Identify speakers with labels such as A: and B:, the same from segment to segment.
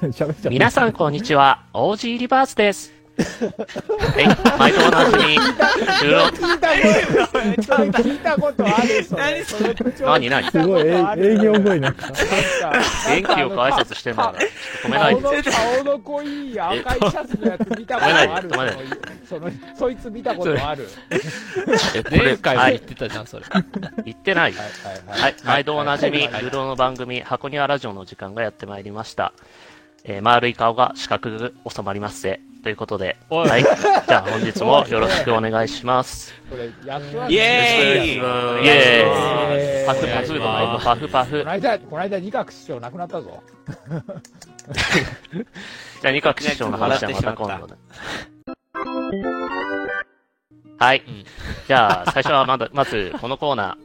A: 喋っちゃった。
B: 皆さん、こんにちは。OG リバースです。はい、毎度おなじみ、収録、
C: 聞いたこと聞いたことあるそれ
D: 何
C: その口調
B: 何何
A: すごい、え営業声なんか。
B: 元気よく挨拶してるのが、ちょっと止めないで。
C: 顔の顔の濃い赤いシャツのやつ見たことある
B: 止めないで
C: そのそいつ見たことある
D: え
B: これ
D: 前回も
B: はい
D: 言ってたじゃん、それ。
B: 言ってない。
C: はいはい
B: はい、毎度おなじみ、流
D: はいはい
B: 浪の番組、箱庭ラジオの時間がやってまいりました。えー丸い顔が四角く収まりますぜ。ということで、
D: おい
B: はい、じゃあ本日もよろしくお願いします。
C: これ役割
D: イエーイ
B: イエ
D: お
B: ーイ
C: 願いします
B: パフパフのパフパフ。
C: この間この間二角師匠亡くなったぞ
B: じゃあ、二角師匠の話はまた今度ね。 はい
D: うん。
B: じゃあ、最初はまだ、まず、このコーナ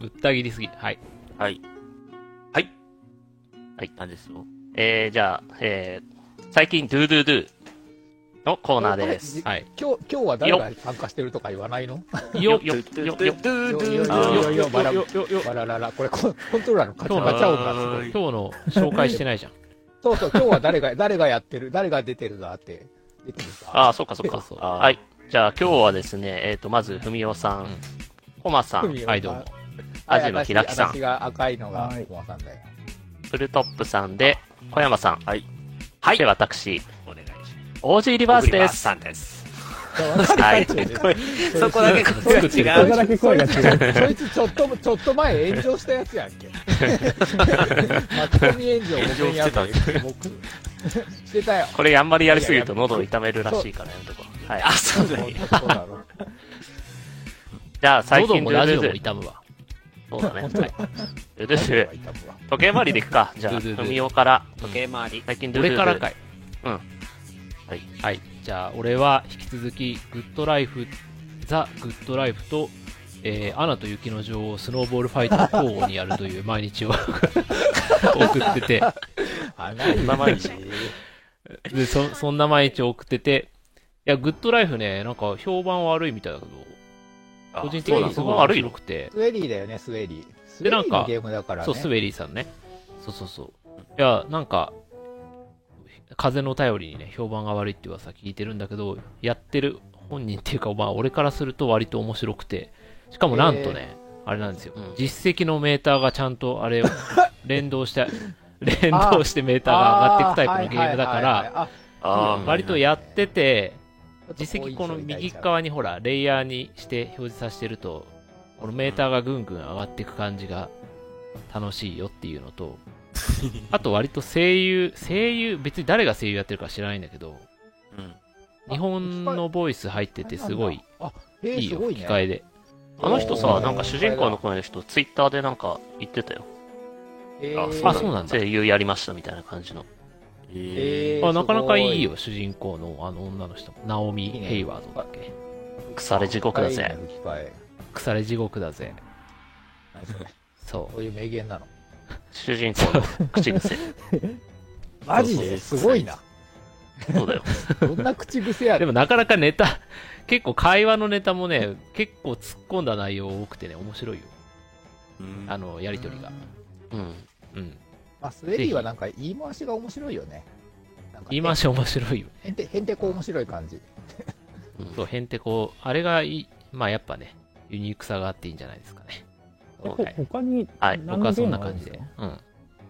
D: ぶった切りすぎ。はい。
E: はい。はい。
B: はい。
E: なんですよ。
B: ー、えー、じゃあ、えー、最近、ドゥドゥドゥのコーナーです。
D: はい。
C: 今日今日は誰が参加してるとか言わないの
B: よ、
E: よ
B: よ、よ、よ、
E: ドゥ
C: よ
E: ド
C: よ
E: ゥ
C: よ
E: ドゥ
C: よよバラ
D: よよ
C: バラララこれコンコントローラーのカチャ
D: バ
C: カチャ音がすごい
D: 今日の紹介して ないじゃん。
C: そうそう今日は誰が誰がやってる誰が出てるだって出てるさ
B: ああ、そうか、そう
C: そう
B: か
D: そう。
B: あーはい。じゃあ、今日はですね、えっ、と、まず、ふみおさ
D: うん
B: ん、こまさん、
D: はい、どうも。
B: アジのひらきさん
C: 私、が赤いのが
A: はい
C: 小川さんだよ。
B: フルトップさんで、小山さん。
E: はい。
B: はい。で、私、
E: お願いします。
B: OG リバースです。
E: さんです。
B: はい。
E: そこだけ声が
A: そ
E: 違
A: れ
E: う。
A: だけ声が違う。
C: そいつちょっと、ちょっと前炎上したやつやんけ。巻き込み炎上僕にやる
E: 炎上して
C: た僕。してたよ。
B: これ、あんまりやりすぎると喉を痛めるらしいから、やめとこう。はい。
E: あ、そうだ
C: そう
E: ね。
C: だろ
B: じゃあ、最
D: 喉
B: 近、
D: も
B: ドゥ
D: ラ
B: ド
D: ジ
B: ゥド
D: オも
B: ゥ。
D: 痛むわ。
B: そうだね。はい。ドゥド
C: う。
B: ゥドゥ。時計回りでいくか。じゃ
D: ド
B: あ、
D: ゥドゥド
B: ふ
D: ゥ
B: みおから。
E: 時計回り。
B: 最近、ドゥドゥ
D: 俺
B: ド
D: か
B: ゥ。
D: らかい。
B: うん
D: はい。はい。じゃあ、俺は引き続き、グッドライフ、ザ・グッドライフと、えー、アナと雪の女王、スノーボールファイトを交互にやるという毎日を 送ってて、
C: あ、ない
B: 今までに
D: でそ、そんな毎日を送ってて、いや、グッドライフね、なんか評判悪いみたいだけど、
E: あ
D: 個人的
B: そうだ
D: にすごい
B: 悪い
D: 面
B: の
D: 白くて、
C: スウェリーだよね、スウェリー。スウェ
D: で
C: リ
D: なん
C: ー
D: か
C: のゲームだからね。
D: そう、スウェリーさんね。そうそうそう。いや、なんか、風の頼りにね、評判が悪いって噂聞いてるんだけど、やってる本人っていうか、まあ、俺からすると割と面白くて、しかもなんとね、あれなんですよ、
B: うん
D: 実績のメーターがちゃんとあ れ、連動して、連動してメーターが上がっていくタイプのゲームだから、
C: ら、
B: あー
D: 割とやってて、
C: 実
D: 実績
C: 績
D: この右側にほら、レイヤーにして表示させてると、このメーターがぐんぐん上がっていく感じが楽しいよっていう のと、あと割と声優、声優、別に誰が声優やってるか知らないんだけど、
E: うん。
D: 日本のボイス入っててすごい
C: あ、え
D: い
C: ー、
D: い
C: す
D: よ、
C: ごい
D: 吹
C: ね。
D: き替えで。
B: あの人
C: お
B: さ、
C: ー
B: なんか主人公の声の人、ツイッターでなんか言ってたよ。
C: え
B: あ、
C: ー
D: あそうなんだ
B: 声優やりましたみたいな感じの。
C: えー
D: あなかなかいい。
C: す
D: よ、主人公のあの女の人も。ナオミ・
C: いいね
D: ヘイワードだっけ。
B: 腐れ地獄
C: ご
B: だ
C: いいいね
B: ぜ。
C: 吹き替え
D: 腐れ地獄だぜ。
C: 何それ
D: そ
C: そういう名言なの。
B: 主人公の口癖。
C: マジですごいな。
B: そうだよ。
C: どんな口癖や
D: う。
C: ね
D: で
C: ん
D: もなかなかネタ、結構会話のネタもね、結構突っ込んだ内容多くてね、面白いよ。
E: うん
D: あの、やりとりが。
B: うん。
D: うん。
C: まあ、スウェリーはなんか言い回しが面白いよね。なんか
D: 言い回し面白いよ。
C: へんて、へんてこ面白い感じ。
D: そう、へんてこ、あれがいい、まあやっぱね、ユニークさがあっていいんじゃないですかね。
A: ほ他に、
B: はい
D: 僕
A: 何の
D: は
A: ゲ
D: そ
A: ー
D: ん
A: ム
D: な
A: ある
D: 感
A: ん
D: じ
A: です
D: で
A: か。
D: うん。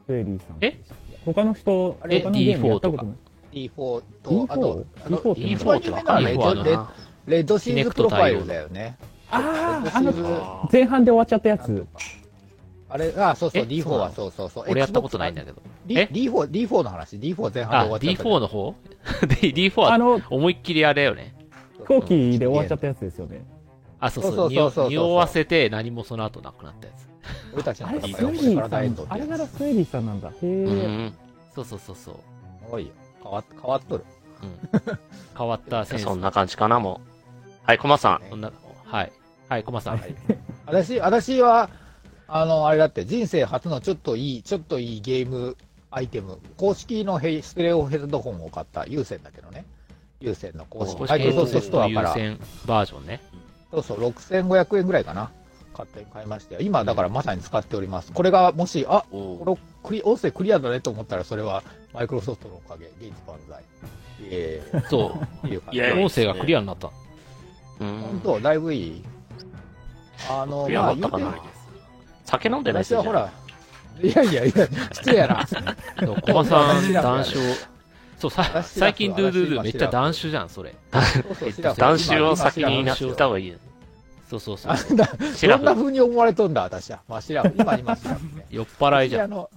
A: スウェリーさん。
D: え
A: 他の人、
C: あれ
A: 他のゲームやったこと
C: D4 と、あと
A: D4、
C: あの
A: D4 って
C: 一
A: 何
C: 番
B: 4
C: 有名なの
B: か
C: は
D: ね
C: レッドレ
D: D4 のな
C: ッレッドシーズプロファイルだよね。レッ
A: ああ、あ
C: ドシー
A: の、
C: ズ
E: あ
A: 前半で終わっちゃったやつ。
C: あれ、あ、そうそう、
D: え
C: D4 はそうそうそう。
D: 俺やったことないんだけど。
C: D-
D: え
C: D4、D4 の話、D4 前半
D: あ
C: で終わ、っちゃった。
D: D4 の方 で ?D4
A: あ
D: は
A: の、
D: 思いっきりあれよね。
A: 飛行機で終わっちゃったやつですよね。
D: あ、そう
C: そ
D: そう
C: そうそ
D: う、
C: う
D: 匂
C: そうそう
D: 匂わせて何もその後なくなったやつ。
C: 俺たちの
A: あれ、スウ
C: 戦い
A: ェ
C: は
A: リ
C: これから
A: ーさ
C: 大変ぞ
A: ん。あれならスウェリーさんなんだ。へ
B: う
A: え。
B: ん。
D: そうそうそうそう。
C: おいよ変わっ変わっとる。
D: うん。変わったセンス。
B: そんな感じかな、もう。はい、コマさん。
D: そんな、はい。はい、コマさん。
C: 私、私は、あの、あれだって、人生初のちょっといい、ちょっといいゲームアイテム、公式のヘイステレオヘッドホンを買った、有線だけどね。有線の公式、
B: 公
D: 公
B: 式
C: マイ
D: 式
C: クロソ
D: ヘッド
C: フト
D: セ
C: ス
D: ッ
C: ト
D: ト
C: アか
D: 優
C: ら、
D: 先バージョンね。
C: そうそう、6500円ぐらいかな。買って買いましたよ。今、だからまさに使っております。これがもし、あ、
E: お
C: これクリ、音声クリアだねと思ったら、それはマイクロソフトのおかげ、ゲイツ万歳。いえ
D: そ
C: いえ、いう感
E: い
C: じ
E: や
D: う。音声がクリアになった。
B: うん
C: 本。当、だいぶいい。あの、
B: いや
C: まあ、言
B: 終わっ
C: う
B: た
C: て
B: かな
C: も、
B: 酒飲んでないっ
C: 私
B: す
C: は
B: よ
C: ほら、いやいやいや、失礼やな。
D: でもコバさん、
C: 私ら
D: 談笑。そう、さ
C: 私ら
D: 最近、ドゥドゥドゥめっちゃ
C: 私ら
D: 談笑じゃん、それ。
C: そうそう
B: 男子を先に
C: 今
B: なっ
C: 今
B: た方がいいよ。
D: そうそうそ う
C: あ。な
B: シラ
C: どんな
B: フ。
C: 風に思われとんだ、私は。まあ、シ ラフ、今、今、シラフね。
D: 酔っ払いじゃ
C: あ
D: ん。
C: の、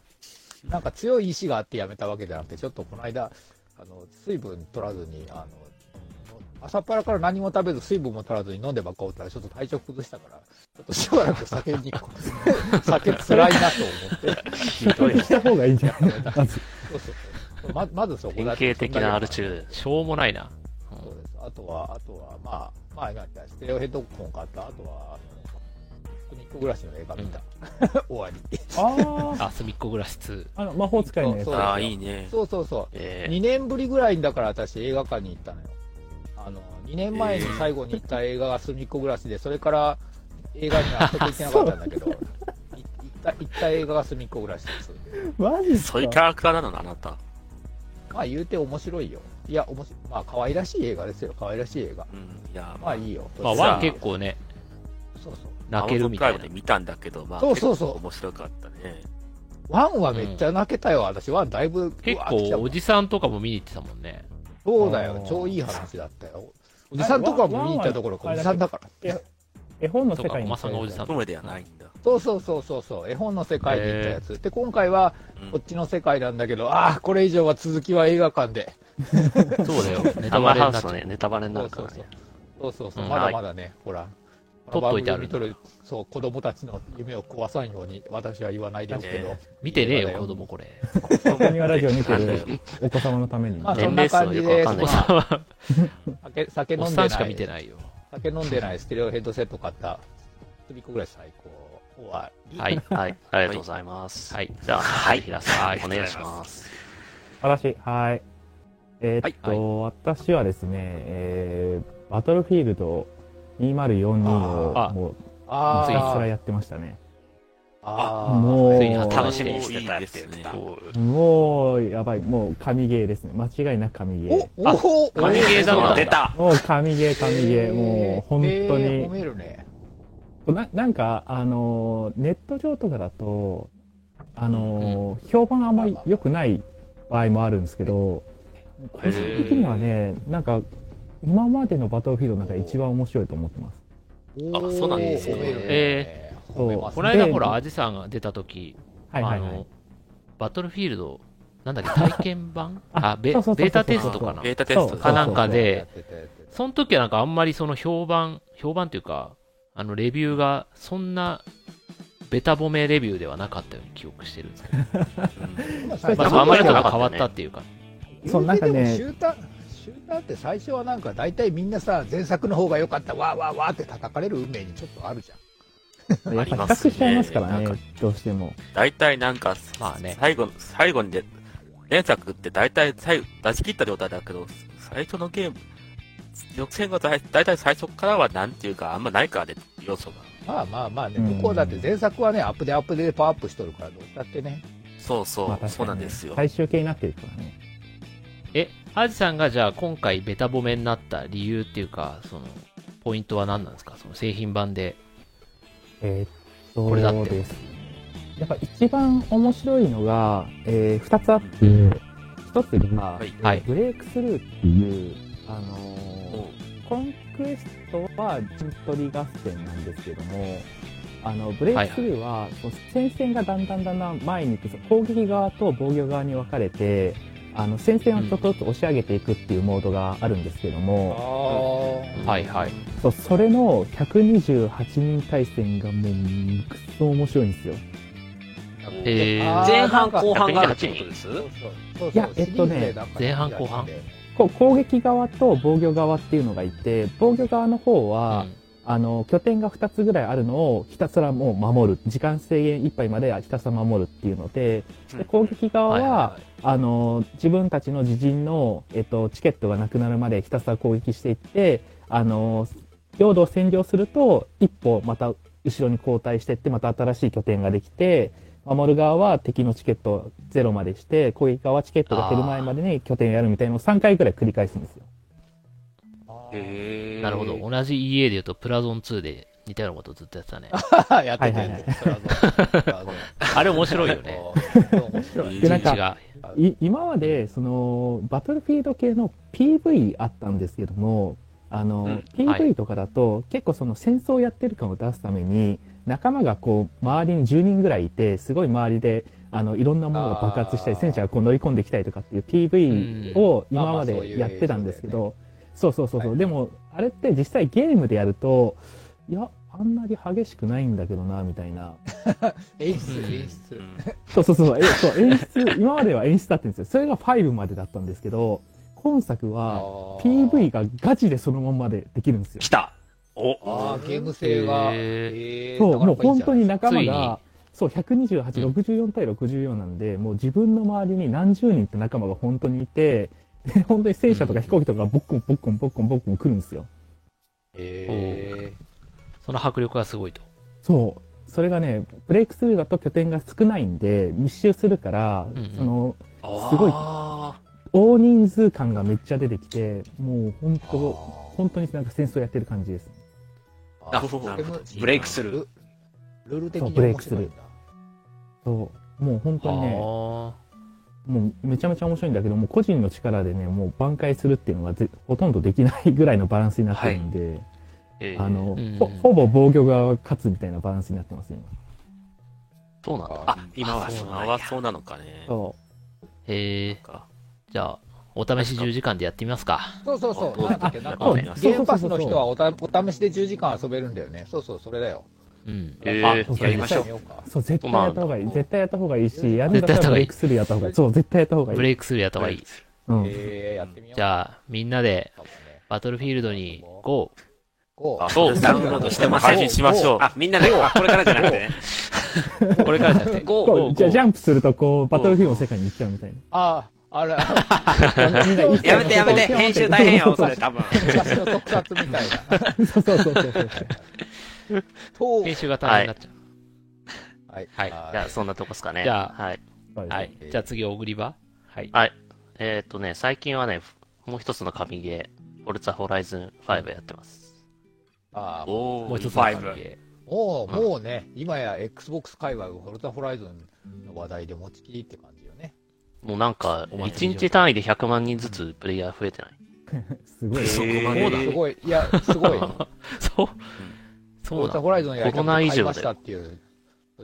C: なんか強い意志があってやめたわけじゃなくて、ちょっとこの間、あの、水分取らずに、あの、朝っぱらから何も食べず、水分も取らずに飲んでばっかおったら、ちょっと体調崩したから、ちょっとしばらく酒に、 酒つらいなと思って、
B: ひどいな。
A: した方がいいん じゃん。まず
C: そうそうそうままずそこ
B: 典
C: だ
B: 型的なアルチュー。
D: しょうもないな。
C: そうです。あとは、あとは、まあ、まあ、なんか、ステレオヘッドホン買った、あとは、あのクニック暮らしの映画見た。終わり。
A: ああ、
D: あ、隅っこ暮らし2。
A: あの、魔法使いのやつ
C: そう。
E: ああ、いいね。
C: そうそうそう。
B: えー
C: 2年ぶりぐらいにだから私映画館に行ったのよあの2年前に最後に行った映画が「すみっこ暮らしで」それから映画には全く行けなかったんだけどい行った行った映画が「すみっこ暮らし」です
A: マジっす
E: そういうキ
A: か
E: ャラクターなのねあなた。
C: まあ言うて面白いよいや面白いまあ可愛らしい映画ですよ可愛らしい映画
E: うん、いや、
C: まあいいよ
D: まあ、
E: さ
D: ワン結構ね、
C: そうそう
D: 泣けるみたい
E: アマゾンプライム
D: な
E: で。見たんだけど、まあ、
C: そうそうそう
E: 結構面白かったね。
C: ワンはめっちゃ泣けたよ、私ワンだいぶう
D: 結
C: わー来た
D: 構、
C: も
D: お
C: ん
D: じさんとかも見に行ってたもんね。
C: そうだよ
A: あー
C: 超いい話だったよおじさんとかも見に行ったところか
A: ワ
C: お
A: ンは
C: じさんだから
A: 絵本の
D: と
A: 世
D: か、
A: 界
D: お
A: に
D: まさんがおじさん
E: トムではないんだ。
C: そうそうそうそうそう絵本の世界に行ったやつで今回は
E: うん
C: こっちの世界なんだけど、ああ、これ以上は続きは映画館で。
D: そうだよ。ネ
B: あ
D: タ
B: んま
D: バ
B: り
D: レ
B: ハウ
D: になっ
B: ス
D: ちゃ
B: の
D: う。
B: ね、ネタバレになるか
C: そう
B: ら
C: そう
B: ね。
C: そうそうそう、
D: うん
C: まだまだね、ほら。
D: 撮っといてある
C: この番組見とるそう、子供たちの夢を壊さんように私は言わないですけど。
E: え
D: 見てねえよ、子供これ。
A: なにわラジオ見てるお子様のため に。
C: まあ、
B: 年
C: そん
B: 齢
C: な
B: 層
C: 感
B: よ
C: じ
B: くわ
C: で
B: かんない
D: お子さんは、
C: 酒酒飲
D: おっ
C: んで
D: さ
C: ない
D: んしか見てないよ。
C: 酒飲んでないステレオヘッドセット買った。すびっこぐらい最高。終わり。
D: はい。
B: はい、ありがとうございます。
D: はい。
B: じゃあ、はい、平さ
E: は
B: ん
E: い、
B: お願いします。
A: 私、はい。えーっと、
D: はい
A: 私はですね、えーバトルフィールド2042
D: あ
A: を
D: ー
A: もう
C: あ
A: ひたすら
C: ー
A: やってましたね。
C: あー。
A: も
D: ついにあ
A: う、
B: 楽しみにしてたやつや
E: いいで
B: ね
E: すね。
B: こう
A: もう、やばい。もう、神ゲーですね。間違いなく神ゲ
C: お
A: ー。
D: あ
C: おお
D: 神ゲーだ
E: そう
D: な
E: 出た
A: もう、神ゲー、
C: え
A: 神ゲー。もう、本当
C: えー褒
A: に。
C: めるね。
A: ななんか、あのー、ネット上とかだと、あのー、評判あんまり良くない場合もあるんですけど、個人的にはね、なんか、今までのバトルフィールドの中で一番面白いと思ってます。
E: あそうなんですね
C: おー褒めるね
D: え
A: ー
C: 褒めます
D: この間、
A: で
D: ほら、アジさんが出た時、
A: はいはいは
D: あ
A: い
D: の。、バトルフィールド、なんだっけ、体験版
A: あ
D: あ、ベベ
A: そうそうそうそう
D: ータテストかな
E: ベ。ータテスト
A: そう
D: かなん
A: そ
D: か
A: う
D: で、その時はなんかあんまりその評判、評判というか、あの、レビューが、そんな、ベタ褒めレビューではなかったように記憶してるんですけ ど、
A: そう
D: まあ、
B: そ
D: そううあんまり
B: そ
D: と
B: う
D: が変わったっていうか、
A: そうなんかね
C: 言うてでもシューターシューターって最初はなんか大体みんなさ前作の方が良かったわーわーわーって叩かれる運命にちょっとあるじゃん
A: やっぱ比較しちゃいますからね、どうしても。
E: 大体なんか、
D: まあね
E: 最後、最後にで、前作って大体最後出し切った状態だけど、最初のゲーム、続戦が大大体最初からはなんていうか、あんまないからね、要素が。
C: まあまあまあね
A: うん
C: 向こうだって前作はねアップでアップでパワーアップしとるからどうしたってね
E: そうそう、
A: まあ確かに
E: そうなんですよ。
A: 最終形になってるからね。
D: え、アジさんがじゃあ今回ベタ褒めになった理由っていうか、その、ポイントは何なんですかその製品版で。
A: えーっと、
D: これだって
A: です。やっぱ一番面白いのが、えー、二つあって、一つが、
E: はい
A: えー
D: はい
A: ブレイクスルーっていう、あのー
E: も
A: コンクエストは陣取り合戦なんですけども、あの、ブレイクスルーは、こう戦線がだんだんだんだん前に行く、攻撃側と防御側に分かれて、あの、戦線をちょっとずつ押し上げていくっていうモードがあるんですけども、
E: あ
D: はいはい。
A: そうそれの128人対戦がもうくっそ面白いんですよ
D: え
C: あ
D: ー、
C: ー
E: 前半
C: なんか
E: 後半があるって
B: 128
E: ことです
C: そうそうそうそう
A: いやえっとね
C: シリーズでなんか
D: 前半後半
A: こう攻撃側と防御側っていうのがいて防御側の方は、
D: うん
A: あの拠点が2つぐらいあるのをひたすらもう守る時間制限いっぱいまでひたすら守るっていうのでで攻撃側は、
D: はいはい
A: あの自分たちの自陣の、えっと、チケットがなくなるまでひたすら攻撃していってあの領土を占領すると一歩また後ろに後退していってまた新しい拠点ができて守る側は敵のチケットをゼロまでして、攻撃側はチケットが減る前までに拠点をやるみたいなのを3回くらい繰り返すんですよ。
E: へー
D: なるほど。同じ EA で言うと、プラゾン2で似たようなことずっとやって たね。
C: やっててん
A: はい
C: で、プラゾンプラゾン
D: あれ面白いよね。
C: 面白い
D: 一
A: でなん
D: 日
A: か
D: が。
A: い今までそのバトルフィールド系の PV あったんですけどもあの、
E: うん
D: はい
A: PV とかだと、結構その戦争をやってる感を出すために仲間がこう周りに10人ぐらいいてすごい周りであのいろんなものが爆発したり
C: あー
A: 戦車がこう乗り込んできたりとかっていう PV を今までやってたんですけど、そうそうそうそう、
C: はい
A: でもあれって実際ゲームでやるといやあんまり激しくないんだけどなみたいな
C: 演出、
D: うん
C: 演出。
E: うん
A: そうそうそう、えそう演出、今までは演出だったんですよ。それが5までだったんですけど、今作は
C: あー
A: PV がガチでそのまんまでできるんですよ
E: 来。たお
C: あーゲーム性が。えー
A: そう、
C: なか
A: も
C: な
A: う
C: かいいん
A: 本
C: じゃ
A: 当
C: ない
A: に仲間
D: ついに
A: が、そう、128、
D: うん
A: 64対64なんで、もう自分の周りに何十人って仲間が本当にいて、で本当に戦車とか飛行機とかがボッコンボッコンボッコンボッコン来るんですよ。
C: え
D: その迫力がすごいと。
A: そう。それがね、ブレイクスルーだと拠点が少ないんで、密集するから、
D: んうん
A: その、
E: あ
A: すごい
E: あ
A: 大人数感がめっちゃ出てきて、もう本
C: ー
A: 当、本当になんか戦争やってる感じです。
C: あ
E: あ
C: ー
E: なるほ
C: でも
E: どブレイクスルー
C: ルルール的
A: そう
C: に
A: ブレイ
C: 面
A: クスル
C: 白
A: ー
C: いんだ。
A: そう。もう本当にね、
D: あ
A: もうめちゃめちゃ面白いんだけど、もう個人の力でね、もう挽回するっていうのがぜほとんどできないぐらいのバランスになってるんで、
E: えー
A: あの、
D: うん
A: ほ、ほぼ防御側が勝つみたいなバランスになってます、今。
D: そうなんだ。
E: あ今は
D: あそう
E: そ
D: なん
E: う
D: や
E: 今はそうなのかね
A: そ
D: へえ。
E: か
D: じゃあ、お試し10時間でやってみますか。
C: そうそうそう。
E: あ
C: なんだっけなんか
E: そう
C: ゲ
E: ね
C: ームパスの人はおたお試しで10時間遊べるんだよね。そうそう、それだよ。
D: うん。
E: え
A: あそう
E: ー、
A: そう
E: やりましょう
C: やってみようか。
A: う。そう、絶対
E: まあ
A: やった方がいい。絶対やった方がいいし、やるんだったらブレイクスルーやった方がいい。そう、絶対やった方がいい。
D: ブレイクスルーやった方がいい。
A: うん。
C: えー、やってみよう。
D: じゃあ、みんなで、
C: そうだね
D: バトルフィールドに GO!
C: こう
E: あそう
F: ダウンロードしてません
E: 配信しましょう
F: あ、みんなで、あこれからじゃなくてね。
D: これからじゃなくて、
F: ゴー
A: こうじゃあジャンプすると、こう、バトルフィールドの
E: そ
A: 世界に行っちゃうみたい
C: あー、あれ、
A: な。みんな行っちゃ
F: や
A: う
F: めてやめて、編集大変よ、それ多分。
C: 昔の特撮みたいな。
A: そうそうそうそうそう。
C: と
D: 編集が大変になっちゃう。
C: はい。
D: はい
C: あー
B: じゃあ、そんなとこですかね。
D: じゃ
B: はい。
A: そうです
D: はい。じゃあ次、オグリバはい。
B: えっ、とね、最近はね、もう一つの神ゲー、フォルツァホライズン5やってます。
C: あー
E: お
D: もう一つの
E: ァイ
D: 関
E: ブ
D: 係。
C: もう、もうね、今や Xbox 界隈、フォルタホライズンの話題で持ちきりって感じよね。
B: もうなんか、
D: お祭り
B: 1日単位で100万人ずつプレイヤー増えてない。
A: すごい。
E: そこま
C: そう
E: で
C: だ、すごい。いや、すごい。 フォ
D: そう。そう
C: ル
D: な
C: タ
D: ん
C: ホライズンやり方
B: コロナ以
C: 買い
B: 上
C: ま
B: だ
C: したっていう。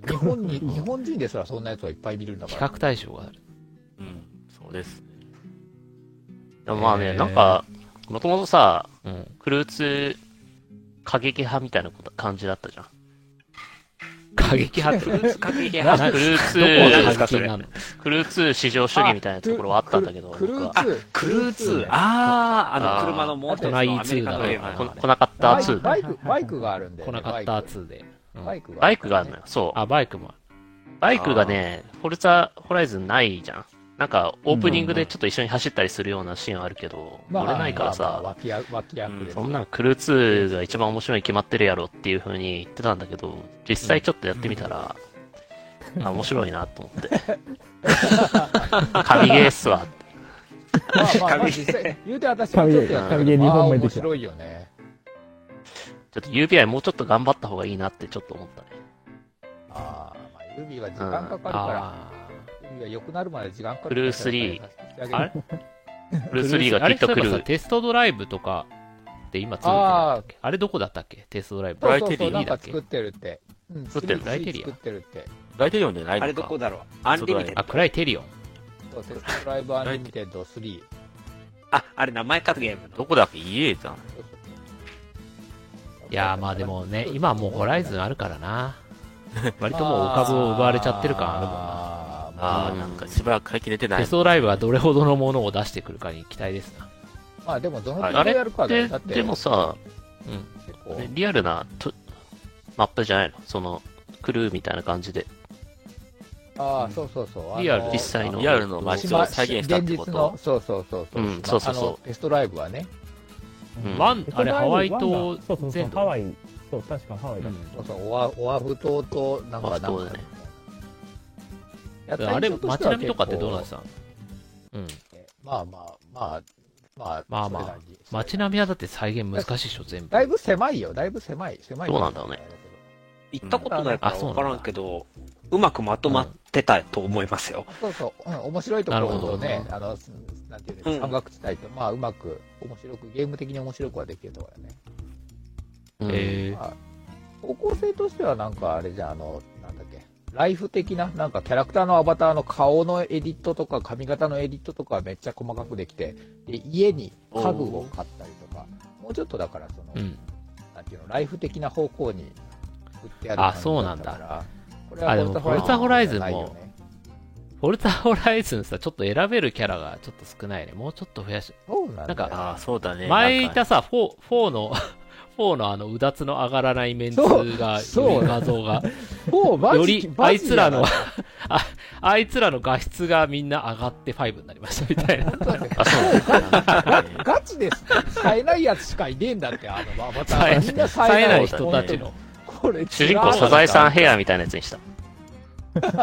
C: 日本に、日本人ですらそんなやつがいっぱい見るんだ
D: 比
C: から。
D: 較対象がある。
E: うんそうです
B: でもまあ
D: へ
B: ね、
D: ー
B: なんか、もともとさ、
D: うん。
B: クルーツ過激派みたいなこと感じだったじゃん。
D: 過激派って。
F: フルーツ過 激
B: あ
F: 派。
B: クルーツ
D: どこ
F: なん
D: が
F: で
D: 過
F: すか
D: 激なの
B: クルーツ至上主義みたいなところはあったんだけど、
C: クル
B: 僕
C: ー
B: は。
C: ツ。
F: クルーツ、
C: あ
F: あー、あ
B: あー
F: の、車のモーターのアメリカのゲーム
D: ー
B: こ
F: の。
B: 来なかった
C: バイ
B: 2。
C: バイク、バイクがあるんで。
D: 来なかった2で。うん
C: バイクが。
B: バイクがあるのよ。そう。
D: あ、バイクもある。
B: バイクがね、フォルツァホライズンないじゃん。なんか、オープニングでちょっと一緒に走ったりするようなシーンあるけど、
C: まあ
B: 乗れないか
C: ま
B: ら
C: あまあ
B: さ、
C: 脇役、脇役です
B: そんなんクルー2が一番面白いに決まってるやろっていう風に言ってたんだけど、実際ちょっとやってみたら、あ、面白いなと思って。神ゲーっすわ。
C: まあまあまあ、
F: 神
C: 実際、言うて私もちょっとやったけど、
A: 神ゲー神ゲー
C: ま
A: 二
C: あ
A: 本目
C: 面
A: できた
C: 白いよね。
B: ちょっと UBI もうちょっと頑張った方がいいなってちょっと思ったね。
C: ああ、まあ、指は時間かかるか
D: あ
C: ら、指が良くなるまで時間かかるから。
B: ブルースリー
C: あれ
D: ー。
B: クルーツ3がきっと
D: あれ
B: 来
D: そういえばさ
B: る。
D: テストドライブとかって今2ってなかったっけあれどこだったっけテストドライブ。
C: そう
E: ラ
C: そう
E: イテ
C: そう、
E: リア
C: なん
D: だっ
C: か
D: け
C: 作ってるって。うん、
B: 作って
C: ス
B: る
C: イッチ
D: ライテリア
C: 作ってるって。
E: 大体読んでないのか
F: あれどこだろうアンリミテッ
D: あ、
F: ド。
D: クライテリオン。
C: そう、テストドライブアンリミテッド3。
F: あ、あれ名前かゲームの。
E: どこだっけ家じゃん
D: いやーまあでも ね、今はもうホライズンあるからな。 割
C: まあ、
D: ともうお株を奪われちゃってる感あるもんな。
C: あーまあ
E: ああなんかしばらく最近出てな
D: テ
E: い
D: ストドライブがどれほどのものを出してくるかに期待ですな。
C: まあでも、どの
B: あ
C: 程度
B: れ
C: やるかだよ。
B: で
C: だっ、て、
B: でもさ、
D: うん。
C: 結構
B: ねリアルなとマップじゃないのその、クルーみたいな感じで。
C: ああ、そうそうそう。あの
D: リアル
B: 実際の
E: リアルの街を再現したってこ
C: 現実
E: と
C: の、そうそうそうそう。
B: うんそうそうそう
C: あのテストライブはね。
B: うん
D: ワン、あれハワイ
A: ワン
D: と
A: がそうそうそう
D: 全
A: ハ
D: 土。
A: ワイそう確かハワイだ、
D: う
A: っ
D: ん
C: そうそう、オアオアフ島と、なん
B: オア
C: か、
B: フ
C: なんか
B: 島だね、
C: や
D: あれ、街並みとかってどうなんです
C: か
D: かうん。
C: まあまあまあ、まあ、
D: まあまあ
C: そういう感じ
D: 街並みはだって再現難しいでしょ、全部。
C: だいぶ狭いよ、だいぶ狭い、狭い。
B: どうなんだろうね。
F: 行ったことないから
D: あそうな
F: 分
D: んだ
F: からんけど、うまくまとまってたと思いますよ。
C: そうそう、うん、面白いところを
D: なる
C: ね
D: ほ、
C: あの、すなんていう
F: う
C: の、
F: ん
C: 山岳地帯と、まあ、うまく、面白く、ゲーム的に面白くはできるところだね。
B: うん
D: え
C: まあ方向性としては、なんか、あれじゃん、あの、なんだっけ、ライフ的な、なんか、キャラクターのアバターの顔のエディットとか、髪型のエディットとか、めっちゃ細かくできて、で、家に家具を買ったりとか、もうちょっとだから、その、
D: ー、うん。
C: なんていうの、ライフ的な方向に振ってある
D: あ
C: 感じ
D: そうなんだ
C: ったから。これ
D: あでも
C: ウルトラ
D: ウルトラホライズン
C: じゃ
D: も
C: ないよね
D: フォルツァホライズンさ、ちょっと選べるキャラがちょっと少ないね。もうちょっと増やし、
C: そうなんだよ
D: なんか
E: ああ、そうだね。
D: 前
E: ないんか
D: たさ、4, 4の、4のあの、うだつの上がらないメンツが、
C: そう
D: より画像が、
C: もうマジ
D: より、
C: マ
D: あい
C: ジ
D: つ
C: だ
D: ら
C: な
D: の、あ、あいつらの画質がみんな上がって5になりましたみたいな。
C: だって
B: あ、そうなんだ。ね
C: ガチです。冴えないやつしかいねえんだって、あの、アバタ
D: 冴
C: ー。
D: えない
C: みんな
D: 冴
C: 冴
D: え
C: え
D: な
C: ないい
D: 人たちの。
C: これ、
B: 主人公、サザエさんヘアみたいなやつにした。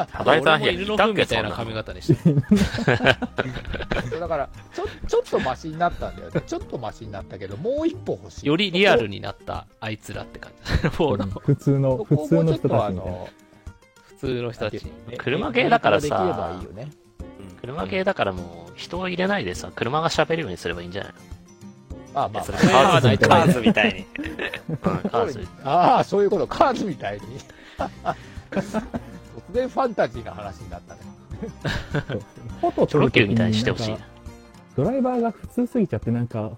B: サザエさ
D: 俺
B: ん
D: も
B: ヘア、
D: 犬の
B: いた
D: 糞
B: っけ、
D: みた
B: そ
D: い
B: んな
D: な
B: の。
D: 髪型にして。
C: 違う。だから、ちょ、ちょっとマシになったんだよね。ちょっとマシになったけど、もう一歩欲しい。
D: よりリアルになったあいつらって感じ。4の
A: 普通の、
C: そこ。
A: 普
C: そこ
A: 通
C: もち
A: の
C: ょっ
A: 人
C: とあ
A: たちみたいな。
C: の、
D: 普通の人たち。
B: 車系だからさ
C: できればいいよね。
E: うん
B: 車系だからもう、人を入れないでさ、車が喋るようにすればいいんじゃない
C: まあまあ
B: それ、
F: カ
B: カー
F: ー
B: ズ
F: ズ
B: み
F: み
B: た
F: た
B: い
F: い
B: な
F: カーズみたいに。
B: うん、カーズ。
C: ああ、そういうこと、カーズみたいに。突然ファンタジーな話になったね。
A: フ
B: チ
A: ォト
B: ョ
A: 撮
B: ロ
A: る時
B: キュー
A: に
B: みたいにしてほしい
A: なんか。ドライバーが普通すぎちゃって、なんか、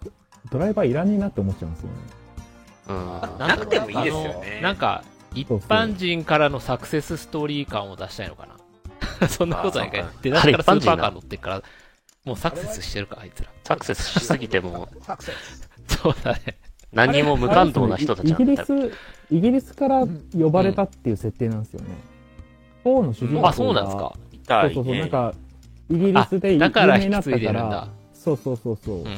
A: ドライバーいらねえなって思っちゃうんですよね。
B: うん。
F: なくてもいいですよね。
D: なんか、一般人からのサクセスストーリー感を出したいのかな。そんなことないかい
B: あ。
D: 出だしからス
B: あれ一般
D: ー
B: 人
D: パ
B: な
D: ーカー乗ってっから、もうサクセスしてるか、あいつら。
B: サクセスしすぎても、
C: サクセス。
D: そうだね。
B: 何にも無感動な人たち
A: イ
B: なん
A: ギリ
B: だ
A: ス、イギリスから呼ばれたっていう設定なんですよね。フォーの主人公が。
D: あ、そうなんですか。
E: 痛
A: そうそ
E: いう
A: そう、なん
E: ね。
A: か、イギリスで有
D: だから
A: 名
D: 引
A: に
D: き
A: なっ
D: 継いで
A: たか
D: るんだ
A: ら。。そうそうそうそう。
D: うん。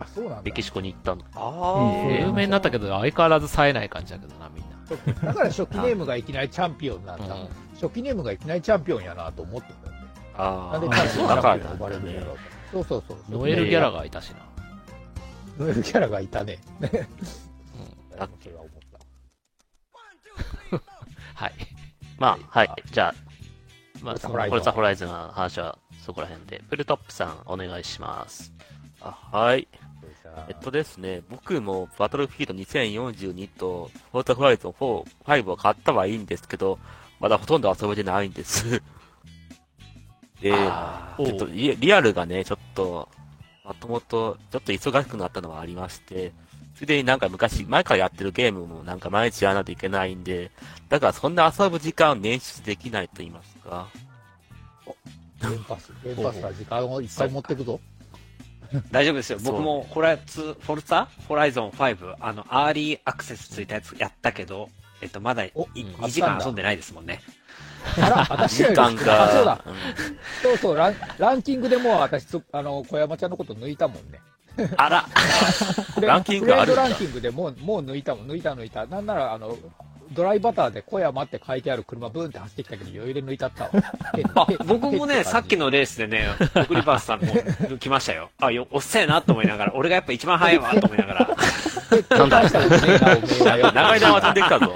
C: あ、そうなん
B: メキシコに行ったの。
F: あ
A: うん
F: あ。
D: 有名になったけど、相変わらず冴えない感じだけどな、みんな。
C: だ。だから初期ネームがいきなりチャンピオンなんだ。
D: うん
C: 初期ネームがいきなりチャンピオンやなと思ってたんだよね。
B: あ
C: なんでチ
B: あ、
C: ャンピ
B: そ
C: オン
B: う
C: チ
B: だ
C: ャ
B: か
C: ンピオン
B: ら
C: 呼ばれるんだろうそうそうそう。
D: ノエル・ギャラがいたしな。
C: ノエルキャラがいたね。ね
B: ん
C: それは思った
D: はい。
B: まあ、はい。じゃあ、
D: まあ、そ
C: ホ
D: の
C: ライ
B: これさ、ホライズンの話はそこら辺で。プルトップさん、お願いします。
E: あはい。え
C: え
E: っとですね、僕もバトルフィールド2042と、フォートフライズン4、5を買ったはいいんですけど、まだほとんど遊べてないんです。 で、
B: あ
E: ちょっとリリアルがね、ちょっと、もともと、ちょっと忙しくなったのはありまして、すでになんか昔、前からやってるゲームもなんか毎日やらないといけないんで、だからそんな遊ぶ時間を捻出できないと言いますか。
C: ゲームパス、ゲームパスは時間をいっぱい持ってくぞ。
F: 大丈夫ですよ。
E: そう
F: 僕もホラツ、フォルツァホライゾン5、あの、アーリーアクセスついたやつやったけど、えっと、まだい
C: お
F: 2時間遊んでないですもんね。
C: あら、私
E: 時
C: より
E: 間
C: あそうだ
E: が、。
C: そうそう、ランランキングでもう私つ、あの、小山ちゃんのこと抜いたもんね。
F: あら、
C: で
E: ランキングがある
C: グ
E: ん
C: レ
E: だ
C: ードランキングでもう、もう抜いたもん、抜いた抜いた。なんなら、あの、ドライバターで小山って書いてある車ブーンって走ってきたけど余裕で抜いたったわ。
F: あ僕もね、さっき
C: の。
F: のレースでね、僕リバースさんも抜きましたよ。あ、よ、おっせえなと思いながら、俺がやっぱ一番早いわと思いながら、
C: なんだ、
E: 長い間遊んできたぞ。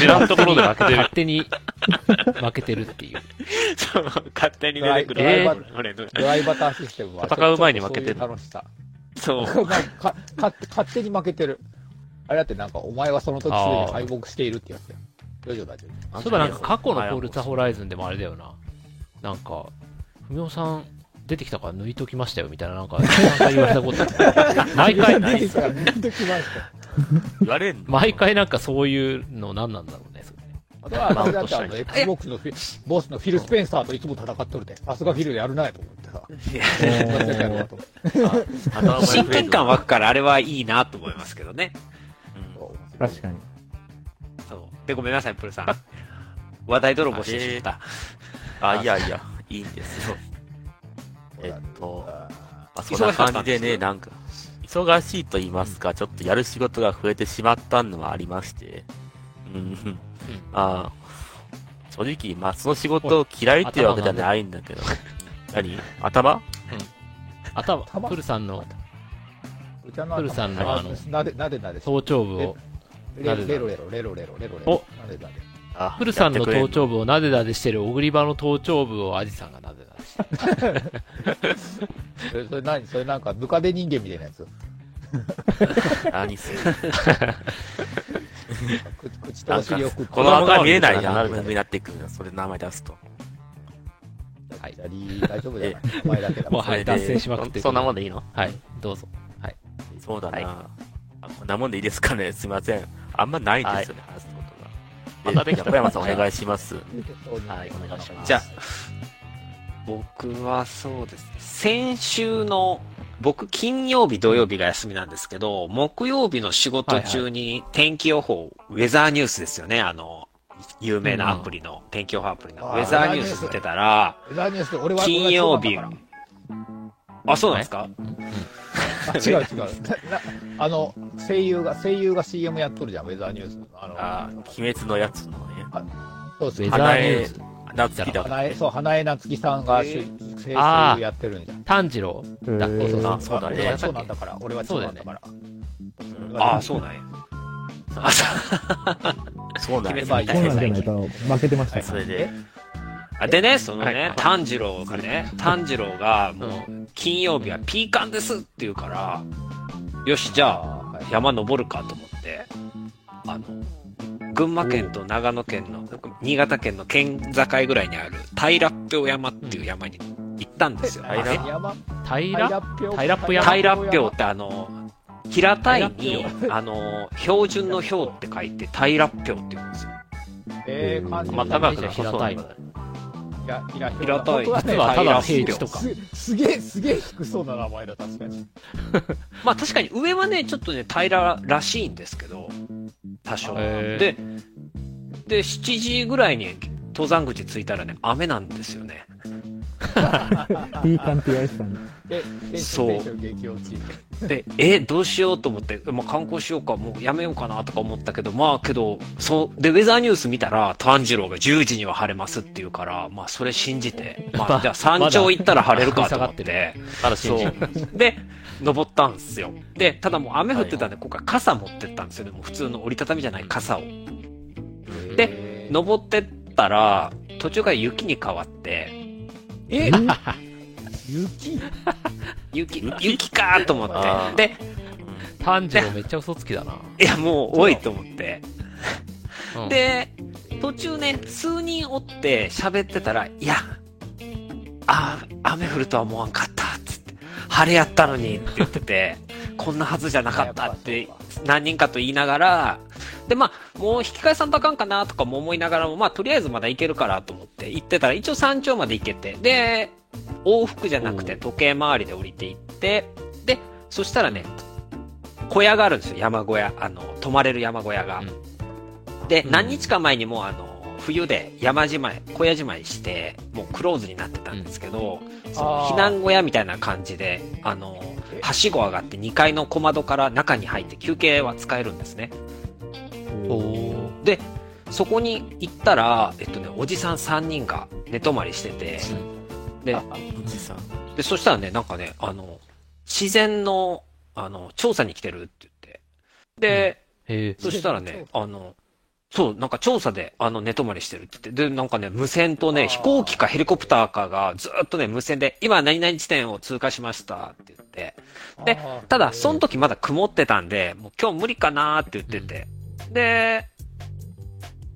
B: 知らんところで負けてる
D: 勝。手に負けてるっていう。
F: そう勝手に出てくる。
C: ドライバー
F: えー俺の
C: ドライバターシステムは。
B: 戦う前に負けてる
C: ちょっとそう
F: そ
C: い
F: う
C: う楽しさ。 まあかか勝手に負けてる。あれだってなんか、お前はその時すでに敗北しているってやつだよ。大丈夫大丈
D: そういえばなんか過去のフォルツァホライズンでもあれだよな。なんか、ふみおさん出てきたから抜いときましたよみたいな、なんか、なんか言われた ことある毎
C: 夫。
D: 回、
C: 出てきた出てきました。
E: 言わ れんの
D: 毎回なんかそういうの何なんだろうね。それ
C: あとは、
B: まあ
C: あれだってあ
B: 落
C: の、
B: とし
C: Xbox のフィボスのフィル・スペンサーといつも戦っとるで。さすがフィルやるなよと思ってさ。 同じだけやろうと思って
E: あとは
F: 親近感湧くから、あれはいいなと思いますけどね。
E: うん
A: 確かに。
F: そう。で、ごめんなさい、プルさん。話題泥棒してしまっ
E: あ、いやいや、いいんです よ。えっと、まあ、そん
F: 忙
E: な
F: しかった
E: 感じでね、なんか、忙しいと言いますか、ちょっとやる仕事が増えてしまったのはありまして、うん、ああ、正直、まあ、その仕事を嫌いっていうわけじゃないんだ けど。何頭
D: 頭、
C: 頭
D: プルさんの、
C: うちの
D: プルさんのあの
C: なでなでなで
D: 頭頂部を、
C: レロレロレロレロレロレロレロなでなで
E: あ
D: プルさんの
E: や
D: 頭
E: ってくれ
D: 頂部をなでなでしてる、小栗場の頭頂部をアジさんがなでなでしてる。
C: それそれ何それなんかムカデ人間みたいなやつ
E: ん何す る
C: 口口と
E: な
C: お
E: んか
C: 尻を食って
E: この赤見えない
C: じ
E: じ
C: ゃ
E: ゃ
C: ん
E: ん。
C: な
E: な
C: る
E: る
C: ほど
E: ほど
C: ね
E: になってくるの。それ名前出すと。
D: はい
C: 大丈夫じゃないお前だけだ
D: もうは
E: そ
D: い、
E: れ
D: 脱
E: で
D: 線しまくっ
B: そ
D: て
B: そんなもんでいいの
D: はい、どうぞ。
E: そうだな、
B: はい
E: あこんなもんでいいですかね。すいません。あんまないんですよね、話すこと
B: ま
E: が。
B: たできたら
E: 横山さんお願いします。
B: はいお願いします
F: じゃあ、僕はそうですね。先週の、僕金曜日、土曜日が休みなんですけど、木曜日の仕事中に天気予報、ウェザーニュースですよね、あの、有名なアプリの、天気予報アプリの、ウ
C: あー
F: ェザーニュース見てたら、
C: ウェザーニュースで俺は
F: 金曜日
C: 俺は、
F: あ、そうなんですか
C: そうだからあ違う違うななあの声優が声優が CM やっとるじゃんウェザーニュースあの
E: あ鬼滅のやつのね、
C: そう
D: ウ
C: そう
D: ェザーニュー
E: え
D: ス。
E: 夏木だ
C: 花江そう花江夏樹さんが主声優
D: あー
C: やってるんじゃん
D: 炭治郎
A: うん
D: だそうそう
E: あそうだね
C: 俺は長男だから俺は長男だから
F: あー、そうなんや。あ、そう
E: そうなん
F: 鬼
E: で
F: 滅
E: す
F: の
E: ね。
A: そうな
F: 刃
A: んじゃないと負けてました
E: そ
A: ね。
E: れで、
F: あでね、そのね、
B: はい
F: 炭治郎がね、炭治郎が、もう、金曜日はピーカンですって言うから、よし、じゃあ、
C: あー
F: 山登るかと思って、あの、群馬県と長野県の、新潟県の県境ぐらいにある、平氷山っていう山に行ったんですよ。
E: 平
F: ね
C: 山
D: 平
C: 平っぴょ
D: 平っぴょ山
F: 平氷ってあの、平たいに、あの、標準の氷って書いて平氷って言うんですよ。
C: えー、感じ
B: まあ、
D: た
B: 高
D: だ
B: くなさそうなことだね
C: いや平た
F: 平たい。
C: は
D: ね
F: 平
D: ただ
F: 氷
D: 平地とか
C: すすげえすげえ低そうな名前だ確かに
F: まあ確かに上はね、ちょっとね、平ららしいんですけど、多少。
D: へー
F: で、で、7時ぐらいに登山口着いたらね、雨なんですよね。
A: ピーカンって言われてたんで。
C: でテンシ
F: そう
C: ョンテンション激落ち
F: で、え、どうしようと思って、まあ、観光しようか、もうやめようかなとか思ったけど、まあけど、そう、で、ウェザーニュース見たら、炭治郎が10時には晴れますって言うから、まあそれ信じて、ま
D: ま
F: あじゃあ山頂行ったら晴れるかと思っ
D: まだ下
F: て、
B: まだ信
F: そ
B: じる
F: う。で、登ったんですよ。で、ただもう雨降ってたんで、今回傘持ってったんですよね。もう普通の折りたたみじゃない傘を。で、登ってったら、途中から雪に変わって、え
C: 雪
F: 雪、雪かと思
E: あ
F: っ
E: ー
F: て。
D: 炭治郎めっちゃ嘘つきだな。
F: で、いやもう多いと思って。
D: うん、
F: で、途中ね、数人おって喋ってたら、いや、あー雨降るとは思わんかった、つって。晴れやったのにって言ってて、こんなはずじゃなかったって何人かと言いながら、で、まあ、もう引き返さんとあかんかなとかも思いながらも、まあ、とりあえずまだ行けるからと思って行ってたら、一応山頂まで行けて、で、往復じゃなくて時計回りで降りて行って、で、そしたらね、小屋があるんですよ、山小屋。あの、泊まれる山小屋が。で、
D: うん
F: 何日か前にもうあの、冬で山じまい、小屋じまいして、もうクローズになってたんですけど、その
C: あー
F: 避難小屋みたいな感じで、あの、はしご上がって2階の小窓から中に入って休憩は使えるんですね。
D: おー
F: で、そこに行ったら、えっとね、おじさん3人が寝泊まりしてて、で、
E: 富士山。
F: で、そしたらね、なんかね、あの、自然の、あの、調査に来てるって言って。で、
D: へえ。
F: そしたらね、あの、そう、なんか調査で、あの、寝泊まりしてるって言って、で、なんかね、無線とね、飛行機かヘリコプターかが、ずーっとね、無線で、今、何々地点を通過しましたって言って、で
C: あー
F: ただ、その時まだ曇ってたんで、もう今日無理かなーって言ってて、で、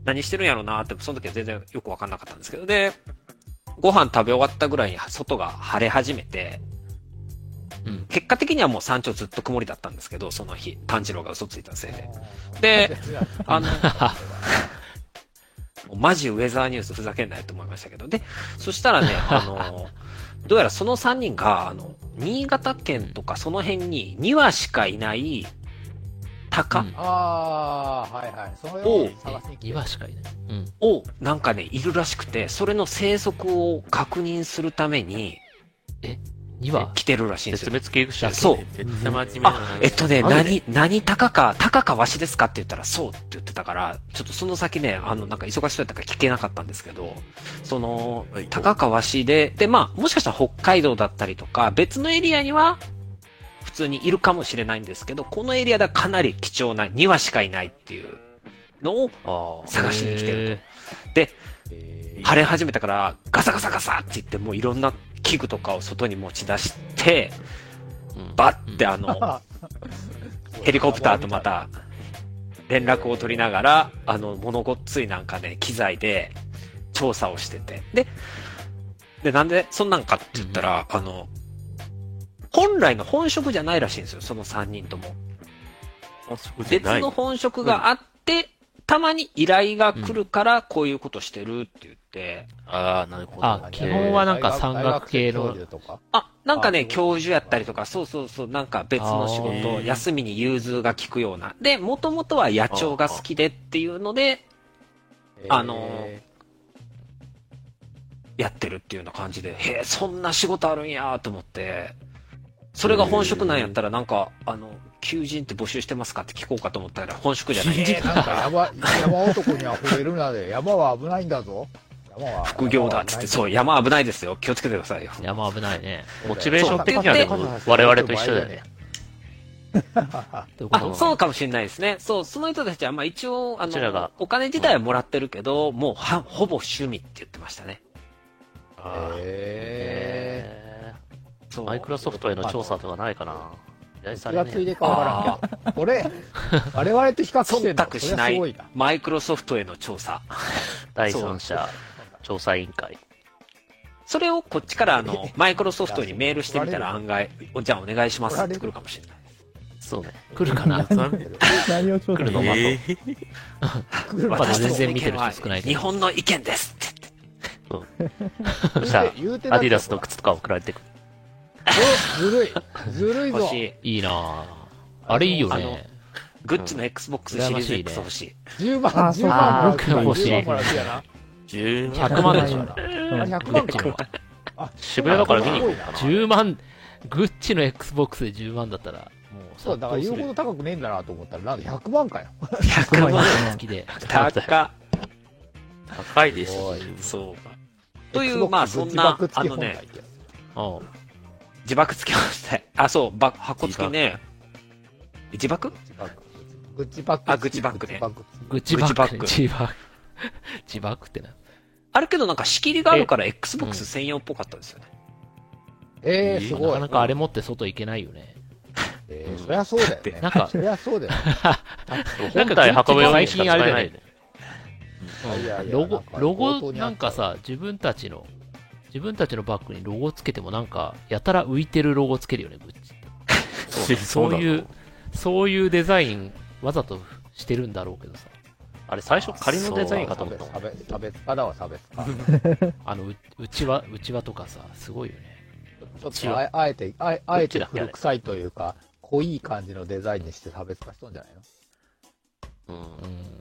F: 何してるんやろうなーって、その時は全然よくわかんなかったんですけど、で、ご飯食べ終わったぐらいに外が晴れ始めて、
D: うん
F: 結果的にはもう山頂ずっと曇りだったんですけど、その日、炭治郎が嘘ついたせいで。 で、あの、 もうマジウェザーニュースふざけんなよと思いましたけど。で、そした らね、あの、どうやらその3人が、あの、新潟県とかその辺に2羽しかいない
D: う
F: 鷹
D: ん
C: ああはいはいそれ
F: お
C: を
F: う
C: 探しに来
D: 岩しかいない。うん。
F: をなんかね、いるらしくて、それの生息を確認するために、
D: 2は
F: 来てるらしいんです
B: 絶
F: よ。
B: 滅危惧種です
F: そう
E: 絶対真面目な
F: あ、えっとね、
E: なんで
F: 何、何タカか、タカかワシですかって言ったら、そうって言ってたから、ちょっとその先ね、あの、なんか忙しそうやったから聞けなかったんですけど、その
E: はい、
F: タカかワシで、で、まあ、もしかしたら北海道だったりとか、別のエリアには、普通にいるかもしれないんですけど、このエリアではかなり貴重な2羽しかいないっていうのを
B: ああ。
F: 探しに来てる
D: る
F: 晴れ始めたから、ガサガサガサって言って、もういろんな器具とかを外に持ち出して、
B: うん
F: バッてあの、ヘリコプターとまた連絡を取りながら、あの、物ごっついなんかね、機材で調査をしてて。で、で、なんでそんなんかって言ったら、あの、本来の本職じゃないらしいんですよ、その3人とも。
E: 本職じゃ
F: 別
E: ない
F: の本職があって、たまに依頼が来るから、こういうことしてるって言って、
E: ああ、なるほど。
D: あ基本はなんか山岳系
C: 大
D: の
C: 生教授とか
F: あ、なんかね、
C: あ
F: 教授やったりとか、そうそうそう、なんか別の仕
E: あ
F: 事
E: ー
F: 休みに融通が利くような。で、もともとは野鳥が好きでっていうので、あの
C: え
F: やってるっていうような感じで、へえ、そんな仕事あるんやと思って、それが本職なんやったら、なんか、あの、求人って募集してますかって聞こうかと思ったら、本職じゃない
C: ーえーなんか山、山男には触れるなで、山は危ないんだぞ。山は
F: 副業だっつって、
C: う。
F: そう、山危ないですよ。気をつけてくださいよ。
D: 山危ないね。
B: モチベーション的にはでも
C: そう
B: 我々と一緒だよね。
D: ということ
F: あ、
D: は
F: そうかもしれないですね。そう、その人たちは、まあ一応、あ
B: こちらが
F: の、お金自体はもらってるけど、もうは、ほぼ趣味って言ってましたね。
C: え
B: え
F: そ
B: ー
F: う。
B: マイクロソフトへの調査とかないかな。依頼
C: ー。
B: さ
C: 気が
B: れ
C: つ
B: ね
C: い
B: え
C: てかわ
F: あ
C: からん。これ、我々と比較して
F: 忖
C: んの
F: 度し
C: そ
F: な
C: れはすご
F: い
C: いな。
F: マイクロソフトへの調査。
B: 第三者調査委員会。
F: それをこっちからあ の、マイクロソフトにメールしてみたら案外、おじゃあお願いしますって来るかもしれない。
B: そうね。
D: 来るかな
A: 何を調
B: 来
A: 査
B: るの
A: する
B: ま
E: えー
D: まだ全然見てる人
F: 私
D: 少
F: たちの
D: な
F: 意見はい
D: けど
F: 日本の意見ですって言って。
B: そしたら、
C: 言うて
B: アディダスの靴とか送られてくる。
C: ずるい。ずるい
F: 欲
C: ぞ
F: し。い。
D: いいなああれいいよね。
F: グッチの XBOX シリーズ X 欲しい。
C: 10万、
A: あ
C: 10万もらう
D: そうか欲し
C: 10
D: い
C: 万もらうやな。
E: 10
D: 100万でしょ。
C: あ
A: うん
C: 100万か。
B: 渋谷だから見に行くのかな。
D: 10万、グッチの XBOX で10万だったら、もう
C: そう、
D: 殺
C: だから
D: 到
C: 言
D: す
C: う
D: る
C: ほど高くねえんだなと思ったら、なんで100万かよ。
A: 100
F: 100
A: 万
F: 万
D: 好きで。
F: 高。
E: 高いでしょ。
F: そう。という、まあそんな、あのね、
D: うん
F: 自爆つけました。あ、そう、ば箱付きね。自爆
C: グッチバック。
F: あグッチバッグね
C: グッチバッグ
D: グッチバック。
F: グ
D: グッ
F: ッチ
D: チバック。ジバックってな。
F: あるけどなんか仕切りがあるから Xbox 専用っぽかったですよね。
C: えー、す
D: な
C: ご
D: か
C: い
D: な。かあれ持って外行けないよね。
C: えー、そりゃそうだよね。
D: なんか
C: そりゃそうだよね。
B: 本体運ぶようにしか使えないよね。
C: いやいや
D: ロ
C: なん
D: ゴ
C: か、
D: ロ
C: 冒頭
D: ゴ、
C: にあ
D: な
C: っ
D: ん
C: た
D: かさ、自分たちの、自分たちのバッグにロゴつけてもなんか、やたら浮いてるロゴつけるよね、グッチって。そういう、そういうデザイン、わざとしてるんだろうけどさ。
B: あれ最初仮のデザインかと思ったもん
C: 差別、差別化だわ、差別 化。
D: あの、ううちわ、うちわとかさ、すごいよね。
C: ちょっとあえ、あえて、あえあえて古臭いというか、濃い感じのデザインにして差別化しとんじゃないの
B: うん
D: うん。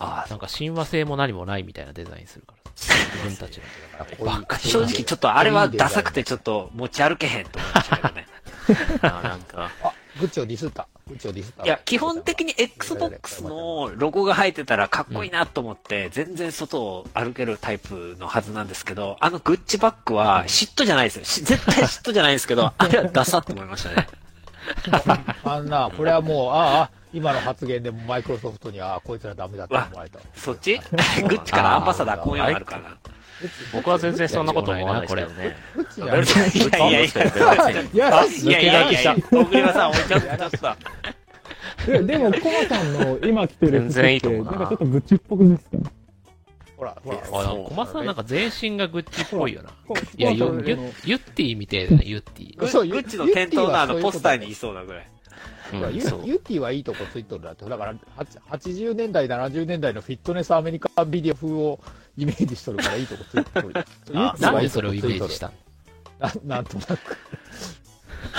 F: あ
D: なんか親和性も何もないみたいなデザインするからさ。自分たちの。
C: だから濃い
D: バカ
F: 正直ちょっとあれはダサくてちょっと持ち歩けへんと思いましたけどね。
E: あなんか、
C: あ、グッチをディスった。グッチをディスった。
F: いや、基本的に Xbox のロゴが入ってたらかっこいいなと思って、全然外を歩けるタイプのはずなんですけど、あのグッチバッグは嫉妬じゃないですよ。し絶対嫉妬じゃないんですけど、あれはダサって思いましたね。
C: あんな、これはもう、ああ、今の発言でもマイクロソフトには、あこいつらダメだって思われた。
F: そっち グッチからアンバサダーこういうのあるかな。
B: 僕は全然そんなこと思わないですけどね。
C: グッチに
E: い
C: はね
F: やいやい
C: やらしい
F: いやいやいやいや、小栗さん置いちゃった。ちょっ
A: えでも、コマさんの今着てる服
B: 全
A: っ
B: 然いいと
A: て、
B: 思う
A: な
B: なん
A: かちょっと愚痴っぽくないですかね。
C: ほら、ほら、
D: あ、なんか小松さんなんか全身がグッチっぽいよな。いや、
A: コ
D: ユ
A: マさん
D: ユ
A: の
D: ユッティみたいだね、ユッティ。
F: と
C: そう
F: グッチの店頭のあのポスターにいそうなぐらい。
B: う
C: いやユ
B: ん、
C: ユ
B: そう。
C: ッティはいいとこついとるだって、だからはち80年代、70年代のフィットネスアメリカンビデオ風をイメージしとるから、いいとこついとる。ユッティ
D: なん
C: はい
D: で
C: いと
D: それ
C: こ
D: を
C: つ
D: イ
C: いとる
D: メージしたの
C: ななんとなく。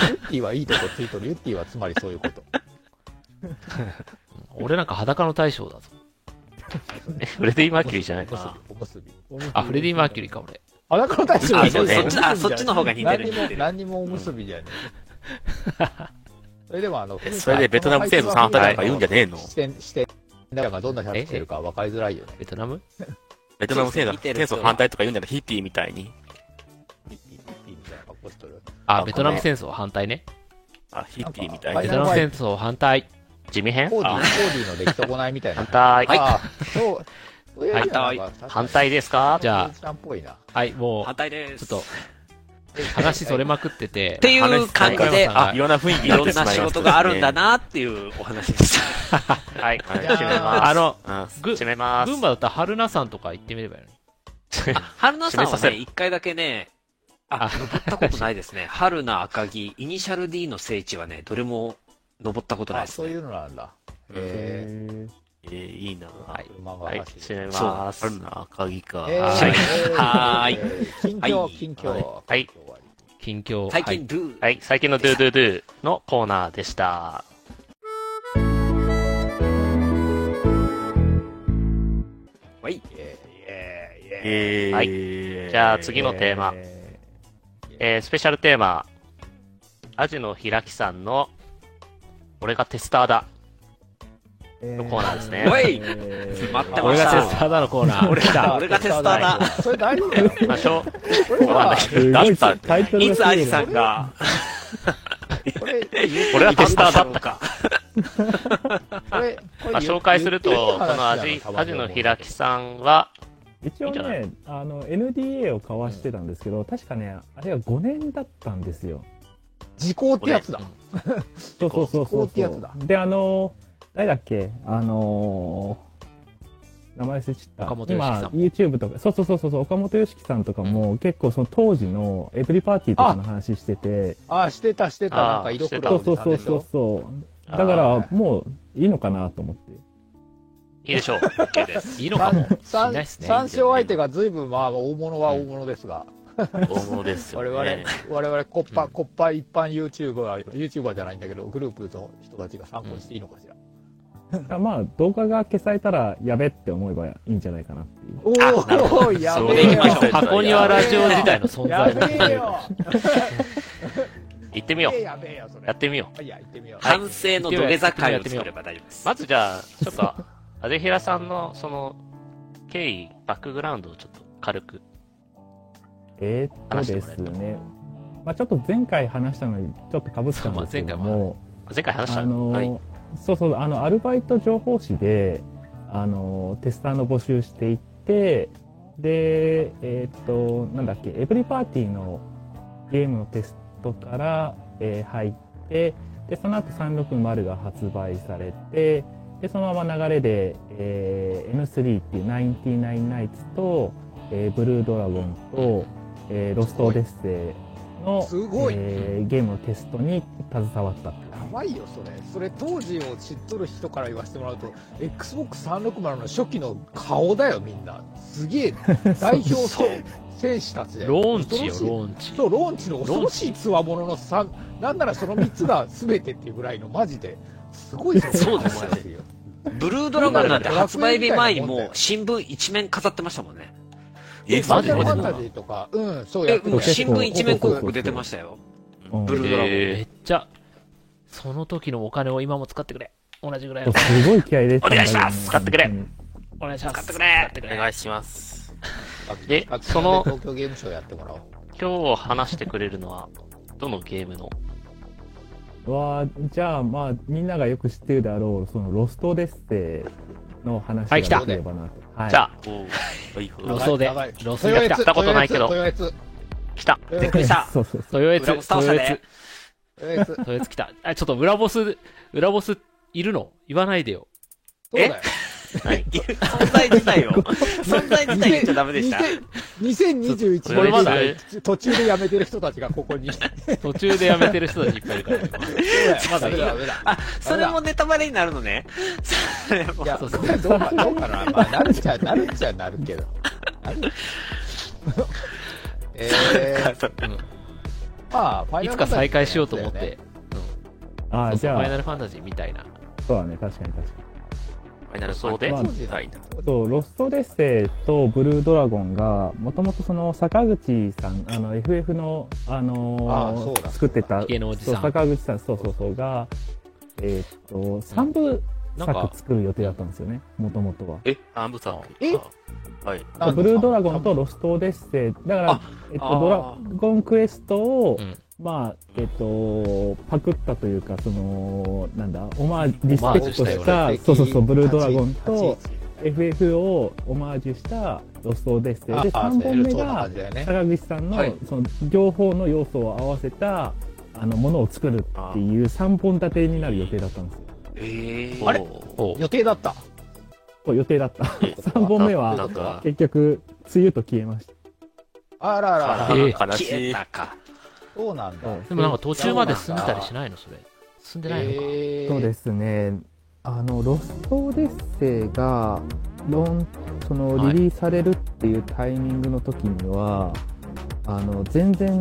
C: ユッティはいいとこついとる。ユッティはつまりそういうこと。
D: 俺なんか裸の大将だぞ。
B: フレディ・マーキュリーじゃない
C: おむ
B: か
C: すびおむすび。
D: あ、フレディ・マーキュリーか、俺。
C: 裸の大将
F: あ、
B: いい
F: そ
B: よね
F: そっち、あ、そっちの方が似て
C: 何
F: る
C: に
F: 似
C: も
F: て、る。
C: 何にもおむすびじゃねえ。それでもあの、
E: それでベトナム政府参加者とか言うんじゃねえの
C: 視点、視点、だからどんな人してるか分かりづらいよね。
D: ベトナム
E: ベトナム戦争
F: そうそう見て
E: 戦
F: る人
E: 争
F: は
E: 反対とか言うんだらヒッピーみたいに。
C: ピッピッピッピッみたいな格好しとる。
D: あ、ベトナム戦争反対ね。
E: あ、ヒッピーみ
C: は
E: た
D: ベ
E: い
D: ト
E: な。
D: ナム戦争反対。
B: 地味編
C: コーディ、コ
B: あ
C: ーディの出来損ないみたいな
B: 反。対。
F: はい
C: ああそう。そういうのが
F: はい
C: 確かに
B: 反対ですか
D: じゃあ
C: おじさんっぽいな。
D: はい、も
F: 反
D: う、
F: 対です。
D: ちょっ話それまくってて
F: っ。ていう感じで、
D: はい
F: あ、
E: いろんな雰囲気
F: い
E: になっ
F: ろん
E: てしま
F: な
E: まし
F: い仕
E: たね
F: 事があるんだ。なっていうお話でし
B: はい。
E: はい
B: 締め
D: あ
B: ま
D: の、
E: う
D: ぐ
B: す。、締めます。
D: 群馬だったら春菜さんとか行ってみればいいのに。
F: た。あ春菜さ
E: 締
F: ん
E: めさ
F: は
E: せ
F: ね、
E: る
F: 一回だけね、あ
D: あ、
F: 登ったことないですね。春菜赤木、イニシャル D の聖地はね、どれも登ったことない
C: あ、
F: です
C: そうい
F: ね。
C: うのなんだ。
E: うん
C: え
E: んえーいいな
C: ー、車が
B: はい、
C: 走
B: 締
C: る。
B: め
E: そう、
B: ま
E: あ
B: す。
E: るな、赤木か。
C: えー
B: はい
F: はい
C: えー近況、近況。
B: は
F: はい
B: い
D: 近況。
F: 最
D: はい
F: 近、ドゥ
B: はい、最近のドゥドゥドゥのコーナーでした。
F: はい。
C: え
E: えー
B: はいじゃあ次のテーマ、えースペシャルテーマ、アジの開きさんの、俺がテスターだのコーナーです
F: お
B: ね。
F: い
A: 詰
F: 待ってま
D: 俺
F: し
D: が
F: た
D: テスターだのコーナー。俺
C: ー
F: 俺がテスターだ。
C: それ大丈夫だよ。
B: 行きましょ
C: これは、
A: すごいタイトル
F: い
A: がす
F: つ
A: ご
F: ア
A: い
F: ジ
A: な
F: さんが、
C: これ、
B: う。俺はテスターだったか。
C: これ、これ
B: まあ、紹介すると、このアジ、アジの開きさんは、
A: 一応ねあの NDA を交わしてたんですけど、確かねあれは5年だったんですよ
C: 時効ってやつだ。
A: そうそうそうそう
C: こうってやつだ
A: であの誰だっけあの名前忘れちゃった
D: 岡本良樹さん
A: 今 YouTube とかそうそうそうそう岡本良樹さんとかも結構その当時のエブリパーティーとかの話してて
C: あ、してた、してた。
B: あー
C: なんか色黒い
A: そう
C: おじ
A: そう
C: さん
A: そ
C: で
A: う
C: し
A: そう
C: ょ。
A: そう
B: あー
A: だからもういいのかなと思って
B: いいでしょう。OK です。
D: いいのかも。しな
C: 三
D: いですね。
C: 三勝相手が随分、まあ、大物は大物ですが、
E: 大物ですよ
C: 我
E: ね。
C: 々、我々、コッパ、コッパ一般 YouTuber、YouTuber じゃないんだけど、グループの人たちが参考にしていいのかしら。
A: あまあ動画が消されたらやべって思えばいいんじゃないかなっていう
C: おおー、や
E: そ
C: べ
E: こ
C: え
E: で行き
C: よ
E: ましょう。
D: 箱庭ラジオ時代の存
C: や
D: 在
C: べえよ
B: 行ってみよう。
C: やべえよ、それ。
B: やってみよう。
C: いや、行ってみよう。
F: 反省の土下座会を作れば大丈夫です。
B: まずじゃあ、ちょっと、アジヒラさんの、その、経緯、バックグラウンドをちょっと軽く。
A: えー、っとですね、まあ、ちょっと前回話したのにちょっとかぶったんですけども、
B: 前回話した
A: あの、
E: はい
A: そうそうあのアルバイト情報誌であのテスターの募集していってでえーっとなんだっけエブリパーティーのゲームのテストから、えー入ってでその後360が発売されてでそのまま流れで、えー N3 っていう99ナイツと、えーブルードラゴンと、えーロストオデッセイの
C: すごい
A: えーゲームのテストに携わった
C: やばいよ、それ。それ、当時を知っとる人から言わせてもらうと、Xbox360 の初期の顔だよ、みんな。すげえ、代表選手たちで。
D: ローンチ
C: 恐
D: よ、
C: ろしい
D: ローンチ。
C: そう、ローンチの恐ろしいつわものの3、なんならその3つが全てっていうぐらいの、マジで、すごい
F: そうですよ
C: よ。
F: ブルードラゴンなんて発売日前にもう新聞一面飾ってましたもんね。
E: え、
C: マ
E: マ
C: ジ
E: ジ
C: で
E: で
C: ファ
E: マ
C: ン
E: ジ
C: タ
E: で
C: ジーとか、うん、そうや
F: え
C: って
A: う
C: た
A: ん
F: 新聞一面広告出てましたよ。
A: うん
F: ブルードラゴン。
D: めっちゃ、その時のお金を今も使ってくれ。同じぐらい
A: そ
D: の
A: う。すごい気合い出てたんだよね
B: お願いします買ってくれ
A: うん
D: お願いします。
F: 使ってくれ
D: 使ってく
E: お
D: れ
E: 願いします。
B: で
C: 企画
B: その
C: 東京ゲームショウやってもらおう。
B: 今日話してくれるのは、どのゲームの
A: はじゃあまあみんながよく知ってるであろうそのロストデッセイの話
D: はい来た
A: ができればなと、はい
B: じゃあ、
E: はい
D: ロストで
C: やばい、
D: ロストで来た
C: 豊悦
B: たことないけど
C: 豊悦
B: 来た。
C: 豊
F: びっ
C: 悦
F: くりした。
A: そうそう
D: 豊悦、
F: 裏ボス倒した
D: 豊
F: ね
D: 悦、。
C: 豊悦
D: 豊悦来た。あ、ちょっと裏ボス、裏ボスいるの言わないでよ。
C: そうだよ
F: 存在自体を。存在自体言っちゃダメでした。
C: 2021年
B: これまだ
C: 途中でやめてる人たちがここ に。そう
D: 途中でやめてる人たちいっぱいいるから。
C: だよ
D: まだ
C: ダメだダメだ。
F: あ、それもネタバレになるのね。 それも
C: いや、
D: そう
C: これどうか、どうかな。まあ、なるっちゃ、なるっちゃなるけど。なるえー
D: う
C: ま
D: ん
C: あ、ファイ
D: い
C: ナル
D: つ
C: ファンタ
D: か
C: ジー
D: 再開しようと思って。
A: あ
D: そ
A: あ
D: う
A: じ
D: そう
A: ゃ
D: ファイナ
A: あ
D: ルファンタジーみたいな。
A: そうだね確かに確か
E: ァイナル
B: そうで
E: ファンタジー
C: そう
E: みたいな。
A: そう、ロストデッセイとブルードラゴンが、もともとその坂口さん、あの FF の、あ
C: あ
A: の
C: あそうだ
A: 作ってた、
D: 家のおじ
A: そう
D: さん。
A: 坂口さん、そうそうそう、が、えーっと、3部
D: なんか
A: 作作る予定だったんですよね、もともとは。
E: えアンブサー
C: え
E: はい。
C: なんか
A: ブルードラゴンとロストデッセイ、だから
F: あ、
A: えっと、
F: あー
A: ドラゴンクエストを、
D: うん
A: まあ、えっと、パクったというか、その、なんだ、オマージュ、リス
D: オマ
A: ペ
D: ージュ
A: ク
D: した
A: ト
D: よ
A: し
D: ね
A: た、そうそうそう、ブルードラゴン
C: 立ち位
A: と、
C: 置
A: FF をオマージュしたロストデッセイ
C: あ
A: で、
C: あ
A: 3本目
C: そうな
A: が
C: 感、じだよね
A: 坂口さんの、
C: はい
A: その両方の要素を合わせたあのものを作るっていう3本立てになる予定だったんですよ
F: え
E: あれ
D: おう
C: 予定だった
A: そう予定だっ た3本目は
E: なんか、
A: 結局梅雨と消えました
C: あらあらあら
D: え
E: 悲
D: ー
F: 消
E: し
F: え
E: い。
F: たか。
C: そうなんだ
D: でもなんか途中まで進んでたりしないのそれ。進んでないのか。
C: えー
A: そうですねあのロストデッセイがロンその
D: はい
A: リリースされるっていうタイミングの時には、あの全然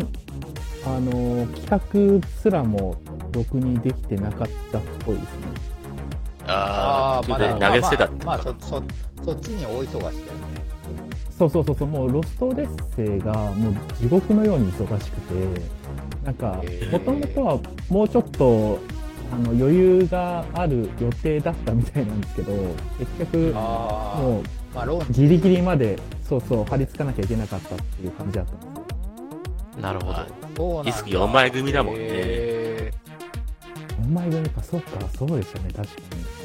A: あの企画すらもろくにできてなかったっぽいですね
E: あ
C: あ
E: あ、
C: あ
E: 途
C: ま
E: 中
C: だ
E: で投げ捨てたっていう
C: まあ、まあそ
E: か。
C: そそっちに大忙しだよね
A: そうそうそうそうもうロストデッセイがもう地獄のように忙しくてなんか
C: へー
A: もともとはもうちょっとあの余裕がある予定だったみたいなんですけど結局
C: あ
A: もう
C: あまあローン
A: ギリギリまでそうそう張り付かなきゃいけなかったっていう感じだったんです
D: なるほど。
C: そうなんだ
E: リスク4枚組だもんね
C: え
A: 4枚組かそうかそうですよね確か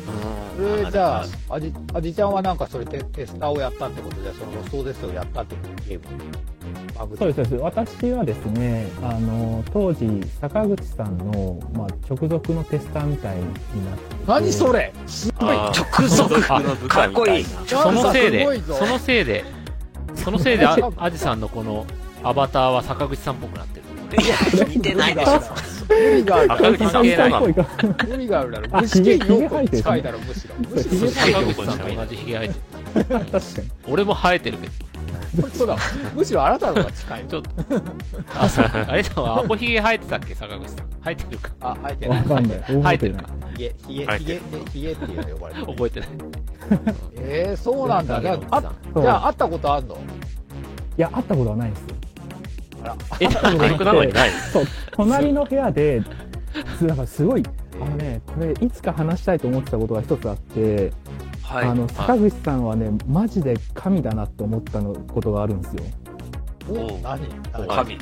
C: ー
E: うん
C: それじゃああじあじちゃんはなんかそれテテスターをやったってことじゃそのロストデスをやったってことゲームのバグ
A: にそうですそうです私はですねあの当時坂口さんの、まあ、直属のテスターみたいになってて
C: 何それすごい
E: あー
F: 直属
E: 直の部下みたな
D: そのせいで
C: すごい、ぞ
D: そのせいで、そのせいで、あアジさんのこのアバターは坂口さんっぽくなってる。
F: いや、似てないでしょ。
C: 無理があるだろ
E: 赤口さん系なの
A: 坂口さっぽいか
C: 無理があるだろ
A: あ
C: 虫系
A: ひげ
C: よ
A: 生え
C: く
A: てる
C: 近いだろむしろむし
A: ひげ
C: ろ
A: 生
D: 坂口さんと同じひげ生えてる。
A: 確かに
D: 俺も生えてるけど。
C: そうだむしろあなたの方が近い
D: ちょっと、あ、そうあれさんはアホひげ生えてたっけ坂口さん。生えてるか。
C: あ生えてない
A: わかんない。
D: 生
A: 覚
D: えて
A: えて
D: る
A: ない
D: か。。
C: ひげひげ
E: 生え
C: ひ
E: て
C: げ
E: る
C: ひげっていうの呼ばれてる
D: 覚えてない。
C: えー、そうなんだじゃああ
A: そう
C: じゃあ会ったことあんの
A: いや、会ったことはないんですよ。
D: え、
A: 会ったこと
E: パ
A: な
E: ンク
A: くて
E: なのにない。
A: そう、隣の部屋で、すだからすごい、あのね、これ、いつか話したいと思ってたことが一つあって、
F: はい。
A: あの、坂口さんはね、マジで神だなって思ったのことがあるんですよ。
C: お何何
F: 神。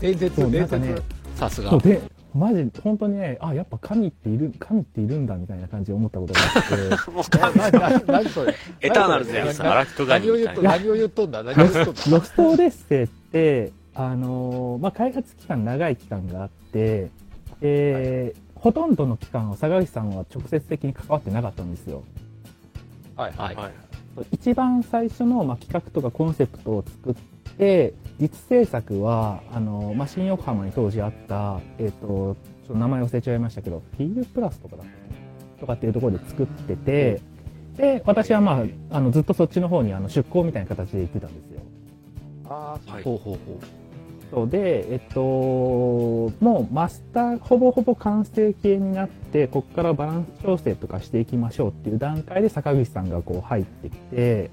C: 伝説
A: そ
C: 伝
A: うなん
C: 説
A: かね
D: さすが
A: そう。で、マジ、本当にね、あ、やっぱ神っている、神っているんだみたいな感じで思ったことがあって。
F: もう
C: な
F: 神。
C: なな何それ
F: エターナルズや
C: 何
F: ん
C: そ
F: さ
C: れ
E: アラキトガニ
C: 何を
E: み
C: 言っと
E: たいな。
C: 何を言っとんだ何を言っとん だ
A: ロストオデッセイって、あのーまあ、開発期間長い期間があって、えほとんどの期間を坂口さんは直接的に関わってなかったんですよ。
C: はい
D: はい。
A: 一番最初の、まあ、企画とかコンセプトを作って、実制作は、あのーまあ、新横浜に当時あった、えっ、と、ちょっと名前忘れちゃいましたけど、フィールプラスとかだったかなとかっていうところで作ってて、で、私はまあ、あの、ずっとそっちの方にあの出向みたいな形で行ってたんですよ。
C: あー
E: はい
D: ほうほうほ
A: そうで、えっと、もうマスターほぼほぼ完成形になってここからバランス調整とかしていきましょうっていう段階で坂口さんがこう入ってきて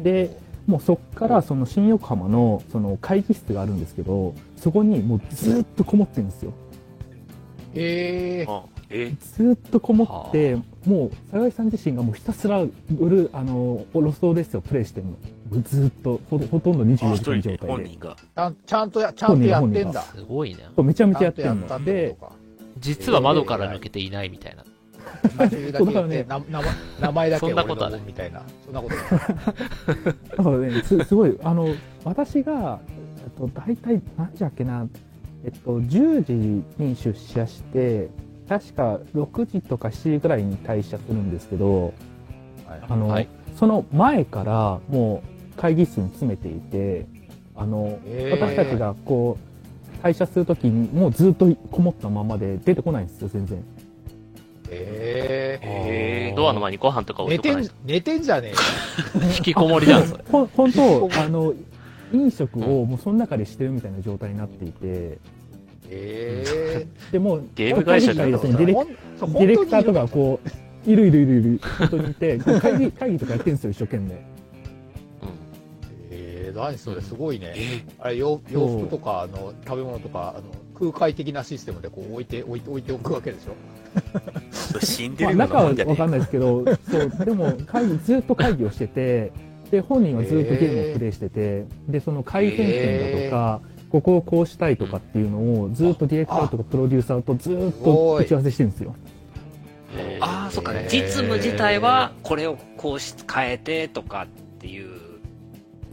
A: でもうそこからその新横浜のその会議室があるんですけどそこにもうずっとこもってるんですよ
C: え
E: あえ
A: ずっとこもってもう坂口さん自身がもうひたすら売るあのロストですよプレイしてるのもうずっとほほとんど24
E: 一
A: 時間
E: 人
A: 状
E: で
A: 態
E: 本
A: で
E: 人
C: ー、
E: が。
C: ちゃんちゃんとやちゃんとやってん
A: 本人
C: だ
A: が
D: う。すごいね。
A: そうめちゃめちゃ
C: ちゃ
A: や
C: んとやっ
A: ってるの
C: たって
A: で
C: ことか
D: 実は窓から抜けていないみたいな。
C: 名前だけ言っ
A: え
C: て
A: ー
C: な名前名前だけ
D: そん
C: 俺
D: な
C: の
D: ことは
C: もんみたいなそんなことない
A: だからね、すすごい、あの、私が、えっと、大体、何時だっけな、えっと、10時に出社して、確か6時とか7時ぐらいに退社するんですけど、あの、
D: はい
A: その前からもう会議室に詰めていて、あの、
C: えー
A: 私たちがこう、退社するときにもうずっとこもったままで出てこないんですよ、全然。
C: えー
E: え
B: ドアの前にご飯とか置い
C: 寝
B: とか
C: て
B: ない
C: ん
B: と。
C: 寝てんじゃねえよ
D: 引きこもりじゃん、それ。
A: ほん本
C: ごめ
A: 当
C: ん
A: あの、飲食をもうその中でしてるみたいな状態になっていて、
C: え
A: でもう
B: ゲーム会社じゃん
A: ですねディレク
C: ー、ほんそう
A: ディレ
C: 本
A: クター
C: 当
A: と
C: に
A: かこういるいるいるいる。本当にいて、会議、会議とかやってるんですよ、一生懸命。
C: えー、何それすごいね。あれ洋洋服とかあの食べ物とかあの空海的なシステムでこう置いて置いて置いておくわけでしょ。
E: 死んで
A: まあ、
E: るよう
A: 中
E: な
A: は
E: もん
A: わ
E: じゃねえ
A: かんないですけど、そう、でも、会議、ずっと会議をしてて、で、本人はずっとゲームをプレイしてて、で、その改善点だとか、ここをこうしたいとかっていうのを、ずっとディレクターとかプロデューサーとずっと打ち合わせしてるんですよ。
B: えー
F: ああ、そっか
C: えー。
F: 実務自体は、これをこうし変えてとかっていう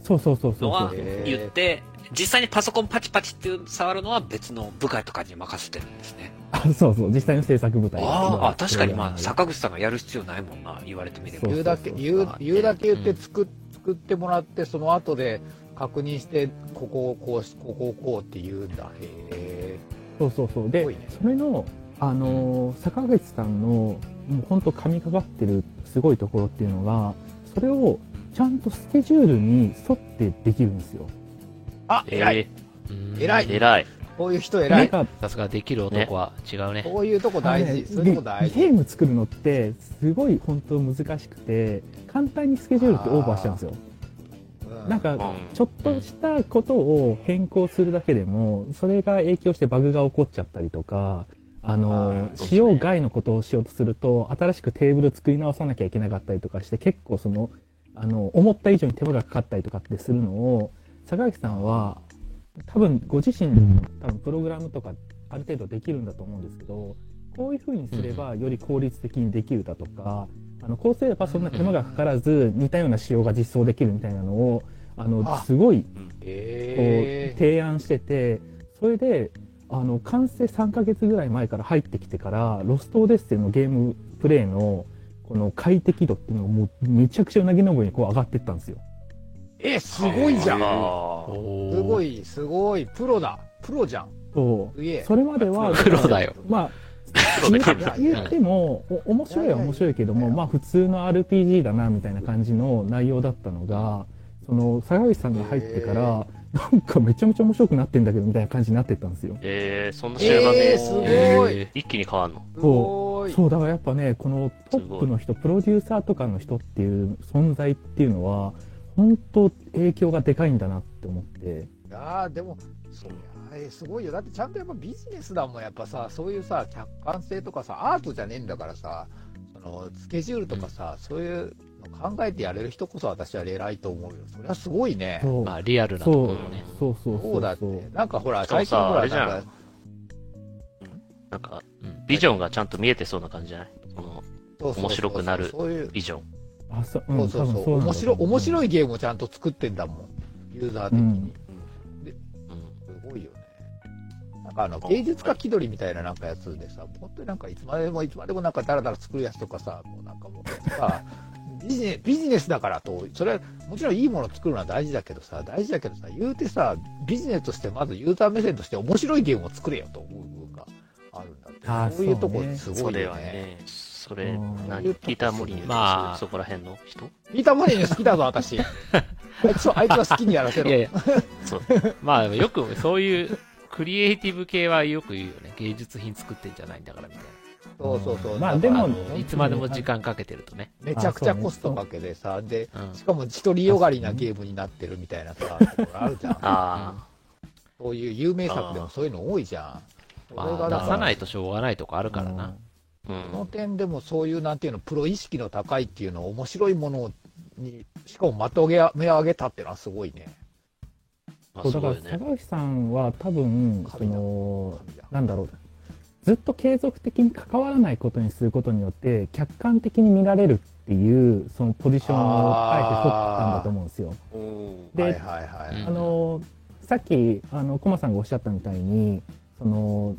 A: そうそうそうそうそ
F: のは
A: う。
C: えー
F: 言って、実際にパソコンパチパチっていう触るのは別の部下とかに任せてるんですね。
A: あそうそう、実際の制作部隊が
F: あーあ、確かにまあ、坂口さんがやる必要ないもんな、言われてみれば。
A: そう
C: 言うだけ言う言うだけ言って作っ作ってもらってその後で確認してここをこうしここをこうって言うんだ。へ
A: そうそうそう。
C: す
A: で
C: ごいね、
A: それの、あのー坂口さんの、もう本当神がかってるすごいところっていうのが、それをちゃんとスケジュールに沿ってできるんですよ。
C: あ偉い。
D: うん
C: 偉い。
B: 偉い。
C: こういう人偉
A: なん
C: い。
A: か、
D: さすができる男は違うね。
C: こういうとこ大
A: あのね
C: 事。そういうとこ大
A: ゲゲー
C: 事。
A: ム作るのって、すごい本当難しくて、簡単にスケジュールってオーバーしちゃうんですよ。
C: う
A: なんか
B: う、ん。
A: ちょっとしたことを変更するだけでも、それが影響してバグが起こっちゃったりとか、あの、
E: あー
A: 使用外のことをしようとすると、新しくテーブル作り直さなきゃいけなかったりとかして、結構その、あの、思った以上に手間がかかったりとかってするのを、坂口さんは、多分ご自身の多分プログラムとかある程度できるんだと思うんですけど、こういう風にすればより効率的にできるだとか、あの、こうすればそんな手間がかからず、似たような仕様が実装できるみたいなのを、あの、
C: あ
A: すごいこう
C: え
A: 提案してて、それであの完成3ヶ月ぐらい前から入ってきてから「ロストオデッセイ」のゲームプレイのこの快適度っていうのがもうめちゃくちゃうなぎ登りにこう上がってったんですよ。
C: えすごいじゃん。
B: あー
D: お
C: すご
D: い。
C: いすごいプロだプロじゃん。
A: そう
C: すげえ。
A: それま では
D: プロだよ。
A: まあ
E: そうだ
A: 言
E: よ
A: う言ってもお面白いは面白いけどもまあ普通の RPG だなみたいな感じの内容だったのがその坂口さんが入ってからなんかめちゃめちゃ面白くなってんだけどみたいな感じになってったんですよ。
B: えー、そんな終盤
C: え
B: で
C: ー、すごい。
D: え
B: 一気に変わんの。
C: すごい。
A: そうだからやっぱねこのトップの人プロデューサーとかの人っていう存在っていうのは本当影響がでかいんだなって思って
C: ああ、でも、そういやーすごいよ。だってちゃんとやっぱビジネスだもん、やっぱさ、そういうさ、客観性とかさ、アートじゃねえんだからさ、そのスケジュールとかさ、そういうの考えてやれる人こそ私は偉いと思うよ。それはすごいね。
A: そう,、
D: まあ、リアルなと
A: そ
D: こ
A: う
D: ろね。
A: そうそう
C: そうだって。なんかほら、
B: しかも
C: 最
B: さ
C: 近ほ
B: あ
C: ら、
B: れじゃん
C: なんか、
B: なんか、
D: うん
B: ビジョンがちゃんと見えてそうな感じじゃないその、
C: そうそうそう
B: 面白くなる
C: そういう、
B: ビジョン。
A: あそう,、うん、
C: そうそうそう
A: 多分そうなんだ
C: 面白い、面
A: い
C: 白いゲームをちゃんと作ってんだもん。ユーザー的に。
B: うん。
C: すごいよね。なんかあの芸術家気取りみたいななんかやつでさ、本当になんかいつまでもいつまでもなんかダラダラ作るやつとかさ、もうなんかもうさ、ビジネビジネスだからと、それはもちろんいいものを作るのは大事だけどさ、大事だけどさ、言うてさ、ビジネスとしてまずユーザー目線として面白いゲームを作れよと思う部分があるんだって
A: あー
C: そういうとこ
A: そうね
C: す
B: そ
C: ごい
B: れ
C: よ
B: は
C: ね。
B: ね、それ
A: うん、
B: 何ピーター・モリニュー
D: まあ
B: そこら辺の人
C: ピーター・マリーニュー好きだぞ、私。あいつはあいつは好きにやらせ
D: い
C: ろ。
D: やいや
B: そう、
D: まあ、よく、そういう、クリエイティブ系はよく言うよね。芸術品作ってんじゃないんだからみたい
C: そうそうそう。
A: まあ
C: なんか
A: でも
D: な。あのいつまでも時間かけてるとね。
C: めちゃくちゃコストかけてさ、で、
D: うん
C: しかも独りよがりなゲームになってるみたいなさ、ところあるじゃん。
B: あ
C: そういう有名作でもそういうの多いじゃん。
D: ま
C: それ
D: あ、
C: がだ
D: 出
C: か
D: さな
C: ら、
D: いとしょうがないとこあるからな。
B: あ、う
C: その
B: ん。
C: 点でもそういうなんていうの、プロ意識の高いっていうの、面白いものに、しかもまとげ目を上げたっていうのはすごいね。
B: まあ、
A: そう
B: す
A: だか
B: ご
A: ら
B: いね。
A: 坂口さんは多分そ
C: 神だ
A: のなんだろうずっと継続的に関わらないことにすることによって客観的に見られるっていうそのポジションをあえて取ったんだと思うんですよ。
E: うん
A: で、
C: はいはいはい。
D: うん
A: あのさっきあのコマさんがおっしゃったみたいにその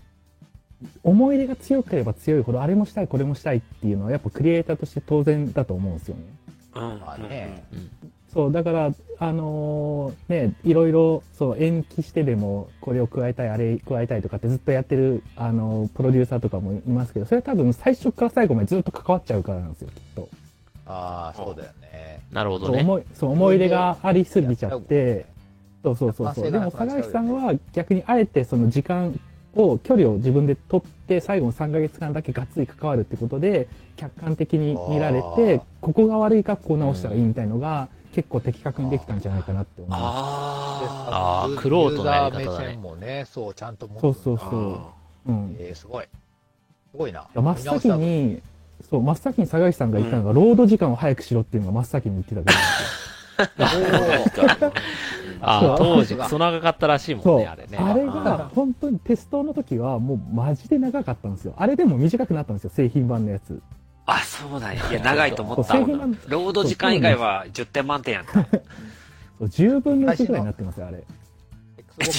A: 思い入れが強ければ強いほどあれもしたいこれもしたいっていうのはやっぱクリエイターとして当然だと思うんですよね。
E: うん
C: まあね、
A: そうだからあのーねいろいろそう延期してでもこれを加えたいあれ加えたいとかってずっとやってるあのープロデューサーとかもいますけどそれは多分最初から最後までずっと関わっちゃうからなんですよきっと。
C: ああ、そうだよね。
D: なるほど
A: そう
D: ね。
A: 思いそう思い入れがありすぎちゃって。そうそうそうそう。
C: まあ
A: でも、
C: それ
A: 坂
C: が
A: 口さんは逆にあえてその時間を、距離を自分で取って、最後の3ヶ月間だけがっつり関わるってことで、客観的に見られ
C: あー
A: て、ここが悪いからこう直したらいいみたいのが、結構的確にできたんじゃないかなって思いま
F: あ
D: あー
C: で
D: クロートのやり
C: ユーザー
D: 方だね
C: 目線もね、そう、ちゃんと持
A: す。
C: つ
A: そうそう
E: あ
A: そ
E: ー
A: う。うん。
C: えー、すごい。すごいな。
A: 真っ先に、そう、真っ先に坂口さんが言ったのが、ロード時間を早くしろっていうのが真っ先に言ってたけど。
C: 見直した の。
D: ああ、
A: そう
D: 当時、クソ長かったらしいも
A: そ
D: ん
A: う、
D: ね、あれね。
A: あれ
E: あ
A: が本当にテストの時はもうマジで長かったんですよ。あれでも短くなったんですよ、製品版のやつ。
F: あ、そうなんや。いや、長いと思
A: そう
F: った
A: 製
F: も
A: 品
F: ん
A: 版
F: な。ロード時間以外は10点満点やった。
A: そう10分の1ぐらいになってますよ、あれ。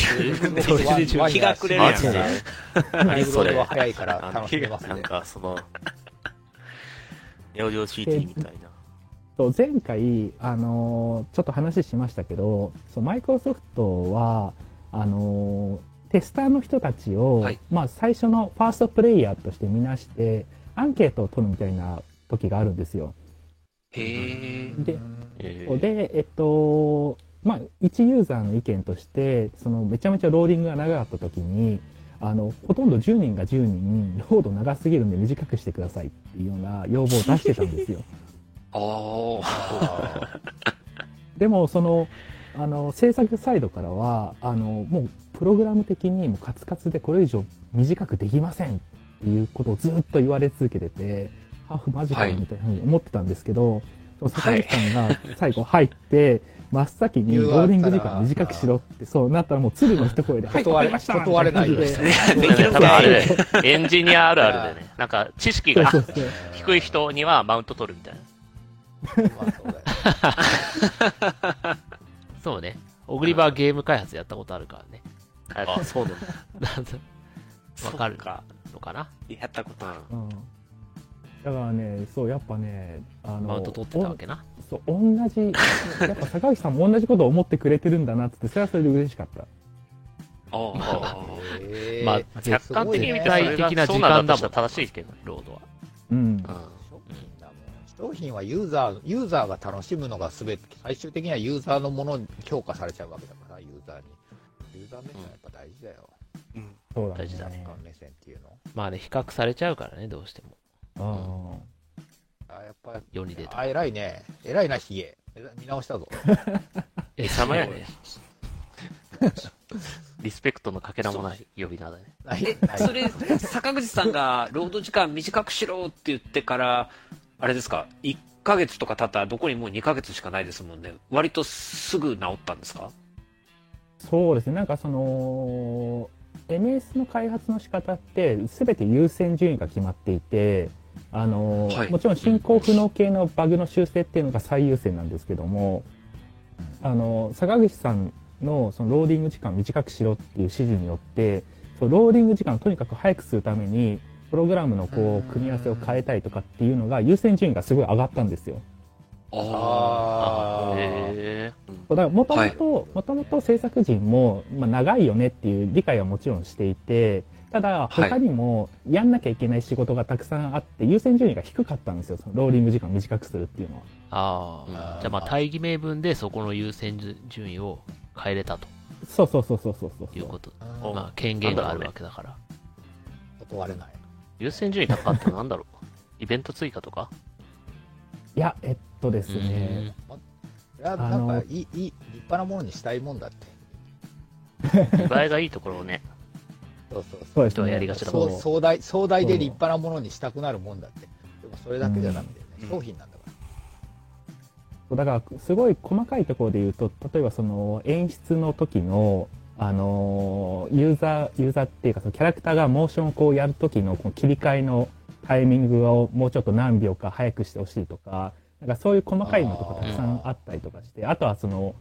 C: Xbox
F: 日が暮れる
E: マ
F: や
E: ジ
F: つ
E: で。
C: だいぶ
E: そ
C: 俺
E: れ
C: は早いから
E: あ
C: 楽しめます
E: な
C: ね
E: ん。か、その、容量 CT みたいな。
A: そう前回、あのーちょっと話しましたけど、マイクロソフトは、あのーテスターの人たちを、
F: はい
A: まあ最初のファーストプレイヤーとして見なして、アンケートを取るみたいな時があるんですよ。
F: へえ。
A: で
E: えー
A: で、えっと、まあ、一ユーザーの意見として、そのめちゃめちゃローディングが長かった時に、あの、ほとんど10人が10人、ロード長すぎるんで短くしてくださいっていうような要望を出してたんですよ。
F: おー。
C: あ
A: でも、その、あの、制作サイドからは、あの、もう、プログラム的にもうカツカツでこれ以上短くできませんっていうことをずっと言われ続けてて、ハーフマジかよみたいなふうに思ってたんですけど、その坂口さんが最後入って、真っ先にローディング時間短くしろって、そうなったらもう鶴の一声で、
C: ー
A: は い、
C: 断
A: 断り
C: れ
A: ました
C: 断れないよ
A: みたな感じで。
F: で
B: だ
F: き
B: から多
F: るか
B: 分あ
F: い
B: れだよ エンジニアあるあるでね。なんか、知識が
A: そうそうそう
B: 低い人にはマウント取るみたいな。
C: まあそうだよ
D: そうね。オグリバーゲーム開発やったことあるからね。
B: あ
E: あ、そうなんだ。
D: なんかわかる
F: そっか。
D: のかな。
F: やったことある。
A: うんだからね、そう、やっぱね、あの、
D: マウント取ってたわけな。
A: そう、同じ、やっぱ坂口さんも同じことを思ってくれてるんだなって、それはそれで嬉しかった。
F: おーおー
C: えー
D: まあ
B: 客観的に見て
D: そ
B: そ
D: れ
B: れ
D: が
B: が
D: そ
B: そうう
D: な
B: なんん
D: だ
B: だと
D: とし
B: したた
D: ら
B: ら正しいけどね。
D: ロードは。
A: うん。
C: 商品だもん商品はユーザー、ユーザーが楽しむのが全て、最終的にはユーザーのものに強化されちゃうわけだから、ユーザーに。ユーザー目線はやっぱ大事だよ。
A: そうだね。
D: 大事だ
C: 客観目線っていうの。
D: まあね、比較されちゃうからね、どうしても。
A: うん
C: あやっぱ、
D: 世に出た。
C: あ、偉いね。偉いな、ヒゲ。見直したぞ。
D: え、
B: 貴様や ね。リスペクトのかけらもない呼び名だね。
C: ない
F: え
C: ない
F: それ、坂口さんが労働時間短くしろって言ってから、あれですか、1ヶ月とか経ったら、どこにもう2ヶ月しかないですもんね、割とすぐ治ったんですか
A: そうですね、なんかその、MS の開発の仕方って、すべて優先順位が決まっていて、あの、
F: はい
A: もちろん進行不能系のバグの修正っていうのが最優先なんですけども、あの、坂口さんのそのローディング時間短くしろっていう指示によって、そうローディング時間をとにかく早くするために、プログラムのこう組み合わせを変えたりとかっていうのが優先順位がすごい上がったんですよ。
C: あー
B: へ
A: そうだからもと
F: は
A: も
F: い
A: と、もともと制作陣も、まあ、長いよねっていう理解はもちろんしていて、ただ
F: はい
A: 他にもやんなきゃいけない仕事がたくさんあって、優先順位が低かったんですよ。そのローリング時間短くするっていうのは。
D: あ
C: あ
D: あ。
C: ー
D: じゃあまあ、大義名分でそこの優先順位を変えれたと
A: そうそうそうそうそうそう
D: いうこと。
C: うん
D: まあ、権限があるわけだから。
C: 断れない。
B: 優先順位高かったのなんだろう。 イベント追加とか
A: いや、えっとです
D: う
A: ね。
D: ん
C: いや、
A: あ
C: な
A: の
C: んか、いい、いい立派なものにしたいもんだって。
B: 見栄えがいいところをね。
C: そうそう
A: そう
C: そう。
A: です
B: 人は
A: ね。
B: やりがちだ
A: そ
B: も
A: うん
C: そう壮大、壮大で立派なものにしたくなるもんだって。でもそれだけじゃなくてね、
E: うん
C: 商品なんだから。
A: そうだからすごい細かいところで言うと例えばその演出の時の、あのーユーザーユーザーっていうかそのキャラクターがモーションをこうやる時のこの切り替えのタイミングをもうちょっと何秒か早くしてほしいとかなんかそういう細かいのとかたくさんあったりとかしてあとはその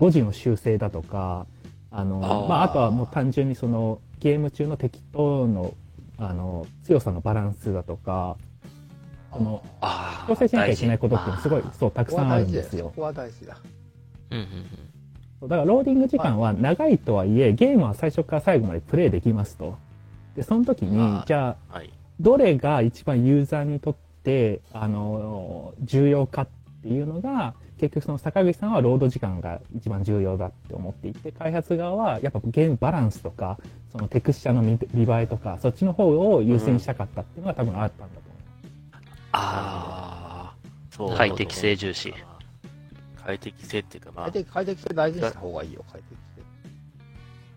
A: 誤字の修正だとかあの
F: あー
A: まあ、あとはもう単純にそのゲーム中の敵とのあの強さのバランスだとかその
F: あ。
A: 調整しなきゃいけないいことっていうのすごいそうた
C: そ
A: く
C: こ
A: さ
C: は
A: んある
C: 大
A: ん
C: 事だ
A: で
C: よ。
A: すよ
C: そ。こは大事だ。
D: うんうんうん。
A: そうだからローディング時間は長いとはいえ、ゲームは最初から最後までプレイできますと。で、その時
E: あ
A: に
E: ー、
A: じゃあ、
E: はい。
A: どれが一番ユーザーにとって、あの、重要かっっていうのが、結局その坂口さんはロード時間が一番重要だって思っていて、開発側はやっぱゲームバランスとか、そのテクスチャの見見栄えとか、そっちの方を優先したかったっていうのが多分あったんだと思
F: あ
E: そう
B: 快適性重視。
E: 快適性っていうか、まあ
C: 快、適、快適性大事にした方がいいよ、快適性。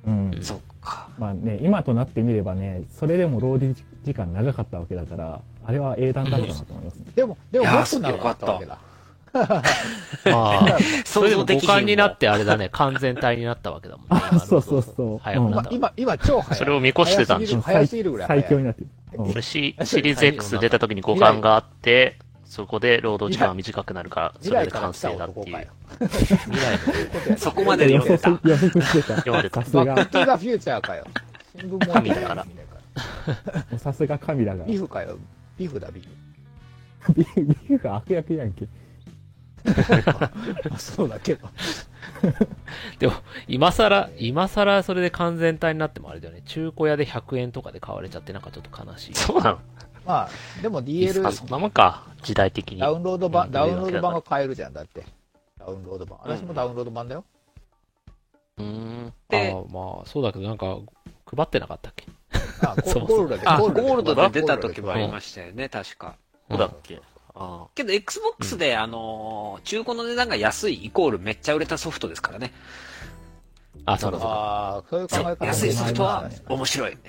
A: う。うん
F: あ、。そっか。
A: まあね、今となってみればね、それでもロード時間長かったわけだから、あれは英断だったなと思います ね。
C: でも、でも、
F: いやー
C: 僕ならよかったわけだ。
D: まあ、そ
F: 想
D: れで
F: 像
D: も
F: で
D: 五
F: きひんわ
D: 感になってあれだね、完全体になったわけだもんね。
A: あ、そうそうそう。
D: はい
A: うん
D: ま
C: 今、今、今超早い。
B: それを見越してたんでしょ
C: 早すぎる早すぎるぐらい
A: 最
C: 早
A: 強
C: い。
A: になってる。うん
B: 俺シシリーズ X 出た時に五感があって、そこで労働時間は短くなるから、
C: 未
B: それ
C: 来
B: で
C: から
B: 完
C: 来た
B: 成だって
C: 男
B: い
C: かよ
B: う。。
F: そこまでで
A: 予
F: 読ん
A: 測
F: でた。
A: 予測してた。
B: 読んでた
A: さす
C: バッ
A: が
C: ク、トゥザフューチャーかよ。新聞も
B: 神だから
A: さすが神だが。
C: ビ
A: ビ
C: フかよ。ビフだ、ビフ。
A: フビフが悪役やんけ。
C: そうだけど。
D: 今更、今更それで完全体になってもあれだよね。中古屋で100円とかで買われちゃってなんかちょっと悲しい。
B: そうなの
C: まあ、でも
B: あ、
C: DL
B: そんなもんか。時代的に
C: ダ。ウンロード版、
B: うん
C: ダウンロード版が買えるじゃん、だって。ダウンロード版。私もダウンロード版だよ。
B: うん。
D: あ
F: で、
D: あまあ、そうだけどなんか、配ってなかったっけ
C: あ、ゴ
D: そうそ
C: ゴ
D: う
C: ールドで。
F: あ、ゴールドで出た時も
C: は
F: ありましたよね、確か。
E: そうだっけ。あ
F: けど、Xbox で、あのー、中古の値段が安いイコールめっちゃ売れたソフトですからね。
D: あ、そうだそうだ。
C: ああ、そういう考え
F: そ
C: 方
F: う
C: も。
F: 安いソフトは面白い。
D: うん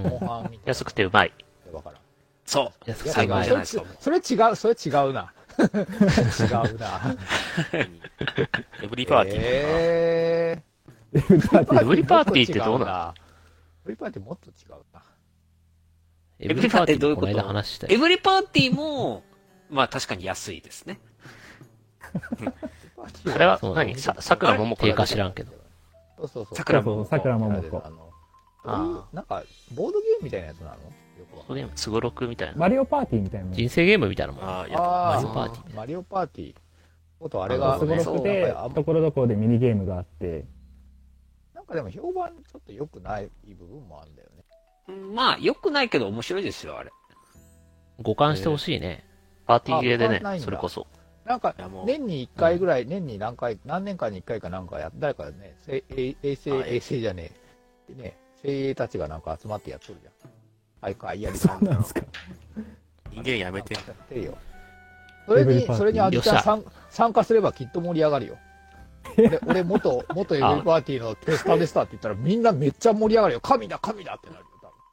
C: モンハンみたいな
B: 安くてうまい。
C: わからん
F: そ
D: 安
F: う。
D: く
C: や
D: て
F: 最
D: う
F: 高
D: まい
F: じゃないですか。
C: それ違う、それ違うな。 違うな。
E: エブリパーティーとか。
C: え
A: エブリパーティ
C: ー
A: ー。
B: ブリパーティーってどうな
C: のブリパーティーもっと違うな。
D: エブリパーティー
F: どういう
D: も
F: こ
D: ことの間話した
F: エ
D: よ。
F: ブリパーティーも、まあ確かに安いですね。
B: あれは
D: そうだね
B: 何さ、桜ももこ
D: 定価知らんけど。
C: そうそうそう。
F: 桜
A: そう
F: も
A: そう、桜桃子。
C: あの
B: あ
C: なんか、ボードゲームみたいなやつなのよくわかん
B: これ、すごろくみたいな。
A: マリオパーティーみたいなもん。
D: 人生ゲームみたいなもん。
E: ああ、い
C: な
E: や、
C: い
D: マ
C: あ
D: リ
C: ー
D: オパーティー。
C: マリオパーティー。ことあれが、
E: あ
A: すご
E: の
A: ろく
C: なん
A: で
C: かあん、
A: ところどころでミニゲームがあって、
C: なんかでも評判ちょっと良くない部分もあるんだよね。
F: うんまあ、良くないけど面白いですよ、あれ。
D: 互換してほしいね。
B: パーティーゲーで
C: あないん
B: ね、
C: だ
B: それこそ。
C: なんか
E: いやもう、
C: 年に1回ぐらい、年に何回、何年かに1回かなんかや、誰かね、せ衛衛星、
E: はい
C: 衛星じゃねえ、ね、精鋭たちがなんか集まってやっとるじゃん。はいか、いやり
A: そうなんですか。
E: 人間や めて。
C: やってるよ。それ
A: レベ
C: に
A: ルパーティ、ー
C: それにあずちゃ
D: よ
C: ん
D: っしゃ
C: 参参加すればきっと盛り上がるよ。俺、俺元、元エブリパーティーのテスターでしたって言ったら、みんなめっちゃ盛り上がるよ。神だ、神だってなるよ。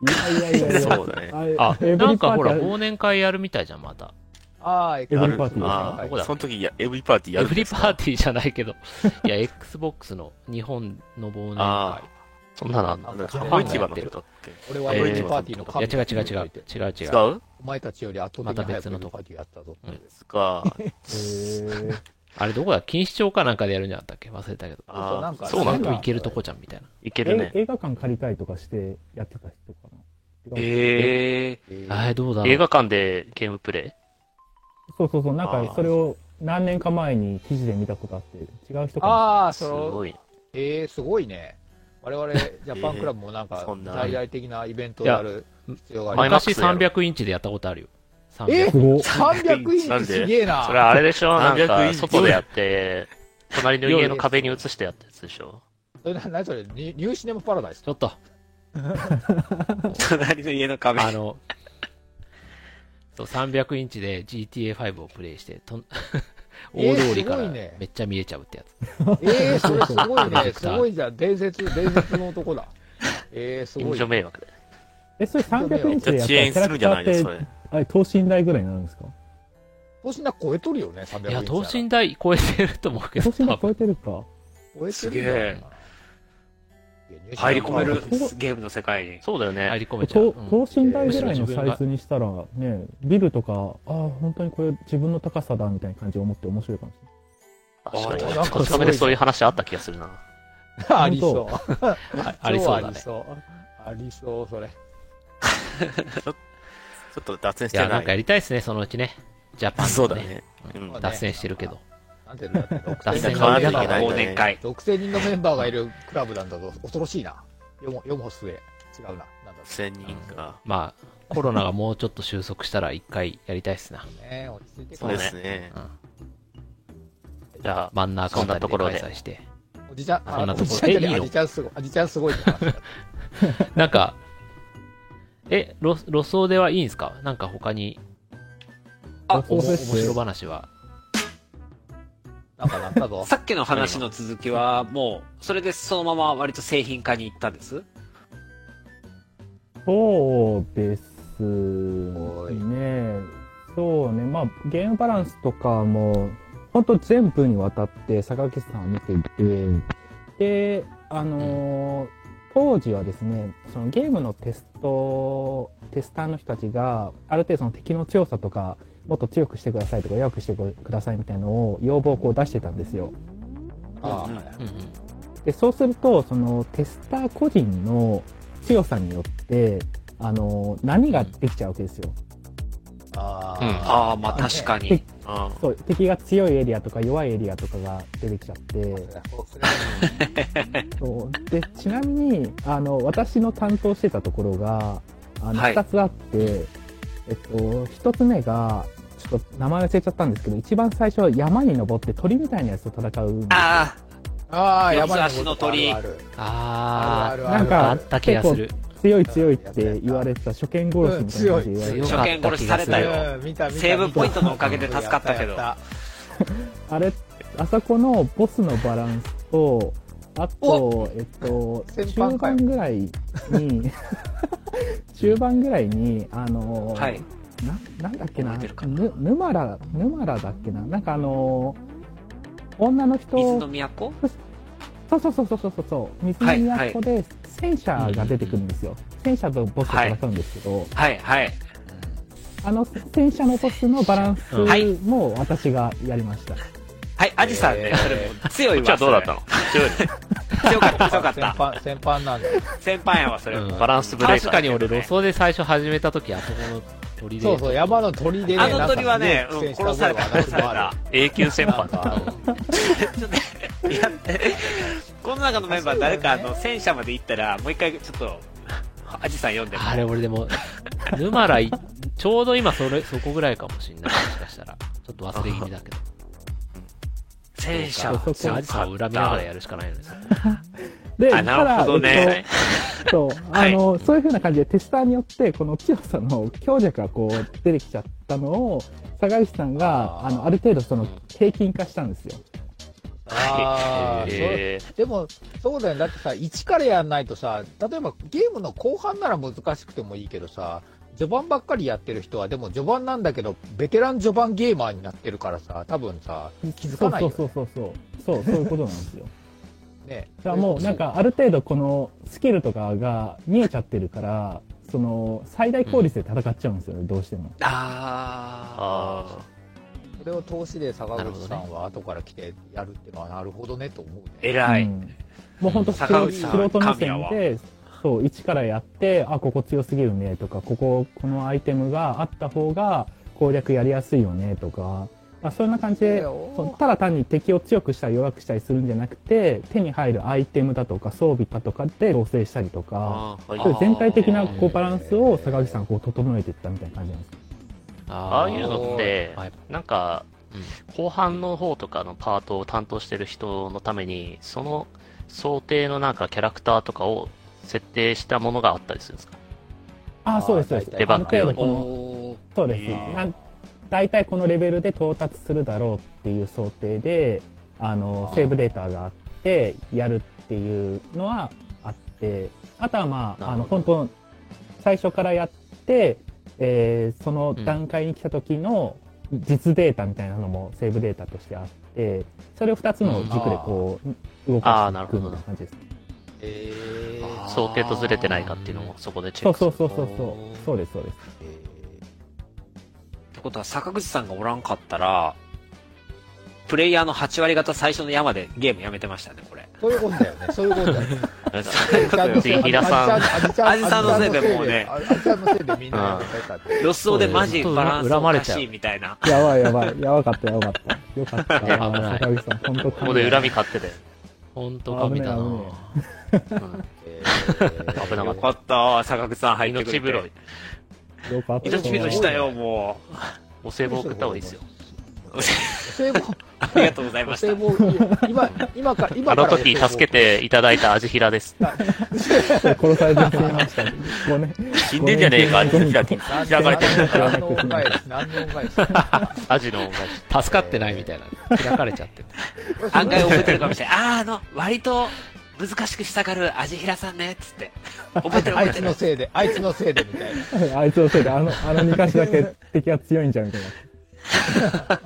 C: 多分
A: いやいやいやいや。
E: そうだね。
A: あれ
D: あ、
A: エブリ
D: なん
A: パ
D: か
A: ー
D: ほ
A: ティ
D: ら、
A: ー
D: 忘年会やるみたいじゃん、また。
C: ああ、エ
A: ブリパーティー
E: あ
C: はい
E: あ、その時や、エブリパーティーや
D: エ
E: るん
D: ブリ
E: です
D: パ
E: か
D: ーティーじゃないけ ど。いや、Xbox の日本の忘年
E: あ
D: 会。
B: そんなのあんの
C: なんか
E: あ箱市場の人って。
C: 俺はエブリパーティーの
D: い
C: 神
D: や、違う違う違う。違う違
E: 違
D: う。
E: う
C: お前たちより圧倒的に早くエブリパーティーやったぞ。
E: ですか。
A: へー
D: あれどこだ錦糸町かなんかでやるんじゃなかったっけ忘れたけど。
C: そう
E: あ
C: なんか
E: あ、
C: ね
E: そうなん
D: 全
E: だ。
D: 部行けるとこじゃんみたいな。
B: いけるね
A: え。映画館借りたりとかしてやってた人かな。
F: ええ。
C: えー
D: えー、どうだろう
B: 映画館でゲームプレ
A: そうそうそう、なん
E: あ
A: か
E: ー
A: それを何年か前に記事で見たことあって、違う人かな。
C: ああ、
B: イす
C: その、
B: ごいね。
C: えー、すごいね。我々、ジャパンクラブもなんか
E: そん、な
C: 大々的なイベントをやる必要があ
B: マイ
C: り
B: ナ
C: ま
B: ス
D: 昔300インチでやったことあるよ。
C: え
D: 300
A: すごっ。
C: す。300インチすげえな。
B: それあれでしょなん
E: 300イン
B: か、
E: チ
B: 外でやって、隣の家の壁に映してやったやつでしょ
C: それな何それニュニューシネマパラダイス
D: ちょっと、
F: 隣の家の壁。
D: あの、そう、300インチで GTA5 をプレイして、とん大通りか
C: えーすご
D: ら
C: い
D: め
C: ね
D: っちゃ見えちゃうってやつ。
C: ええー、それすごいね。
D: ク
C: す
D: ター
C: ごいじゃん。伝説、伝説の男だ。えー、す
B: 近
C: ごい
B: 所。迷惑で。
A: え、それ300インチ
E: じゃ
A: で
E: あ
A: やっ
E: 遅延
A: たらキ
E: す
A: ャラ
E: るん
A: ク
E: じ
A: タ
E: ゃない
A: ー
E: の
A: っ
E: そ
A: て、
E: れ。
A: あれ、等身大ぐらいになるんですか
C: 等身大超えとるよね、300インチ
D: い
C: な
D: や、
C: ら。
D: 等身大超えてると思うけ
A: 等
D: ど、
A: 身
D: 多
A: 大超
D: 分
A: えてるか。
C: 超えて
F: す
C: る
F: げ
C: ん
F: え
C: じゃないかな。
F: 入り込める
C: いや
F: ゲームの世界に。
B: そうだよ
D: 入
B: ね。
D: り込めちゃ
A: と
D: う。うん
A: 等身大ぐらいのサイズにしたら、ね、ビルとか、ああ、本当にこれ自分の高さだみたいな感じを思って面白いかもしれ
B: 確かに
C: あなんかす。ごい
B: こっち亀でそういう話あった気がするな。
C: ニューシネマありそう。
D: ありそうだ
C: あり
D: ね。
C: そう。ありそう、それ。
E: ちょっと脱線し
D: い
E: てな
D: や、
E: い。
D: なんかやりたいですね、そのうちね。ジャパン、
E: あそうだ。ね。う
C: まあ
E: ん。
D: 脱線してるけど。
C: なんていうんだって
D: 脱線
E: 変わらなきゃいけない
F: 忘年会。
C: 独0人のメンバーがいるクラブなんだぞ。恐ろしいな。読む、読む末。違うな。なんだ
E: 1000人か。
D: まあ、コロナがもうちょっと収束したら一回やりたいっすな。
C: ね落ち着いて
B: そ
E: そうう
B: ね
E: ですね。
D: うん。
B: じゃあ、
D: 真ん中あたり
B: そんなと
D: で
B: ころで
D: 開催して。
C: おじちゃん、
D: そんな
C: あお
D: とこ
C: じちゃんじゃねえ
D: えいいの
C: おじちゃんすごい、おじちゃんすごいって話だ
D: なんか、え、ロ路走ではいいんすかなんか他に、
A: あ
D: おも面白話は。
C: なんかなったぞ。
F: さっきの話の続きは、もう、それでそのまま割と製品化に行ったんです。
A: そうです
C: おい
A: ね。そうね。まあ、ゲームバランスとかも、ほんと全部にわたって坂口さんを見ていて、で、あのー当時はですね、そのゲームのテスト、テスターの人たちが、ある程度その敵の強さとか、もっと強くしてくださいとか、弱くしてくださいみたいなのを要望をこう出してたんですよ。
C: あ
D: うんうん。
A: でそうするとそのテスター個人の強さによってあの波ができちゃうわけですよ。
C: あ、あ
D: うん
C: あ、
F: ああ、まあ確かに。
E: うん。
A: そう敵が強いエリアとか弱いエリアとかが出てきちゃって
C: そうそれは
A: そうでちなみにあの私の担当してたところがあの
F: はい
A: 2つあって、えっと、1つ目がちょっと名前忘れちゃったんですけど一番最初は山に登って鳥みたいなやつと戦うんですよ
F: あ
C: ああ、や
F: 四つ
C: ばい。
F: 足の鳥
C: あるあ
D: あ
C: る
D: ー、
C: あるあるある。
A: なんか
D: あった気がする。
A: 強い強いって言われてた初見殺しみたいな感じで言われて
F: あ、
D: うん
F: 初見殺しされた
D: よか
F: よ。
C: うん見た見た
F: セーブポイントのおかげで助かったけど
C: やや
A: あれ、あそこのボスのバランスと、あと、えっと、
C: 先
A: 中
C: 般かよ
A: 盤ぐらい に、中盤ぐらいに、あの、
F: はい。
A: な、なんだっけな、
F: 覚えてるかな
A: ぬ、沼ら、沼らだっけな、なんかあの、女の人、
F: 水の都
A: そうそうそうそうそうそう、水
F: はい
A: の都で戦車が出てくるんですよ。戦車とボスと戦うんですけど、
F: はい、はい。
A: あの戦車のボスのバランス
F: はい
A: も私がやりました。
F: はい、アジさん
C: え
F: ね、
C: ー
F: それもう強い
B: こっ
F: わ。
B: ちはどうだったの
F: の 強かった、強か
C: った
F: っ た。
C: 先般、先般 なんだ。
F: 先輩やわ、それ
D: うん
F: も。
B: バランスブレイ
D: 確
B: カー。
D: かに俺、路走で最初始めた時、あそこの鳥で。
C: そうそう、山の鳥でね。
F: あの鳥はね
C: なんか、ね
F: うん殺された、殺された。
B: 永久戦
C: なん
B: 犯
C: かある
F: ちょっとね、いや、この中のメンバー誰かあの戦車まで行ったら、もう一回ちょっと、アジさん読んで。
D: あれ、俺でも、 沼らい、ちょうど今それ、そこぐらいかもしんない。もしかしたら。ちょっと忘れ気味だけど。
F: 戦車
A: そうか
D: じゃあアジさんを恨みながらやるしかないのですよ。
A: で、
F: あ、なるほど
A: ただえっと
F: ね。
A: そう、
F: は
A: あ
F: い
A: の、そういう風な感じでテスターによって、この強さの強弱がこう出てきちゃったのを、坂口さんが、
C: あ
A: あ
C: ー
A: の、ある程度その、平均化したんですよ。
C: ああ、そう
B: えー
C: でも、そうだよね。だってさ、1からやんないとさ、例えばゲームの後半なら難しくてもいいけどさ、序盤ばっかりやってる人は、でも序盤なんだけど、ベテラン序盤ゲーマーになってるからさ、多分さ、気づかないよ、ね。
A: そうそうそうそう。そう、そういうことなんですよ。
C: ね。
A: だからもう、なんか、ある程度この、スキルとかが見えちゃってるから、その、最大効率で戦っちゃうんですよね、どうしても。
F: あ
B: あ
C: それを投資で坂口さんは後から来てやるっていうのは、なるほどねと思う
F: ー、
C: ね。
F: 偉
A: う
F: い。
A: んもう本当
F: 坂
A: 素
F: 口さん
A: 人目
F: 神や
A: 線
F: わ
A: で、そう、一からやって、あ、ここ強すぎるねとか、ここ、このアイテムがあった方が攻略やりやすいよねとか、まあ、そんな感じで、そうただ単に敵を強くしたり弱くしたりするんじゃなくて、手に入るアイテムだとか装備だとかで調整したりと
B: あ
A: か、
B: ー、はい
A: そういう全体的なこ
D: あー
A: うバランスを坂口さんがこう整えていったみたいな感じなんです。
B: ああ
D: ー
B: いうのって
D: はい、
B: なんか、後半の方とかのパートを担当してる人のために、その想定のなんかキャラクターとかを設定したものがあったりするんですか
A: ああ、そうです、そうで
C: 大
A: す。
C: 体
B: 出番
A: ある程度この
F: おー
A: そうです、
F: えー
A: なん大体このレベルで到達するだろうっていう想定であのセーブデータがあってやるっていうのはあってあとはまああ
B: なる
A: の
B: ほ
A: 本当最初からやって、えーその段階に来た時の実データみたいなのもセーブデータとしてあってそれを2つの軸でこう動
B: あ
A: か
B: ー
A: していくみたいな感じです
C: えー
B: 想定とずれてないかっていうのもそこでチェ
A: そ
B: ッ
A: う
B: クす
A: そ
B: る
A: うそうそうそうそうですそうです
F: ってことは、坂口さんがおらんかったら、プレイヤーの8割方最初の山でゲームやめてましたね、これ。
C: そういうことだよね。そういうことだよね。
B: 次平さん
C: ん
F: アジさんのせいでもうね
C: アジさんのせいでみんなやめた って。
F: ロスオでマジバランスおかしいみたいな。
A: やばいやばいやばかったやばかったよかった
D: や危ない
A: 坂口さん本当
B: ここで恨み買ってて、
D: ほんと神だ
A: 危
D: な
A: ね
B: うん
C: えー
B: 危なか
F: よ
B: っ
F: かった、坂口さん
B: た
F: 入ってくれ
B: 命
F: て。
B: 拾い
A: よかっ
F: 命フィールドしたよ、も
B: お歳暮送った方がいいですよ。
C: 聖望
F: う。ありがとうございました
C: 聖。望今今から今
B: あ
C: から
B: の時助けていただいたアジヒラです。
A: 殺されてしまいました。ごめん。
E: 死んでんじゃねえか、アジヒラって。開かれてるんだから。
C: 何の恩返し何の恩返し
B: アジの恩返し。
D: 助かってないみたいな。開かれちゃって る。
F: 案外覚えてるかもしれない。あー、あの、割と難しくしたがる味平さんね、つって。覚えてる
C: あ
F: 覚
C: い
F: えて
C: つ
F: る
C: の。せいであいつのせいでみたいな
A: あいつのせいで、あの、あの2箇所だけ敵は強いんじゃん、みたいな。
C: あでもそういうこと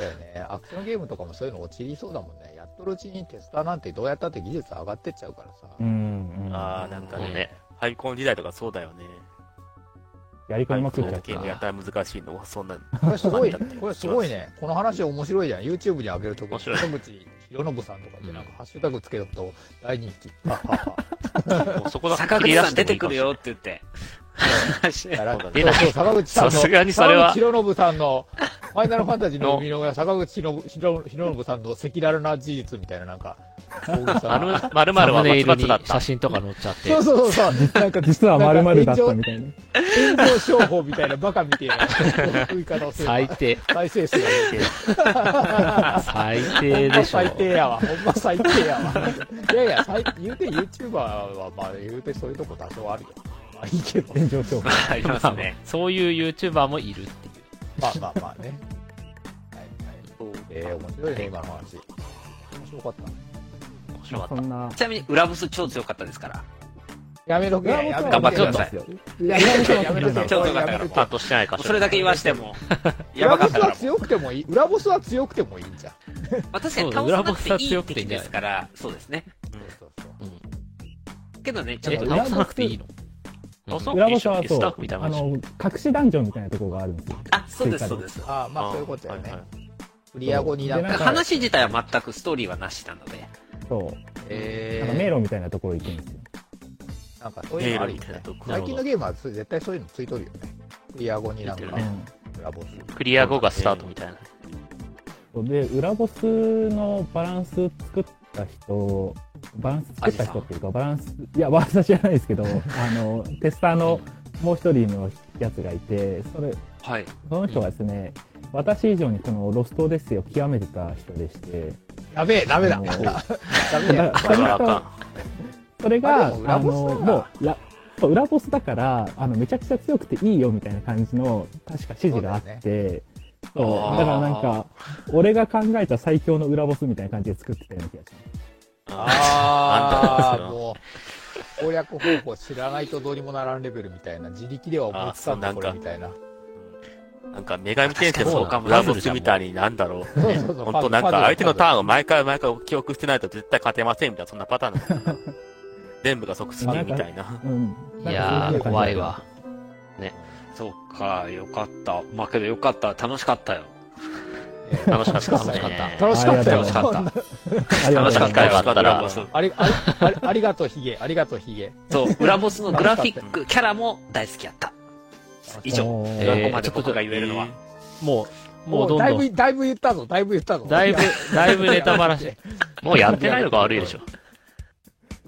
C: だよね。アクションゲームとかもそういうの陥りそうだもんね。やっとるうちにテスターなんてどうやったって技術上がってっちゃうからさ。
A: うん。うん
E: ああ、なんか
B: もう
E: ね、
B: ね。
E: ハイコン時代とかそうだよね。
A: やり込みまくっちゃ
E: だ
A: っ
E: け
A: た。
E: やったら難しいの、そんな。
C: これすごい、
E: そうなんだって
C: これすごいね。この話面白いじゃん。YouTube に上げるとき、
B: 面
C: 戸
B: 白い
C: 口博信さんとかでなんかハッシュタグつけると大人気。ははは
B: もうそこだけ
F: 坂
B: 切り
F: 口
B: 出
F: さん
B: してもい
F: 出て
B: いか
F: く
B: も
F: る
B: しれない
F: よって言って。
C: やら
E: そう
B: ね
E: だ
C: そうそう坂口さんの、
B: さすがにそれは
C: 坂口博信さんの、ファイナルファンタジーの海の親、坂口博信博信さんの赤裸々な事実みたいな、なんか、大げさ
B: ま
C: な
B: る まるまるは
D: サムネ
B: バ
D: イ
B: ツバツ
D: ルに
B: だった
D: 写。真とか載っちゃって。
C: そうそうそうそう。なんか
A: 実は丸々だったみたいな。
C: 炎上商法みたいなバカみたいな言い方をする。
D: 最低。
C: 再生数が出て。
D: 最低でしょ。
C: 最低やわ。ほんま最低やわ。いやいや、最言うて YouTuber は、まあ言うてそういうとこ多少あるよ。まあいいけど。
A: 炎上商法。
F: ありますね。
D: そういう YouTuber もいるっていう。
C: まあまあまあね。はいはい。えー、面白いね、今の話。面白かった。
B: 面白かった
A: そんな。
F: ちなみに、裏ブス超強かったですから。
C: やめとけ、やめ
F: 頑張って
C: と
F: ください
A: いや、やめ
C: け。
A: て
C: やめとけ、
F: ちょっと待って
C: やめと
B: パ
C: け
B: ッとしてないかしら。
F: それだけ言わして も、や
C: 裏
F: ばか
C: ボ
F: っ
C: ス
F: たか
C: は
F: ら。
C: 強くてもいい。裏ボスは強くてもいいんじゃん。
F: まあ、確かに倒さなくていい敵ですから、そうですね。
C: そうそう
F: けどね、ちょ
D: え
F: っと
A: 裏
F: ね
D: 倒、さなくていいの
B: 倒そう
A: 裏ボスは
B: スタ
A: そ、
B: ッフみたいうな
A: あ
B: 話
A: の、隠しダンジョンみたいなとこがあるんですよ。
F: あ、そうです、そうです。
C: ああ、まあそういうことだよね。
B: はいはい
C: クリア後になん
A: でなん
C: か
A: か、
F: 話自体は全くストーリーはなしなので。
A: そう。なんか迷
C: え
A: 路みたいなところ行くんですよ。
C: ー、なんかそういうのあるよ
E: 迷路みたいな
C: ね
E: とこ。
C: 最近のゲームはそう絶対そういうのついとるよね。クリア後になんか、
B: ついて
A: う
B: るね
A: ん
C: ラボス。
B: クリア後がスタートみたいな。
A: で裏ボスのバランス作った人バランス作った人っていうかバランスいや 私じゃないですけどあのテスターのもう一人のやつがいてそれ
F: はい。
A: その人がですね、私以上にこのロストオデッセイを極めてた人でして
C: やべえ、ダメだ。
A: もう
C: ダメだ
A: だ
C: よ。
A: からそ
E: あ
A: の
E: あか
A: 人
E: ん。
A: それ
C: あ
A: が
C: でも
A: あ
C: 裏
A: の
C: ボスなんだ
A: もうらそう裏ボスだからあのめちゃくちゃ強くていいよみたいな感じの確か指示があって
C: そう
A: そう
F: あー
A: だからなんか俺が考えた最強の裏ボスみたいな感じで作ってたような気がします
C: あ
E: あんた
C: あ、
E: の
C: もう、攻略方法知らないとどうにもならんレベルみたいな、自力では思いつかん
E: あ
C: と
E: ーそ
C: こ
E: う
C: れ
E: なんか
C: みたいな。
E: なんか、女神転生
D: そ
E: も
D: うかも
E: 裏ボスみたいになんだろう。
C: そうそうそう。
E: 本当なん
C: パ
E: か、
C: ズル
E: 相手のターンを毎回毎回記憶してないと絶対勝てませんみたいな、そんなパターンの。全部が即死みたいな。
A: うん。
D: いやー、怖いわ。
F: そうか、よかった。まあけどよかった。楽しかったよ。
B: 楽しかったです
D: 楽しかっ
B: ね。
D: た
C: 楽しかったよ。
A: あり
F: 楽し
A: がとあ
F: かった。
A: りがとうご
F: 楽
E: 楽し
A: ざいます
F: しかったよ、
E: かった
F: 裏ボス。
C: あり、ありあり、あ りがとうヒゲ、ありがとうヒゲ。
F: そう、裏ボスのグラフィック、キャラも大好きやった。以上、
A: おー
F: ドラゴンまで僕が言えるのは。
D: もう、もうどん
C: だい
D: どん。
C: ぶ、だいぶ言ったぞ、だいぶ言ったぞ。
D: だいぶ、だいぶネタバラし。
B: もうやってないのが悪いでしょ。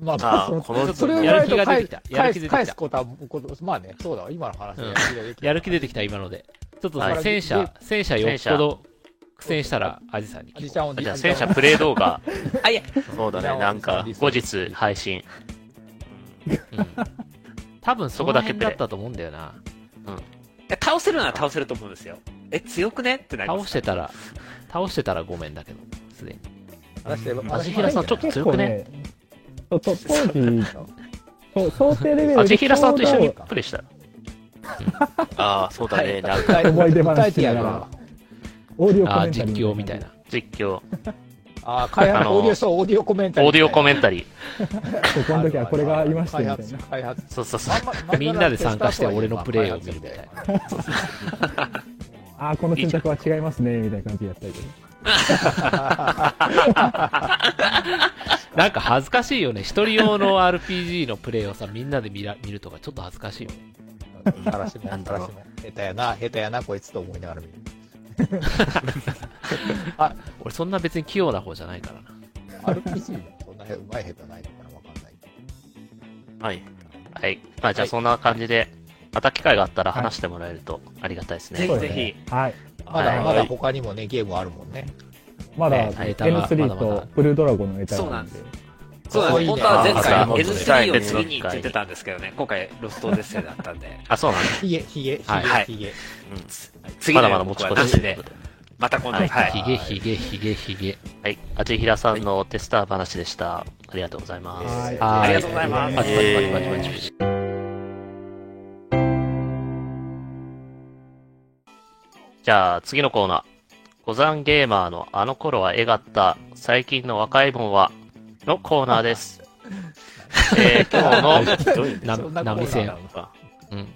C: まあ、
E: ああ
C: その
E: この
C: それを言われると
D: や
C: 返
D: る気
C: す
D: が出てきたや
C: 返
D: る気
C: す
D: 出てきた
C: 返すことはこと、まあね、そうだわ、今の話で
D: うん
C: やる気ができた
D: やる気出てきた、今ので。ちょっと
B: は
D: さ、
B: い
D: 戦車、戦車よっぽど苦戦したら、アジさんに
C: ア
D: 聞
C: ジ
D: こ
C: ちゃんを
B: じゃあ、戦車プレイ動画、
F: あ、いや、
E: そうだね、なんか。
B: 後日配信。
D: う。うん。多分そ
B: そ
D: こ
B: こ
D: だ
B: だ
D: け
B: け
D: だったと思うんだよな。
F: 倒せるなら倒せると思うんですよ。え、強くねってなりま
D: 倒
F: す。
D: してたら、倒して たらごめんだけど、すでに。
B: 味平さんちょっと強くね。
A: そうと当時、そう想定レベルで。
B: アジヒラさんと一緒に
A: ち
B: プレイした。
E: ああ、そうだね、なんか。
A: ょうど思い出
C: 答え
A: 話
C: て
A: し
C: や
A: な
C: る
A: が
C: わ
A: ら。。オーディオコ
D: あ
A: メ
D: ー
A: ン
D: 実
A: タリー。
D: 況みたいな。。
B: 実況、オ
C: ああ、開
B: あ
C: 発、
B: のー
C: オーディオ、そう、オーディオコメンタリー。
B: ーディオコメンタリー。
A: そうこの時はこれがありましたみたいな。
C: 開発。
B: そうそうそう。
C: 開発
D: みんなで参加して俺のプレイを見るみたいな。
A: ああ、この選択は違いますね、みたいな感じでやったりとか。
D: なんか恥ずかしいよね。一人用の RPG のプレイをさ、みんなで見ら見るとかちょっと恥ずかしいよね。
C: 話も、話も。下手やな、下手やな、こいつと思いながら見る。
D: 俺そんな別に器用な方じゃないからな。
C: RPG もそんなうまい下手ないのかな、わかんない。
E: はい。
B: はい。まあ、じゃあそんな感じで、また機会があったら話してもらえるとありがたいですね。
F: ぜ
A: そう
F: ひ
A: で
F: ぜ
A: す
F: ひ
A: ね。はい。
C: ま
B: は
C: だ
B: い
C: まだ他にもね、ゲームあるもんね。
A: まだ
D: ねネタが
A: N3
D: まだまだ
A: とブルードラゴンのネタが
F: そうなんですす
A: よ。
F: そうなんです。
C: そう
F: 本
C: いいね
F: 当は前回
B: あそうだ
F: N3 を
B: そうだ
F: 次にって言ってたんですけどね、今回ロストオデッセイだったんで、
B: あ、そうなんです。
C: ひげ、ひげ、ひ
B: はい
F: は
C: げ、
F: い
C: ひげ。
F: 次
B: ま
F: の
B: だま
F: 予
B: だ持
F: 告
B: ち越
F: はな
B: し
F: し
B: という
F: で
B: こ、とで。
F: また今度、
B: はい
F: はい。
D: ひげひげひげひげ。
B: はい。あちひらさんのテスター話でした。ありがとうございます。
A: はい
D: はい
F: ありがとうございます
D: パチパチパチパチパチパチ。
B: じゃあ次のコーナー。五山ゲーマーのあの頃はえがった、最近の若いもんは、のコーナーです。え ー今日の、
E: ひどいね
D: な
C: そんなコーナー
D: 波線
C: な。
E: なんか
D: うん。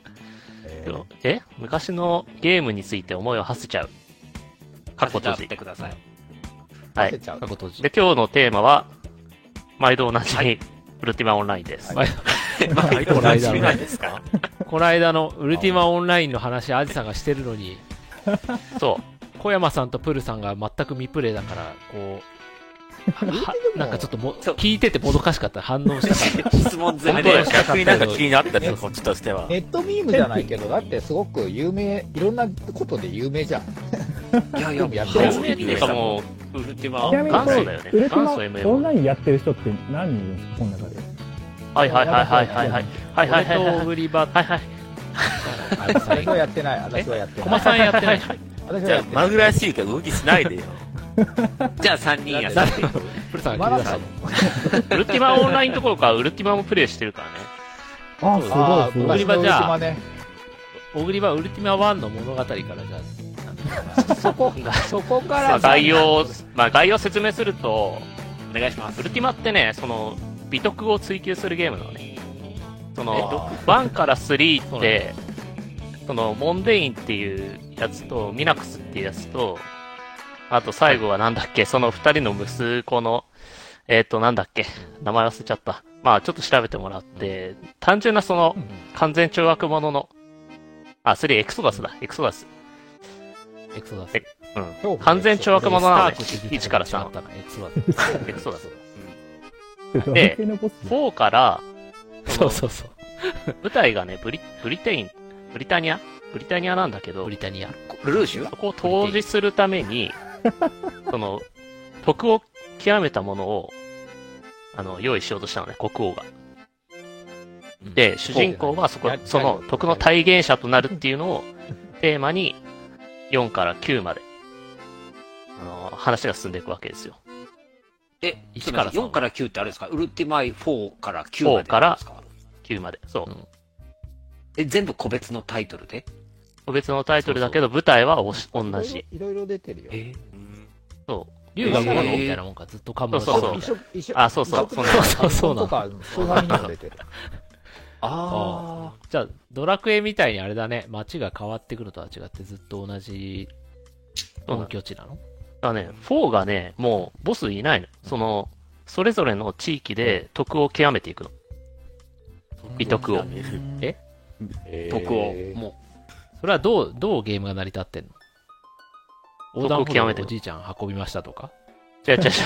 B: え昔のゲームについて思いを馳せちゃう。過去閉
F: っ
B: じ
F: て。ください。
B: は
C: 出
B: い。
C: ちゃう
D: 過去閉じ。
B: で、今日のテーマは、毎度おなじみ、ウルティマオンラインです。
D: はい
E: まあ、相手も知りないですか
D: この間のウルティマオンラインの話、アジさんがしてるのに、
B: そう。
D: 小山さんとプルさんが全く未プレイだから、こう、ははなんかちょっとも
F: そう
D: 聞いててもどかしかった、反応したかっ
F: 質問攻
D: 本当
F: めで
D: だよ。
E: 逆になんか気になったね、こっちとしては
C: ネ。ットミームじゃないけど、だってすごく有名、いろんなことで有名じゃん。
F: いやいや、もう
C: やってる
F: 初
B: 初
F: め
B: め
F: て
B: て
F: で
B: で
F: し
B: したた
F: も
B: も
F: ん。ウルティマ
A: ちなみに
B: 元祖
A: こ
B: だよね
A: う、ウルティマ
B: 元祖 MM
A: オンラインやってる人って何人いるんですか、この中で。
B: う。はいはいはいはいはいはい。はい
D: た。
B: はいは
D: 俺
B: いはい
D: と売り場、
B: はいはい。
D: アジさん
C: 私はやってない、私はやってな
D: 駒
C: い。
D: さんやってないでしょ
C: 私
E: じ
C: は
E: ゃ
C: や
E: あ、
C: ってな
E: ま
C: い。
E: ぐらしいけど動きしないでよ。
F: じゃあ3人やって。
D: プルさん
C: ま
D: が
C: だ
D: 切り出した
C: さ
D: の。
B: ウルティマオンラインどころか、ウルティマもプレイしてるからね。
A: あー、
C: ああ、
A: すごい、
C: 昔
A: すごい。
C: のうちはね、
D: 小栗はウルティマ1の物語からじゃ
C: そこ、そこか
B: まあ
C: ら、
B: 概要を、まあ、概要を説明すると、
F: お願いします
B: ウ。ルティマってね、その、美徳を追求するゲームなのね。そ
C: え
B: の、
C: ど
B: 1から3
D: そ
B: っ
D: うなん
B: て、その、モンデインっていうやつと、ミナクスっていうやつと、あと最後はなんだっけ、その二人の息子の、えっ、と、なんだっけ、名前忘れちゃった。まあ、ちょっと調べてもらって、単純なその、完全懲悪者の、あ、3エクソダスだ、エクソダス。
D: ん。エクソダス。
B: えうん。
C: そう
B: 完全懲悪者なのね、
D: スタークって
B: 1から3
D: 出。てたの違ったなエクソダ
B: エクソダス。
A: ドラクエのボス
B: 4から、
D: ス。そうそうそう。
B: 舞台がね、ブリ、ブリテイン、ブリタニアブリタニアなんだけど
D: ブリ、タニア。
F: ルルーシュ
B: そこを投資するために、その、徳を極めたものを、あの、用意しようとしたのね、国王が。で、主人公はそこ
C: や、
B: その徳の体現者となるっていうのをテーマに、4から9まで、あの、話が進んでいくわけですよ。
F: え、
D: 一から三
F: 4から9ってあれですかウルティマイ4から9までなんですか
B: 9まで。そうう。
D: ん
F: え、全部個別のタイトルで
B: 個別のタイトルだけど、舞台はおし同じ。
C: いろいろ出てるよ。
F: え
E: うん
B: そう。
D: 竜が動くのみたいなもんか、ずっと噛むの
B: そうそう
C: 一緒、一緒。
B: あ、そうそう。そんな感じ
D: そうそうな
C: と
D: の。
C: か、そうなの出てる。
F: ああ。
D: じゃあ、ドラクエみたいにあれだね、街が変わってくるとは違ってずっと同じ
B: そうな
D: 本
B: の
D: 拠地なの
B: だね、4がね、もうボスいないの。その、それぞれの地域で徳を極めていくの。美徳を。
F: 徳を、も
D: それはどう、どうゲームが成り立ってんの横断歩
B: そこを極
D: 道
B: めて
D: をおじいちゃん運びましたとか
B: 違う違う違う。 だか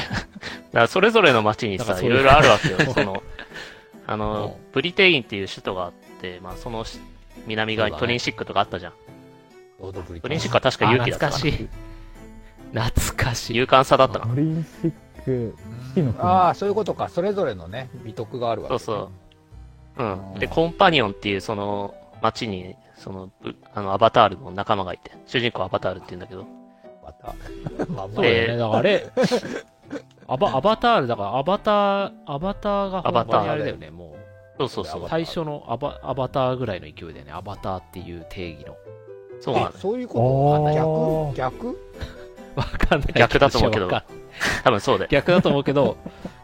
B: らそれぞれの町に
D: だか
B: さ、い
D: らそうい
B: ろ
D: う
B: いろあるわけ よ。その、あの
D: う、
B: ブリテインっていう首都があって、まあそのし南側に
D: そう
B: ト
D: だね
B: リンシックとかあったじゃん。
C: ロードブリ
B: トリンシックは確か勇気だった
D: あ懐か
B: か
D: しい。懐かし
B: ら。
D: い。
B: 勇敢さだったか
A: ドリンシック、四季の国。
C: ああ、そういうことか。それぞれのね、美徳があるわけ
B: ら。
C: ね。
B: そうそう。うん。で、
C: うん
B: コンパニオンっていうその町に、その、ぶあの、アバタールの仲間がいて、主人公アバタールって言うんだけど、
C: また。まあまあ
D: そうだよ
B: え
D: ね。
B: ー
D: だからあれ、 アバ、アバタール、だからアバター、アバターが本場にあれだよね、も。
B: そうそうそうう。
D: 最初のアバ、アバターぐらいの勢いだよね、アバターっていう定義の。
B: そうなの
C: あ。そういうこと逆逆
D: わかんない。
B: 逆だと思うけど
D: わかんない
B: 多分そうで。
D: 逆だと思うけど、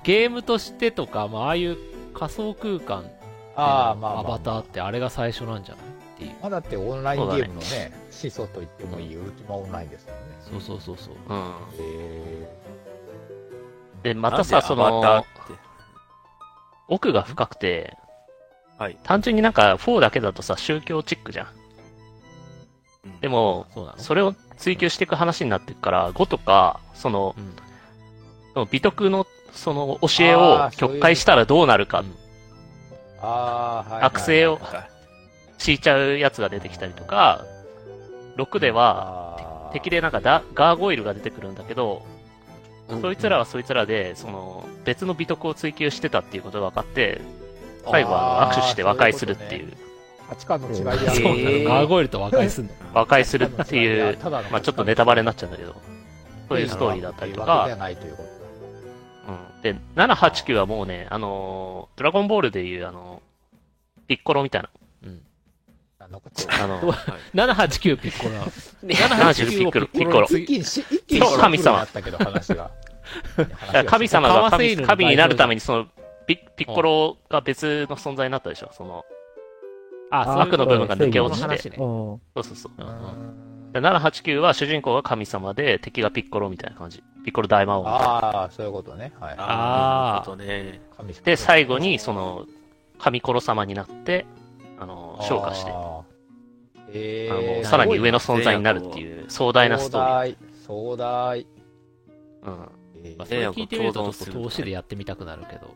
D: ゲームとしてとか、まあ、ああいう仮想空間
C: ああ、まあまあ。
D: アバターってあれが最初なんじゃないっていう。
C: まあだってオンラインゲームのね、始祖と言ってもいいウルティマオンラインですもんね。
D: そうそうそうそう。
B: うん。
C: え
B: で、またさ、その、
E: なんでアバターって
B: 奥が深くて、
E: はい
B: 単純になんか4だけだとさ、宗教チックじゃん。
E: うん
B: でも、
D: そうなの
B: それを追求していく話になっていくから、5とか、その、
D: うん
B: その美徳のその教え
C: あ
B: を
C: ーそういう
B: 曲解したらどうなるかっ
D: うん
C: ああ、はい。
B: 悪性を
C: はいはいはい
B: 敷いちゃうやつが出てきたりとか、6では
C: あー
B: 敵でなんかダガーゴイルが出てくるんだけど、
F: うん
B: そいつらはそいつらで、その、別の美徳を追求してたっていうことが分かって、最後は握手して和解するっていう、
C: 価値観の違いで
F: えー
D: そうなの。ガーゴイルと和解 すんの。
B: 和解するっていう、まあちょっとネタバレになっちゃうんだけど、そういうストーリーだったりとか
C: じゃ、ないということ
B: うん、で、789はもうね、あのードラゴンボールでいう、あのーピッコロみたいな、
D: うん。
C: だ残っちゃう
B: あのー
D: 789ピッコロな。
B: 70ピッコロ、ピッコロ。
C: 一気にし、一気に
B: そう神様
C: だったけど、話が。
B: だから神様が
D: カワセ
B: 神
D: イヌの
B: 神になるために、その、ピピッコロが別の存在になったでしょ、その、
A: あ
D: あ、
B: 悪の部分が抜け落ち
D: そういうこと
B: て
D: ね。
A: おう
B: そうそうそう。
D: う
C: うん
D: うん
C: ん
B: で789は主人公が神様で、敵がピッコロみたいな感じ。ピッコロ大魔王。
C: ああ、そういうことね。はい。
D: あー
E: そういうこ
C: 神様
B: で、最後に、その、神コロ様になって、あのー、昇華して、あ
C: あーえー
B: の、さらに上の存在になるっていう壮大なストーリー。
C: 壮大、壮大。
B: うん。
C: え
D: まあ
C: ー
D: それ聞いてみると、ちょっと投資でやってみたくなるけど。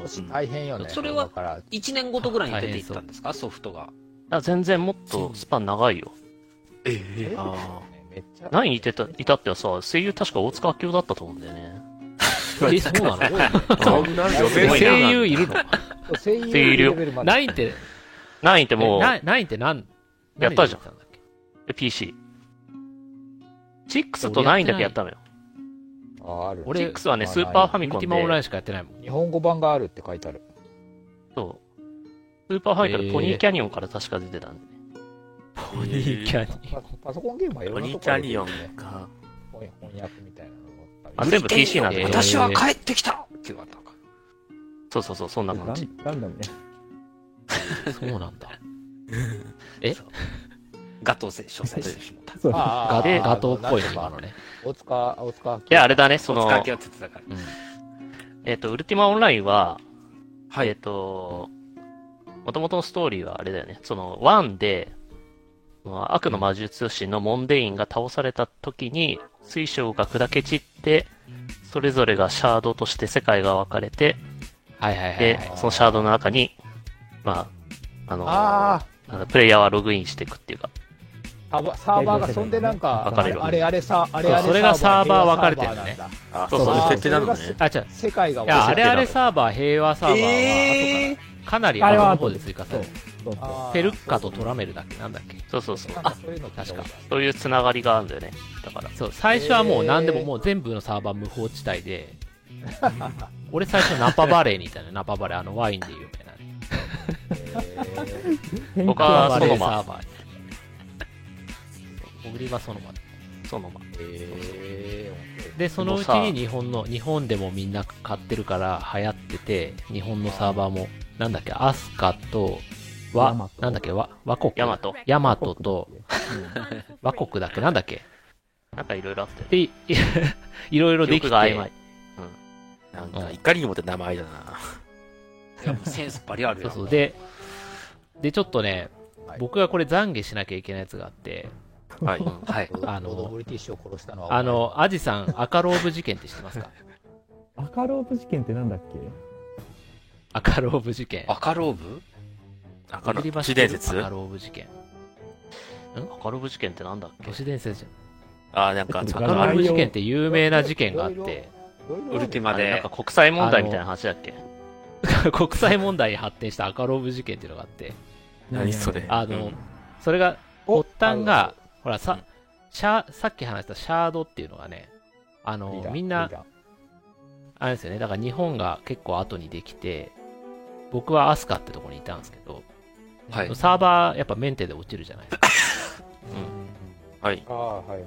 C: 投資大変よね。
F: それは
C: だから、
F: 1年ごとぐらいに出ていったんですか、ソフトが。
B: あ全然もっとスパン長いよ。
E: とね。
C: え
E: ええあ
C: めっちゃ。
B: 何にいてた、いたってはさ、声優確か大塚明夫だったと思うんだよね。
D: え、そうなの
E: あ。そんな呼べないな
D: 声優い るの
C: 声優レベルまで。
D: ナインって、
B: 9ってもう、
D: ナインナインって何
B: やったじゃん
D: 何でただっけ
B: PC。6と9だけやったのよ。
C: あある
D: 俺
B: 6はね、スーパーファ
D: ミ
B: ミ
D: コ
B: コン
D: ンテ
B: で
D: ィマ、オンラインしかやってないもん。
C: 日本語版があるって書いてある。
B: そう。スーパーファミコン
D: へ
B: で
D: ー
B: ポニーキャニオンから確か出てたんで。
D: ポニーキャニ
C: パパソコンゲームはいろ
E: ポ
C: んな
E: ニ
C: と
E: ー
C: こ
E: キャ
C: あるけ
E: ニオ
C: ど
E: ン
C: ね。
E: か。
C: 翻翻訳みたいなのがあ
B: あ、
C: ったり
B: 全部 PC なんだ
D: え
B: け
D: ー
B: ど、
F: 私は帰ってきたっていうのがあったのか
B: そうそうそう、そんな
A: ガン
B: 感じ。
A: ガンダムね。
D: ー。そうなんだ。
F: ガトー選手を選手にしもた。
A: そう
C: あ
D: ガ
C: ー
D: ガトーっぽい
C: あ
D: の
C: の
D: が
C: な
D: あ
C: ん
D: る
C: て
D: ね。
C: いうの大塚、大塚。
B: で、あれだね、そ
F: お
B: の
F: 使、い手をつつだから。
D: うん。
B: えっ、と、ウルティマオンラインは、えっ、と、もともとのストーリーはあれだよね、その、1で、その悪の魔術師のモンデインが倒された時に、水晶が砕け散って、それぞれがシャードとして世界が分かれて、
D: はいはいはい
B: で
D: はい。、
B: そのシャードの中に、まあ、あの
C: あ
B: なんだプレイヤーはログインしていくっていうか、
C: あ、サーバサーバーが、そんでなんか、あ
B: 分かれ
C: れ
B: る
C: あれあれさ、あれあれ
D: そうそれがサーバー分かれてる
C: ん
D: んだね
E: あ、
B: そう
E: そう
B: そう
E: そういう設定なのね。
D: あ、違う。
C: 世界が
D: いや、あ
C: 面
D: れ
C: 白い
D: あれサーバー、平和サーバーは、
F: えー
D: 後からかなり
A: あれ
D: 後
A: は
D: の
A: 後
D: 方
A: で
D: で追加される。
A: そうそう
C: あー
D: ペルッカとトラメルだっけなんだっけ
B: そうそうそう
C: な、んかそういうの聞いたことある
B: そういうつながりがあるんだよね、だから。
D: そう、最初はもう何でももう全部のサーバー無法地帯で、 俺最初ナパバレーにいたね、ナパバレー、あのワインで有名なね。
C: へー
B: 僕はソ
D: ナパバレ
B: ノ
D: ーサ
B: マ、
D: ーバーに。小栗はそのまで。
B: ソノマ。
C: へー
D: で、そのうちに日本の、日本でもみんな買ってるから流行ってて、日本のサーバーも、なんだっけ、アスカと、
A: ヤマ
D: わ、
A: ト
D: なんだっけ、わ、和国。
B: ヤマト。
D: ヤマトと、和国だっけ、なんだっけ。
B: なんかいろいろあったよね。
D: で、い いろいろで
B: 記
D: きて、
B: 憶が曖昧
E: なんか、怒りにもって名前だな。
F: いやもうセンスバリある
D: そう
F: よ。
D: そう。で、で、ちょっとね、
C: はい
D: 僕がこれ懺悔しなきゃいけないやつがあって、
E: はい。
F: はい。
D: あ
C: あ
D: の
C: の、ロドブリティッシュを殺したのは、
D: あ、の、アジさん、赤ローブ事件って知ってますか
A: 赤ロープ事件ってなんだっけ
D: 赤ローブ事件。
F: 赤ローブ
E: 赤の
D: 小栗橋
E: 都市伝説
D: 赤ローブ事件。
B: 赤ロブ事件ってなんだっけ
D: 都市伝説じ
E: あ、なんか、ちょ
D: ゃ
E: っと
D: ん。赤ロ
A: わか
D: ー
A: ん
D: ブ
A: ないよ
D: 事件って有名な事件があって、
F: ウルティ
B: あ
F: マ
B: れなん
F: で
B: か。国際問題みたいな話だっけ
D: 国際問題に発展した赤ローブ事件っていうのがあって、
E: 何それ。
D: あ
E: う
D: の
E: ん、
D: それが、
C: お
D: 発端が、ほら、
E: う
D: さ
E: ん、
D: シャさっき話したシャードっていうのがね、あの、みんな、あれですよね、だから日本が結構後にできて、僕はアスカってとこにいたんですけど、
F: はい。
D: サーバーやっぱメンテで落ちるじゃないですか。
E: はい。
C: ああ、はいはいはい。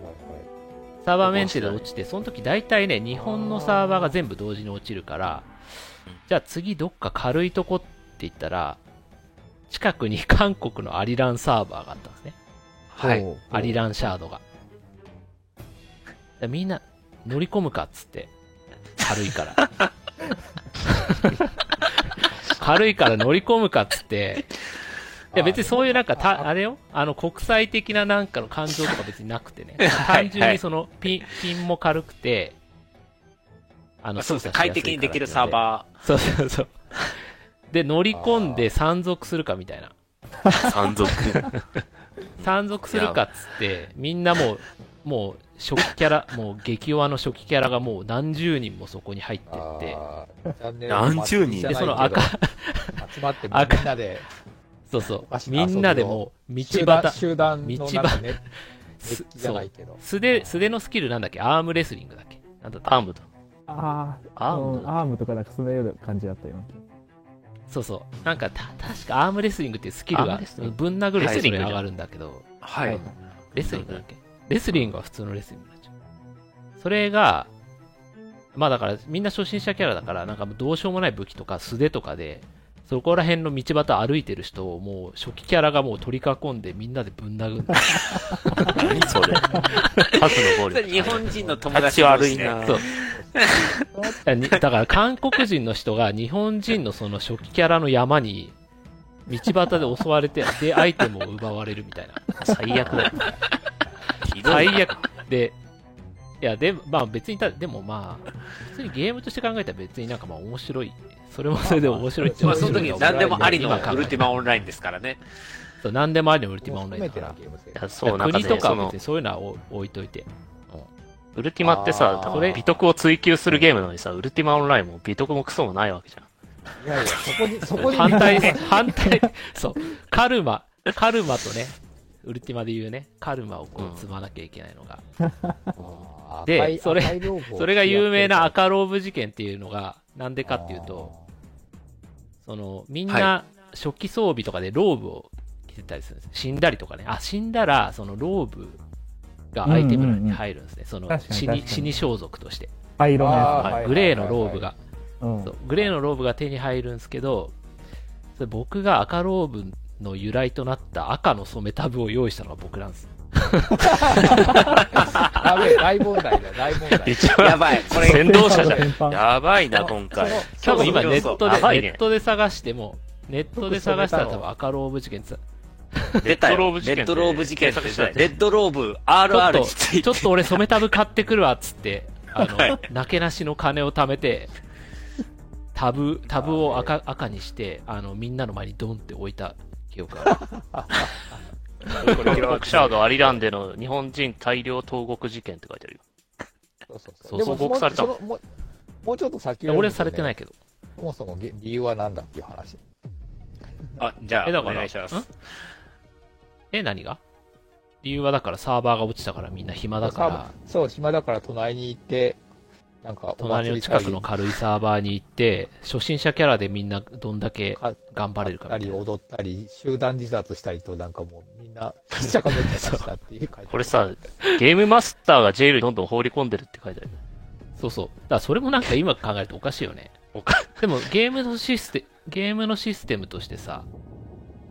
D: サーバーメンテで落ちて、その時大体ね、日本のサーバーが全部同時に落ちるから
E: うん、
D: じゃあ次どっか軽いとこって言ったら、近くに韓国のアリランサーバーがあったんですね。
F: はい。
A: そう
D: アリランシャードが。だからみんな乗り込むかっつって。軽いから。 軽いから乗り込むかっつって。いや別にそういうなんかた、あれよあの国際的ななんかの感情とか別になく てね。単純にそのピン、ピンも軽くて、あ
F: あそうです
D: 操
F: ね。
D: 作し
F: 快
D: やい
F: 適にできる
D: からっ
F: サ
D: ていうの
F: ーバ
D: そうそうそう。で、乗り込んで山賊するかみたいな。
E: 山賊。
D: 山賊するかっつって、みんなもう、もう初期キャラ、 もう激弱の初期キャラがもう何十人もそこに入ってって、
C: あーチャンネルも
E: 何十人
C: じゃな
D: で、
C: いけ
D: そ
C: ど
D: の赤、
C: 集まってみ
D: 赤
C: んなで、
D: そうそ
C: おかし
D: う、
C: な遊
D: み
C: びを
D: んなでもう道
C: 集団、
D: 端、
C: 集団の
D: 道
C: 中
D: 端
C: ね、熱
D: す
C: 気じゃ
D: そ
C: な
D: う
C: いけど。
D: 素手、素手のスキルなんだっけアームレスリングだっけなんだった
B: アームと。
A: ああ、
B: アーム
A: うんアームとかなんかそのような感じだったよ。
D: そうそう。なんかた、確かアームレスリングっていうスキル
B: アー
D: が
B: ムレスリング
D: ぶん殴ると
B: レ
D: そ
B: スリン
D: れ
B: グじゃん
D: 上がるんだけど、
F: はい。
A: はい
D: レスリングだっけレスリングは普通のレスリングになっちゃう。それが、まあだからみんな初心者キャラだから、なんかどうしようもない武器とか素手とかで、そこら辺の道端歩いてる人をもう初期キャラがもう取り囲んでみんなでぶん殴る。
E: 何それ。
B: 数の暴
F: それ
B: 力。
F: 日本人の友
E: 立ち
F: 達
E: 悪
F: 悪
E: い
F: いな。
E: な。
D: そうだにだから韓国人の人が日本人のその初期キャラの山に道端で襲われて、でアイテムを奪われるみたいな。
B: 最悪だよ。
E: ひどい
D: 最
E: な。
D: 悪で、いや、で、まあ別にた、でもまあ、普通にゲームとして考えたら別になんかまあ面白い。それもそれで面白いっちゃ
F: ま
D: 面
F: あそ
D: 白い
F: の
D: け
F: 時
D: ど。
F: 何でもあり
D: 今
F: の
D: 考え
F: ウルティマオンラインですからね。
D: そう何でもありのウルティマオンライ
C: 含め
D: ンだ
C: て
D: か
C: な
D: ら。
C: ゲーム性
B: い。やそう、なんか
D: 国と
B: ね、
D: か
B: そ
D: は別
B: の
D: に、そういうのはお置いといて。
B: ウルティマってさ
C: あ、ー
B: 多分美徳を追求するゲームなのにさ、ウルティマオンラインも美徳もクソもないわけじゃん。
C: いやいや、そこ に、そこに、
D: 反対、反対、そう、カルマ、カルマとね、ウルティマで言うね、カルマをこ
B: うん
D: う積まなきゃいけないのが。
C: あー
D: で
C: 赤い
D: それ
C: 赤いロープを
D: それが有名な
C: やって
D: 赤ローブ事件っていうのが、なんでかっていうと、そのみんな
F: は
D: 初期装備とかでローブを着てたりするんです死んだりとかねあ死んだらそのローブがアイテム欄に入るんですね、その
A: 確かに
D: 死
A: 確
D: に
A: かに
D: 死に装束として、
A: 灰色のや
C: あはいはいはいはい
D: グレーのローブが、
A: つ。うん。
D: そうグレーのローブが手に入るんですけどそれ僕が赤ローブの由来となった赤の染めタブを用意したのが僕なんです
C: あーやべえ、大問題だよ、大問題。
B: 一
F: やばい。こ
B: 番、
F: れ、
B: 先導者じゃん。
A: 先輩
E: やばいな、今回。
D: 多分今
F: そ
D: ネ
F: うそう
D: ッ
F: そ
D: ト
F: う
D: で、
B: やばいね
D: ネットで探してもネットで探したら多分赤ローブ事件って
F: 出た
B: レッドロー
F: よ。
B: ブ
F: レ
B: 事件
F: ッドローブ事件って
B: 検索した
F: レッドローブ
D: ちょっ
F: RR
D: と、
F: につい
D: ちょ
F: て
D: っ。と俺染めタブ買ってくるわっつって、あの、
F: はい
D: なけなしの金を貯めて、タブ、タブを赤赤にして、あの、みんなの前にドンって置いた記憶 がある。
B: 韓国シャードアリランデの日本人大量投獄事件って書いてあるよ。
C: そうそう
D: そう
C: でも
B: そう報告された
C: そのもうもうちょっと先
D: い
C: を読むと
D: や
C: ね
D: 俺はされてないけど。
C: そもそもげ理由は何だっていう話。
F: あ、じゃあ、
D: え、だ
F: お
D: から、
F: 願いします
D: ん。え、何が理由はだからサーバーが落ちたからみんな暇だから、
C: そう、島だから隣に行って、なんかお
D: 隣
C: 祭
D: の
C: り
D: 近くの軽いサーバーに行って、初心者キャラでみんなどんだけ
C: か
D: 頑張れるか
C: た
D: み
C: り
D: たいな。
C: 踊ったり、集団自殺したりと、なんかもうみんな、しっちゃかめっちゃかしたっていう感じ。
B: これさ、ゲームマスターがジェイルにどんどん放り込んでるって書いてある。
D: そうそう。だからそれもなんか今考えるとおかしいよね。
B: おか
D: でもゲームのシステゲームのシステムとしてさ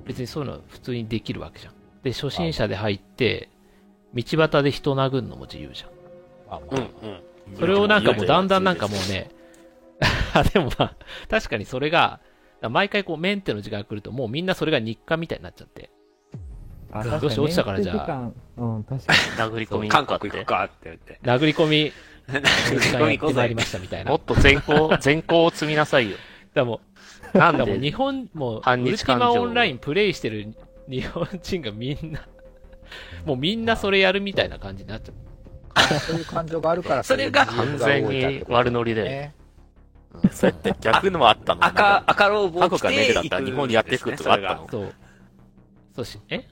D: 別にそういうの普通にできるわけじゃんで初心者で入って道端で人殴るのも自由じゃん
C: まあまあ、
E: うん
C: ま
E: うん。
D: それをなんかもうだんだんなんかもうねあ でもまあ確かにそれが毎回こうメンテの時間が来るともうみんなそれが日課みたいになっちゃって
A: あ
D: どうしよう落ちたからじゃあ。
A: 確にメンテ時間うん、確かに。
B: 殴り込みに
F: 韓
B: 向かっ
F: 国行
B: て
F: く。かって言って。
D: 殴り込みの時間や
F: 韓国
D: っ
F: 行
D: て
F: こう
D: ま
F: ぜ
D: いりましたみた いな
B: もっと善行、善行を積みなさいよ。
D: でも
B: なん
D: でも
B: で
D: 日本もう、ウ
B: 反
D: ル
B: 日
D: ティ
B: 感情
D: マオンラインプレイしてる日本人がみんな、もうみんなそれやるみたいな感じになっちゃう。
C: あそういう感情があるから、
F: それが
C: そういう
B: 完
C: 自由
B: 全
C: 動いたって
B: に
C: こと
B: 悪ノリだよ。
C: ね。
E: そうやって逆のもあったの。
F: 赤、赤ローブを
E: 韓
F: 着
E: 国がメ
F: ていくんですね、
E: だったら日本にやっていくことがあったの。
D: そう。そうし、え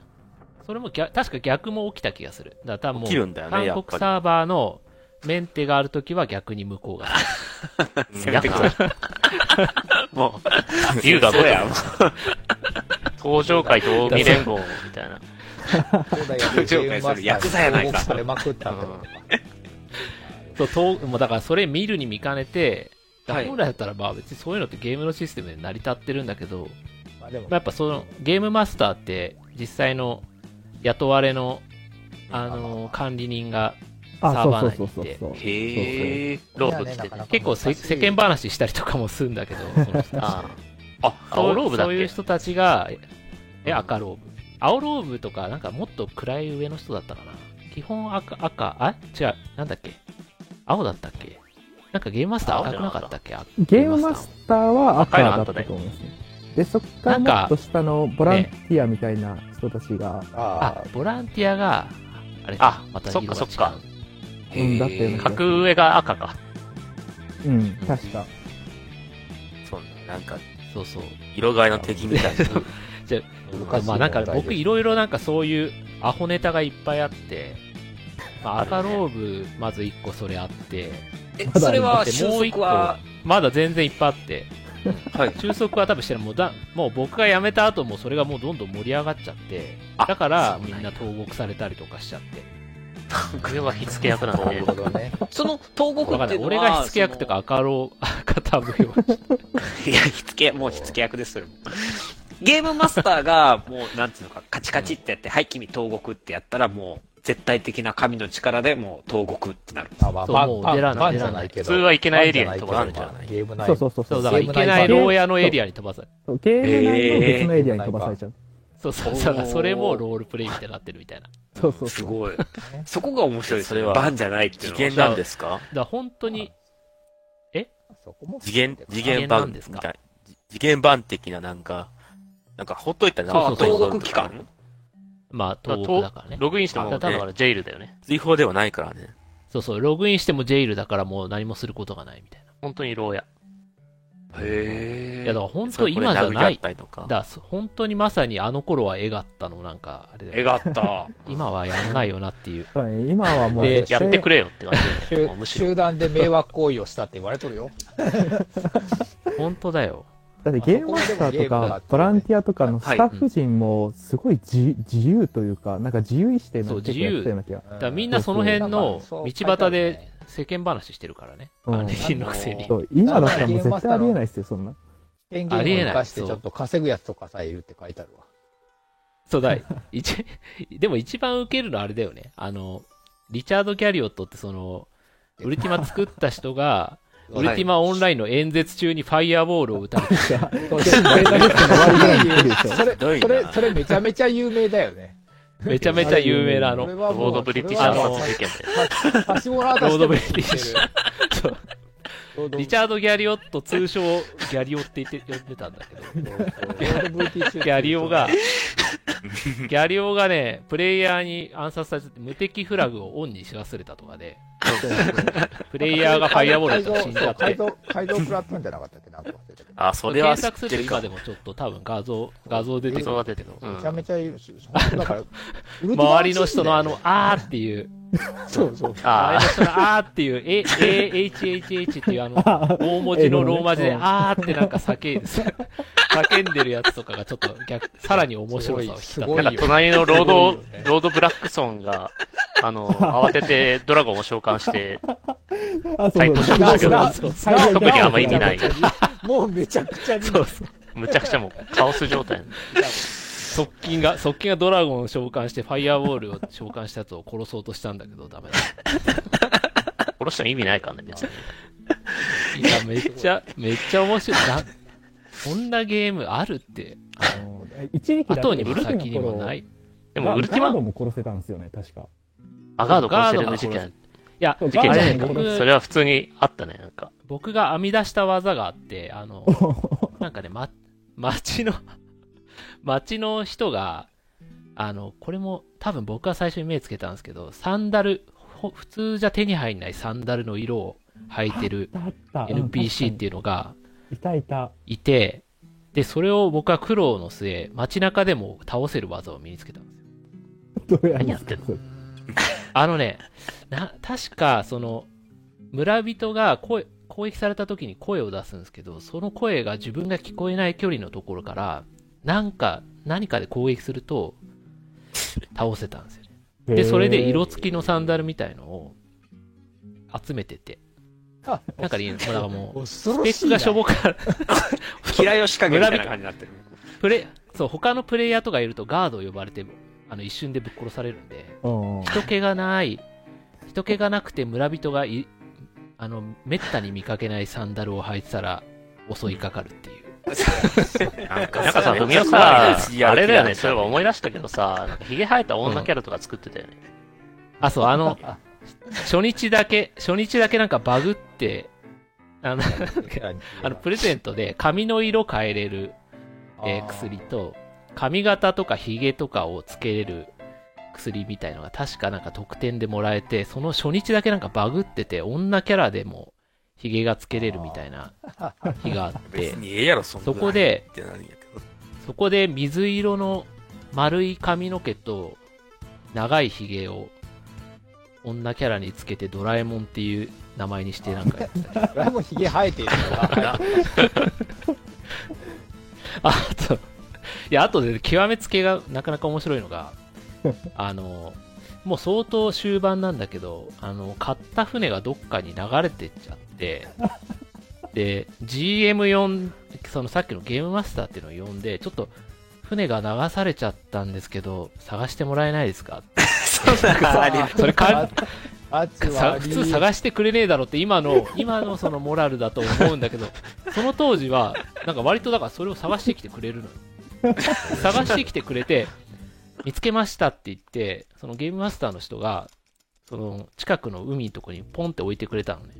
D: それも逆、確か逆も起きた気がする。だから多分も
E: 起きる
D: う、
E: んだよね、や
D: 韓
E: っぱ
D: 国
E: り。
D: サーバーのメンテがあるときは逆に向こうが。
E: うんやっぱ
F: それがもう、
B: 龍が如
F: そう
B: く
F: や、もう
B: 登場会と近江連合みたいな。
C: そうだよ、
F: 上下するヤクザやないか
C: されまくったってことか
D: そう、ともうだからそれ見るに見かねて、だから
F: はい
D: 本来だったらまあ別にそういうのってゲームのシステムで成り立ってるんだけど、
C: まあでも
D: まあ、やっぱそのゲームマスターって実際の雇われの、あの管理人がサ
A: あ、
D: ー
A: そ
D: バー
A: う
D: 内
A: そ
D: に行っ
A: う
D: て
A: そうそう。
F: へえ。
B: ロープ着てて。
D: 結構せ世間。話したりとかもするんだけどその人
B: あ
F: あ、
B: 青ローブだっ
D: そういう
B: け
D: 人たちがえ赤ローブ青ローブとかなんかもっと暗い上の人だったかな基本赤赤あ違うなんだっけ青だったっけなんかゲームマスター赤くなかったっけ
A: ゲームマスターは赤
B: 赤いのあ
A: だ
B: っ
A: ったた
B: ね
A: と思いますね。で、そこからも
D: なんか
A: っと下のボランティアみたいな人たちが、
C: あ
D: あ、ボランティアが、あれ
B: あ
D: また
B: そっ
D: 色
B: か
D: が違う。
B: そっか
A: うんだったような気がする
B: 格上が赤か。
A: うん、確か。
E: そんな、なんか、
D: そうそう。
E: 色替えの敵みたいな。
C: 昔
D: まあなんか
C: 大丈夫
D: 僕いろいろなんかそういうアホネタがいっぱいあって、まあ、
E: あるね
D: 赤ローブまず1個それあって、
F: え
A: ま、だ
F: それは、
D: で
F: 収
D: もう1
F: 束
D: 個
F: は、、
D: まだ全然いっぱいあって、
E: はい。
D: 収束は多分してるもうだ、もう僕が辞めた後もそれがもうどんどん盛り上がっちゃって、だからみんな投獄されたりとかしちゃって。
B: 上は火付け役なん
C: なる
B: で
C: ほ。どね。
F: その投獄
D: だか
F: っていう
D: ら
F: のは、
D: 俺が火付け役とか赤ロー、 赤タブよ。
F: その。いや、火付け、もう火付け役です、それも。ゲームマスターが、もう、なんつうのか、カチカチってやって、はい、君投獄ってやったら、もう、絶対的な神の力でもう投獄ってなる。
C: あまあ、
D: そう
C: パン
D: もう
C: パン
D: 出らない
C: パンじゃないけ
B: 普
C: ど。
B: 通はいけないエリアに飛ば
E: ら
B: さ
E: れ
B: れ
E: ち
B: ち
E: ゃ
B: ゃ
E: う
B: う。
C: ゲーム内
A: そうそうそう。
D: そう、だからいけない牢屋のエリアに飛ばされ
A: そうゲーム内の別のエリアに飛ばされちゃう。
D: そうそうそう、だからそれもロールプレイみたいになってるみたいな。
A: そうそう
F: す
A: そう。
F: ごい。そこが面白いです
E: それ
F: ね。
E: は
F: バンじゃないってい
E: 次
F: うの
E: 元な
F: は
E: んですか
D: だから本当に、
C: そこも
E: 次元、次
D: 次
E: 元
D: 元な
E: 版
D: ん
E: み
D: ですか
E: たい。次元版的ななんか、なんかほっといたら
F: あ、
E: なんか
F: 投獄期間
D: まあ、
B: だから
D: 東北だからね。
B: ログインしても、
E: あ
B: ただからジェイルだよね。
E: 追放ではないからね。
D: そうそう、ログインしてもジェイルだからもう何もすることがないみたいな。
B: 本当に牢屋。
F: へ
D: いや、
F: え
D: だ。から本
E: そ
D: 当
E: れこれ
D: 今じゃ
E: 殴り合
D: な
E: っ
D: い。
E: たりとか
D: だからそ本当にまさにあの頃は絵があったの、なんか、あれだ
F: 絵
D: よ。
F: があった。
D: 今はやんないよなっていう。
A: そうね今はもう、
D: で
A: そ
B: や
A: れ
B: ってくれよって感じだ
C: 集
B: よね。もうむしろ。
C: 集団で迷惑行為をしたって言われとるよ。
D: 本当だよ。
A: だってゲームマスターとか、ボランティアとかのスタッフ陣も、すごい自自由というか、なんか自由意志っていうのを結構やってたような気が。
D: だからみんなその辺の道端で世間話してるからね。
A: うん
D: あれ人のくせに
A: そ。う、今だったらもう絶対ありえないですよ、そんな。
C: 権限を生かしてちょっと稼ぐやつとかさえいるって書いてあるわ。
D: そうだ、一、でも一番ウケるのはあれだよね。あの、リチャード・キャリオットってその、ウルティマ作った人 が、ウルティマオンラインの演説中にファイアボールを打たれて、
C: そうそうそれだけ
A: 終わりぐらいに来るでしょ。
C: それ、
E: ひどい
C: そ
E: な
C: れ、それめちゃめちゃ有名だよね。
D: めちゃめちゃ有名なあの、
C: そ れ
D: ロ
C: はもう
B: ロードブリティッシ
C: そ
B: ュ
C: れは
B: 暗殺事件で。
C: 橋本アダスで
D: ード・
C: も
D: ブリ
C: 知っ
D: テ
C: て
D: ィッシュ。そう
C: る
D: リチャード・ギャリオット、通称、ギャリオって言って呼んでたんだけど、
C: ロードブリティッシュ
D: ギャリオ が、ギャリオがね、プレイヤーに暗殺されてて無敵フラグをオンにし忘れたとかで、プレイヤーがファイアボールだったら死んじゃっ
C: 改
D: て、
C: 造、改造プラットフォームじゃなかったっけなんか忘れたけど
E: あ、それは
D: 検
E: 知
D: 索す
E: っ
D: る
E: てる
D: と今
E: か
D: で。もちょっと多分画像、画像出て
B: 映
D: く
B: 像
D: る
B: は
D: ん
B: 出
D: だ
B: て
D: け
B: る
D: ど。、
B: うん
C: めちゃめちゃ有名。だから、
D: 周りの人のあの、、あーっていう、
C: そうそう。
B: あ
D: 周り
B: あ
D: の、人のあーっていう、え、え、hhh っていうあの、大文字のローマ字で、あーってなんか叫んで、叫んでるやつとかがちょっと逆、さらに面白さを引き立
C: す
D: て
C: ご
D: る
C: い
B: なん
C: よ
B: か。隣のロ ー
C: す
B: ド
C: ごいよね、
B: ロードブラックソンが、あの、慌ててドラゴンを召喚して、
A: あ、
B: 最高
A: そう
B: 賞
A: だ。
B: だけど、
D: そう
A: 最高
B: 特にあんま意味ない。
C: もうめちゃくちゃに。
D: そうそう。
B: むちゃくちゃもうカオス状態。
D: 側近が、側近がドラゴンを召喚して、ファイアウォールを召喚したやつを殺そうとしたんだけど、ダメだ。
B: 殺しても意味ないからね、別に。
D: いや、めっちゃ、めっちゃ面白い。な、そんなゲームあるって、
A: 一時期だけ
D: 後にも先にもない。
B: でも、ウルティ
A: ガー
B: マ
A: ド、も殺せたんですよね、確か。
B: アガード殺せる
D: ガードが殺
B: 事
D: せ
B: 件。
D: いや、
A: そう
B: 事件じゃない
A: ガ
B: か
A: ード。も殺
B: それは普通にあったね、なんか。
D: 僕が編み出した技があって、あ の、なんかね、ま、町の、 町の人が、あの、これも多分僕が最初に目つけたんですけど、サンダル、ほ普通じゃ手に入んないサンダルの色を履いてる
A: あったあった。
D: NPC って
A: い
D: いうのが
A: うん。いたいた。
D: いて、で、それを僕は苦労の末、街中でも倒せる技を身につけたんですよ。
A: どうや
B: 何やってん
A: の
D: あのね、な、確か、その、村人が声、攻撃された時に声を出すんですけど、その声が自分が聞こえない距離のところから、なんか、何かで攻撃すると、倒せたんですよね。で、それで色付きのサンダルみたいのを集めてて、なんかね、だからもう、
C: 恐
D: ス
C: ろ
D: ペ
C: しい
D: ック
C: な
D: がしょぼか、
F: 嫌いを仕掛けみたいな感じになってる。
D: プレ、そう、他のプレイヤーとかいるとガードを呼ばれて、あの、一瞬でぶっ殺されるんで、
A: うん。
D: 人気がない、人気がなくて村人がい、あの、めったに見かけないサンダルを履いてたら襲いかかるっていう。
E: なん
B: なんかさ、
E: めっ
B: 文
E: ち
B: 雄
E: ゃ怖いな
B: さ、
E: CRPG
B: あれだよね、そういえば思い出したけどさ、なんかヒゲ生えた女キャラとか作ってたよね。
D: あ、そう、あの、 初日だけ、初日だけなんかバグって、あの、あのプレゼントで髪の色変えれるえー薬と、髪型とかヒゲとかをつけれる薬みたいのが確かなんか特典でもらえて、その初日だけなんかバグってて、女キャラでもヒゲがつけれるみたいな日があって
E: 別、にええやろ、そんな
D: そこで
E: ってなるんやけど。
D: そこで水色の丸い髪の毛と長いひげを女キャラにつけてドラえもんっていう名前にしてなんかやってたり
C: ドラえもんひげ生えてるから、
D: あといやあとで極めつけがなかなか面白いのがあのもう相当終盤なんだけどあの買った船がどっかに流れてっちゃってで GM4 そのさっきのゲームマスターっていうのを呼んでちょっと船が流されちゃったんですけど探してもらえないですか
F: そんなのあり
D: それかん
C: あっち
D: さ
C: は
D: 普通探してくれねえだろって 今の今のそのモラルだと思うんだけどその当時はなんか割とだからそれを探してきてくれるのよ 探してきてくれて見つけましたって言ってそのゲームマスターの人がその近くの海のとこにポンって置いてくれたのね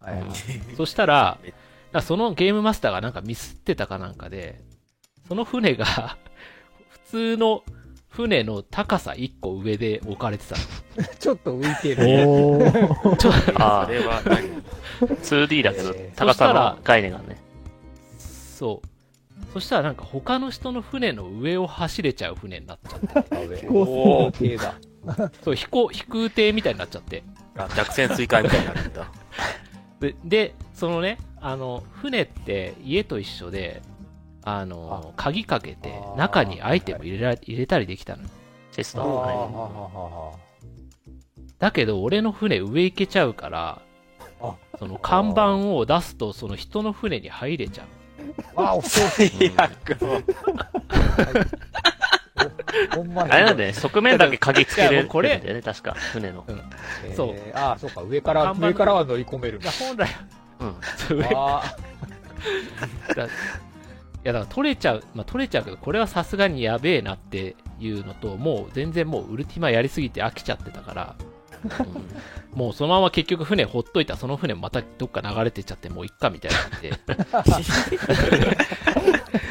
C: はいはい
D: そしたら、だからそのゲームマスターがなんかミスってたかなんかで、その船が、普通の船の高さ1個上で置かれてた
C: ちょっと浮いてる。
A: おー
D: の。ちょ
B: あ
E: それは何、
B: 2D だけど
C: えー、
B: 高
D: そ
B: さ
D: したら
B: の概念がね。
D: そう。そしたらなんか他の人の船の上を走れちゃう船になっち ゃって、
A: 高
C: おー系だ。
D: そう飛行飛空艇みたいになっちゃって。
E: あ弱戦追加みたいになるんだ。
D: ででそのねあの船って家と一緒であの鍵かけて
C: あー
D: 中にアイテム入れら入れたりできたの
B: シス
C: あ
B: タ
C: ー
B: ム。
C: は
B: はい
C: ははは
D: だけど俺の船上行けちゃうから
C: あ
D: その看板を出すとその人の船に入れちゃう
C: わあ、遅い。
F: 最悪
C: ほんまに
B: あれなんだよね、側面だけ鍵つけれ
D: いや
B: る
D: も
B: ん
D: うこれ
B: だよね、確か、船の。
C: えー
D: そう
C: ああ、そうか、上から、
D: 看板
C: 上からは乗り込める
D: い。や本来
B: うん。
D: 上い
C: あ
D: やだから取れちゃうまあ取れちゃうけどこれはさすがにやべえなっていうのともう全然もうウルティマやりすぎて飽きちゃってたから、うんもうそのまま結局船ほっといたらその船またどっか流れてっちゃってもういっかみたいになって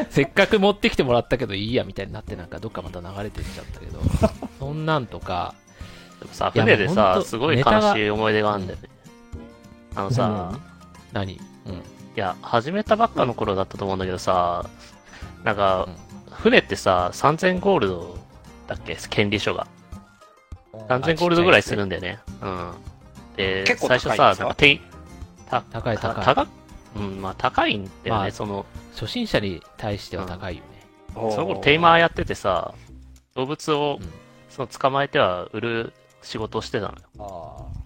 D: せっかく持ってきてもらったけどいいやみたいになってなんかどっかまた流れてっちゃったけどそんなんとか
B: でもさ、
D: いや
B: 船で
D: もうほん
B: さ、
D: と
B: すごい
D: ネタが
B: 悲しい思い出があるんだよね。あのさ、
D: 何うん
B: いや、始めたばっかの頃だったと思うんだけどさ、なんか、船ってさ、3000ゴールドだっけ権利書が。
C: あ。
B: 3000ゴールドぐらいするんだよね。うん。で、
F: 結構
B: 最初
F: 高いん
B: さ、
F: ですか
B: なんか店員、た、
D: 高い
B: た
D: 高い
B: 高っうん、まあ高いんだよ
D: まあ
B: ね、その、
D: 初心者に対しては高いよね、
B: その頃テイマーやっててさ、動物を
D: うん、
B: その捕まえては売る仕事をしてたのよ。
C: あ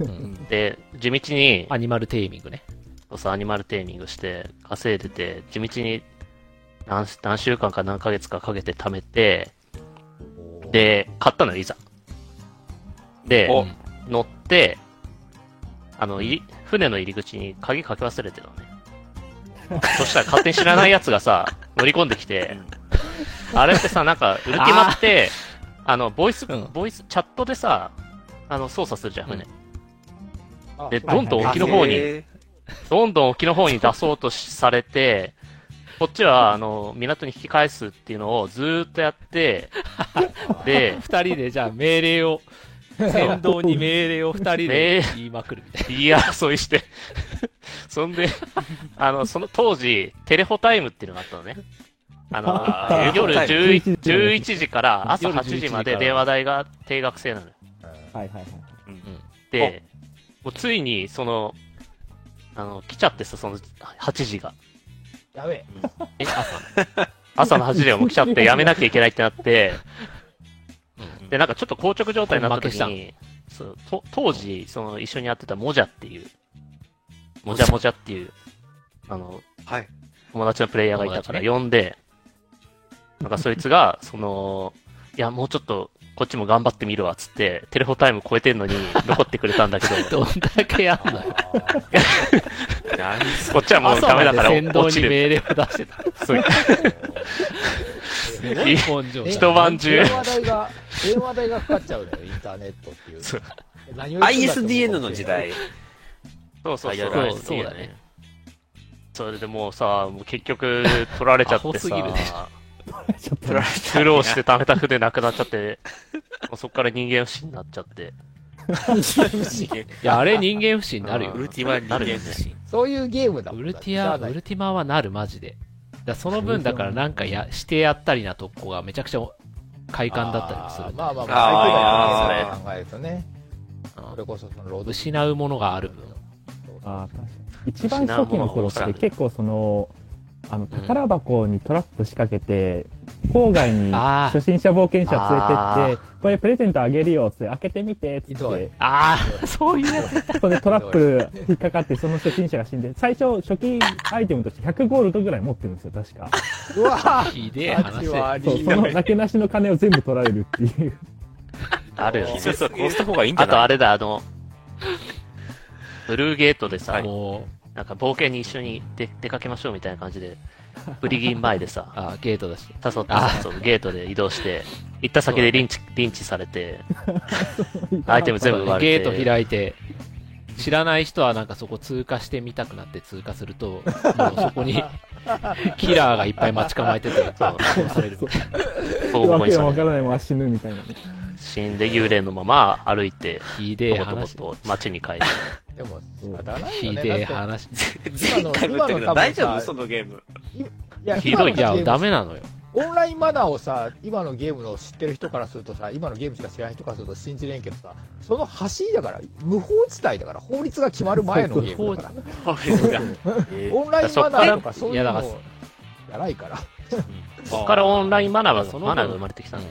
D: うん
B: で、地道に、
D: アニマルテイミングね
B: そうアニマルテーミングして稼いでて地道に何何週間か何ヶ月かかけて貯めて
C: ー、
B: で買ったのよいざで
F: お
B: 乗ってあの入り船の入り口に鍵かけ忘れてたのね そしたら勝手に知らないやつがさ乗り込んできてあれってさなんかウルティマってあのボイス、
D: うん
B: ボイスチャットでさあの操作するじゃん船、
C: あ
B: で
C: そう
B: どんどん沖の方に
F: え
B: どんどん沖の方に出そうとしされて、こっちは、あの、港に引き返すっていうのをずーっとやって、で、
D: 2人でじゃあ命令を先導に命令を2人で言いまくるみたい
B: 言い争いして、 そんで、あの、その当時、テレホタイムっていうのがあったのね。あの、夜
F: テ
A: レホタイム
B: 11 11時から朝
D: 夜11
B: 8時ま
D: 時
B: で
D: から
B: 電話代が定額制なのよ。
A: はいはいはい。
B: で、もうついに、その、あの、来ちゃってさ、その8時が。
C: やべえ。
B: 朝の8時がもう来ちゃって、やめなきゃいけないってなって、で、なんかちょっと硬直状態になった時
D: 根負
B: に、そうと当時、その一緒にやってたもじゃっていう、もじゃもじゃっていう、あの、
F: ーはい
B: 友達のプレイヤーがいたから
D: 友
B: 呼んで、なんかそいつが、その、いや、もうちょっと、こっちも頑張ってみるわ、つって、テレホタイム超えてんのに残ってくれたんだけど、
D: などんだけやんのよ
E: 何 そ
B: こっちはもう
D: 朝
B: ダメだ
D: まで
B: から
D: 先
B: 落
D: 導
B: ち
D: に
B: る。
D: 命令を出してた
B: そう
D: すごい根性だ
B: 人晩中
C: 電話代が、電話代がかかっちゃうのよ、インターネットっていう。
B: そう
C: 何を言ってんだって思う
F: ISDN の時代
B: そうそうう
E: や
B: そ
E: ら
B: う
E: ない
D: そうだね。
B: それでもうさ、もう結局取られちゃっ
D: アホ
B: て
D: す
B: さ
D: ぎるね、
A: ちょっと
F: 取られた
B: 苦労して貯めたくでなくなっちゃって、もうそっから人間不信になっちゃって。
D: いや、あれ人間不信になるよ
E: ウ。ルティは人間不信。
C: そういうゲームだもん
D: ウル
C: だっ
D: テ
C: て
D: ィ
C: しゃ
D: ア、
C: あない
D: ウルティマはなる、マジで。だその分、だからなんかやしてやったりなとこがめちゃくちゃ快感だったりもする
C: あ
D: んだ
C: ーま
D: よね。
C: あまあま
F: あ
C: あ、
F: ー
C: 最高だよね。考えるとね。
D: うん
C: それこそ、そのロードシ
D: 失うものがある分。
A: あー確かに一番初期の頃って結構そのあの宝箱にトラップ仕掛けて、郊外に
D: あー
A: 初心者冒険者連れ
B: あ
A: てってこれプレゼントあげるよって開けてみてっつ
C: ひ
A: っ
C: どい
A: て
D: ああ、そういうやつ。
A: そこでトラップ引っかかってその初心者が死んで最初初期アイテムとして100ゴールドぐらい持ってるんですよ確か
C: うわぁ
D: ひでえ話。
C: あ
A: そうそのなけなしの金を全部取られるっていう
B: あるよね
E: そうそう、こうした方 がいいんじゃ
B: あと
E: な
B: あ
E: い
B: れだ、あの、ブルーゲートでさ、
D: もう、
B: なんか冒険に一緒に出出かけましょうみたいな感じで、ブリギン前でさ、
D: あーゲートだし。
B: 誘って
D: あ
B: そうゲートで移動して、行った先でリンチ、リンチされて、アイテム全部奪われ
D: ゲー
B: て。
D: ト開いて、知らない人はなんかそこ通過してみたくなって通過する と、もうそこにキラーがいっぱい待ち構えてて、殺され る。
B: ボコボコ
A: わ
B: に
A: け
B: され
A: のわ
B: て
A: からないまま死ぬみたいな
B: 死んで幽霊のまま歩いて、
D: ひでえ
B: ボコボコ
D: 話。
B: と街に帰って。
C: でも、仕方ないよ
D: ひ
C: ね。
D: でえ
C: だって
D: 話。
E: 前回も言ったけ
C: 今の今の多
E: ど、
C: 分
E: 大丈
C: さ
E: 夫そのゲーム。
C: いや
B: ひどい
D: い
C: 今の
D: や、
C: ゲーム
D: ダメなのよ。
C: オンラインマナーをさ、今のゲームの知ってる人からするとさ、今のゲームしか知らない人からすると信じれんけどさ、その橋だから、無法地帯だから、法律が決まる前のゲームだから、
E: えー
C: オンラインマナーとかそういう
D: いや
C: の
D: だか
C: じゃないから、
B: そこからオンラインマナー
D: そ
B: が、
D: の
B: マナーが生まれてきたね。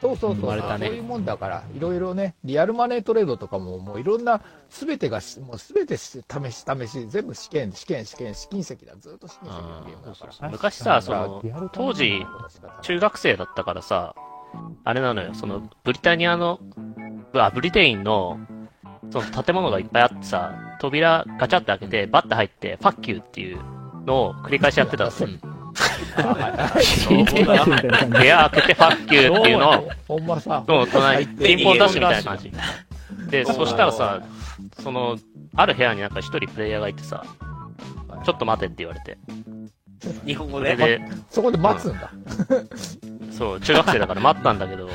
C: そうそう
D: 生
C: そ
D: ま
C: う、
D: れたね
C: そういうもんだから、いろいろね、リアルマネートレードとかも、もういろんな、すべてがし、もうすべてし試し、試し、全部試験、試験、試験、試金石だ、ずっと試金石のゲームだから。
B: 昔さ、その、当時中学生だったからさ、あれなのよ、その、ブリタニアの、あ、ブリテインの、その建物がいっぱいあってさ、扉ガチャって開けて、バッて入って、ファッキューっていうのを繰り返しやってたの。
D: ひでえ
A: みたいな感じ
B: 部屋開けて、ファッキューっていうのを、
C: ほんまさ、
B: その隣、ピンポンダッシュみたいな感じ。で、
E: そう
B: そしたらさ、その、ある部屋になんか一人プレイヤーがいてさ、ちょっと待てって言われて。
E: 日本語
B: それ
E: で。
B: で、
C: そこで待つんだ。
B: そう、中学生だから待ったんだけど、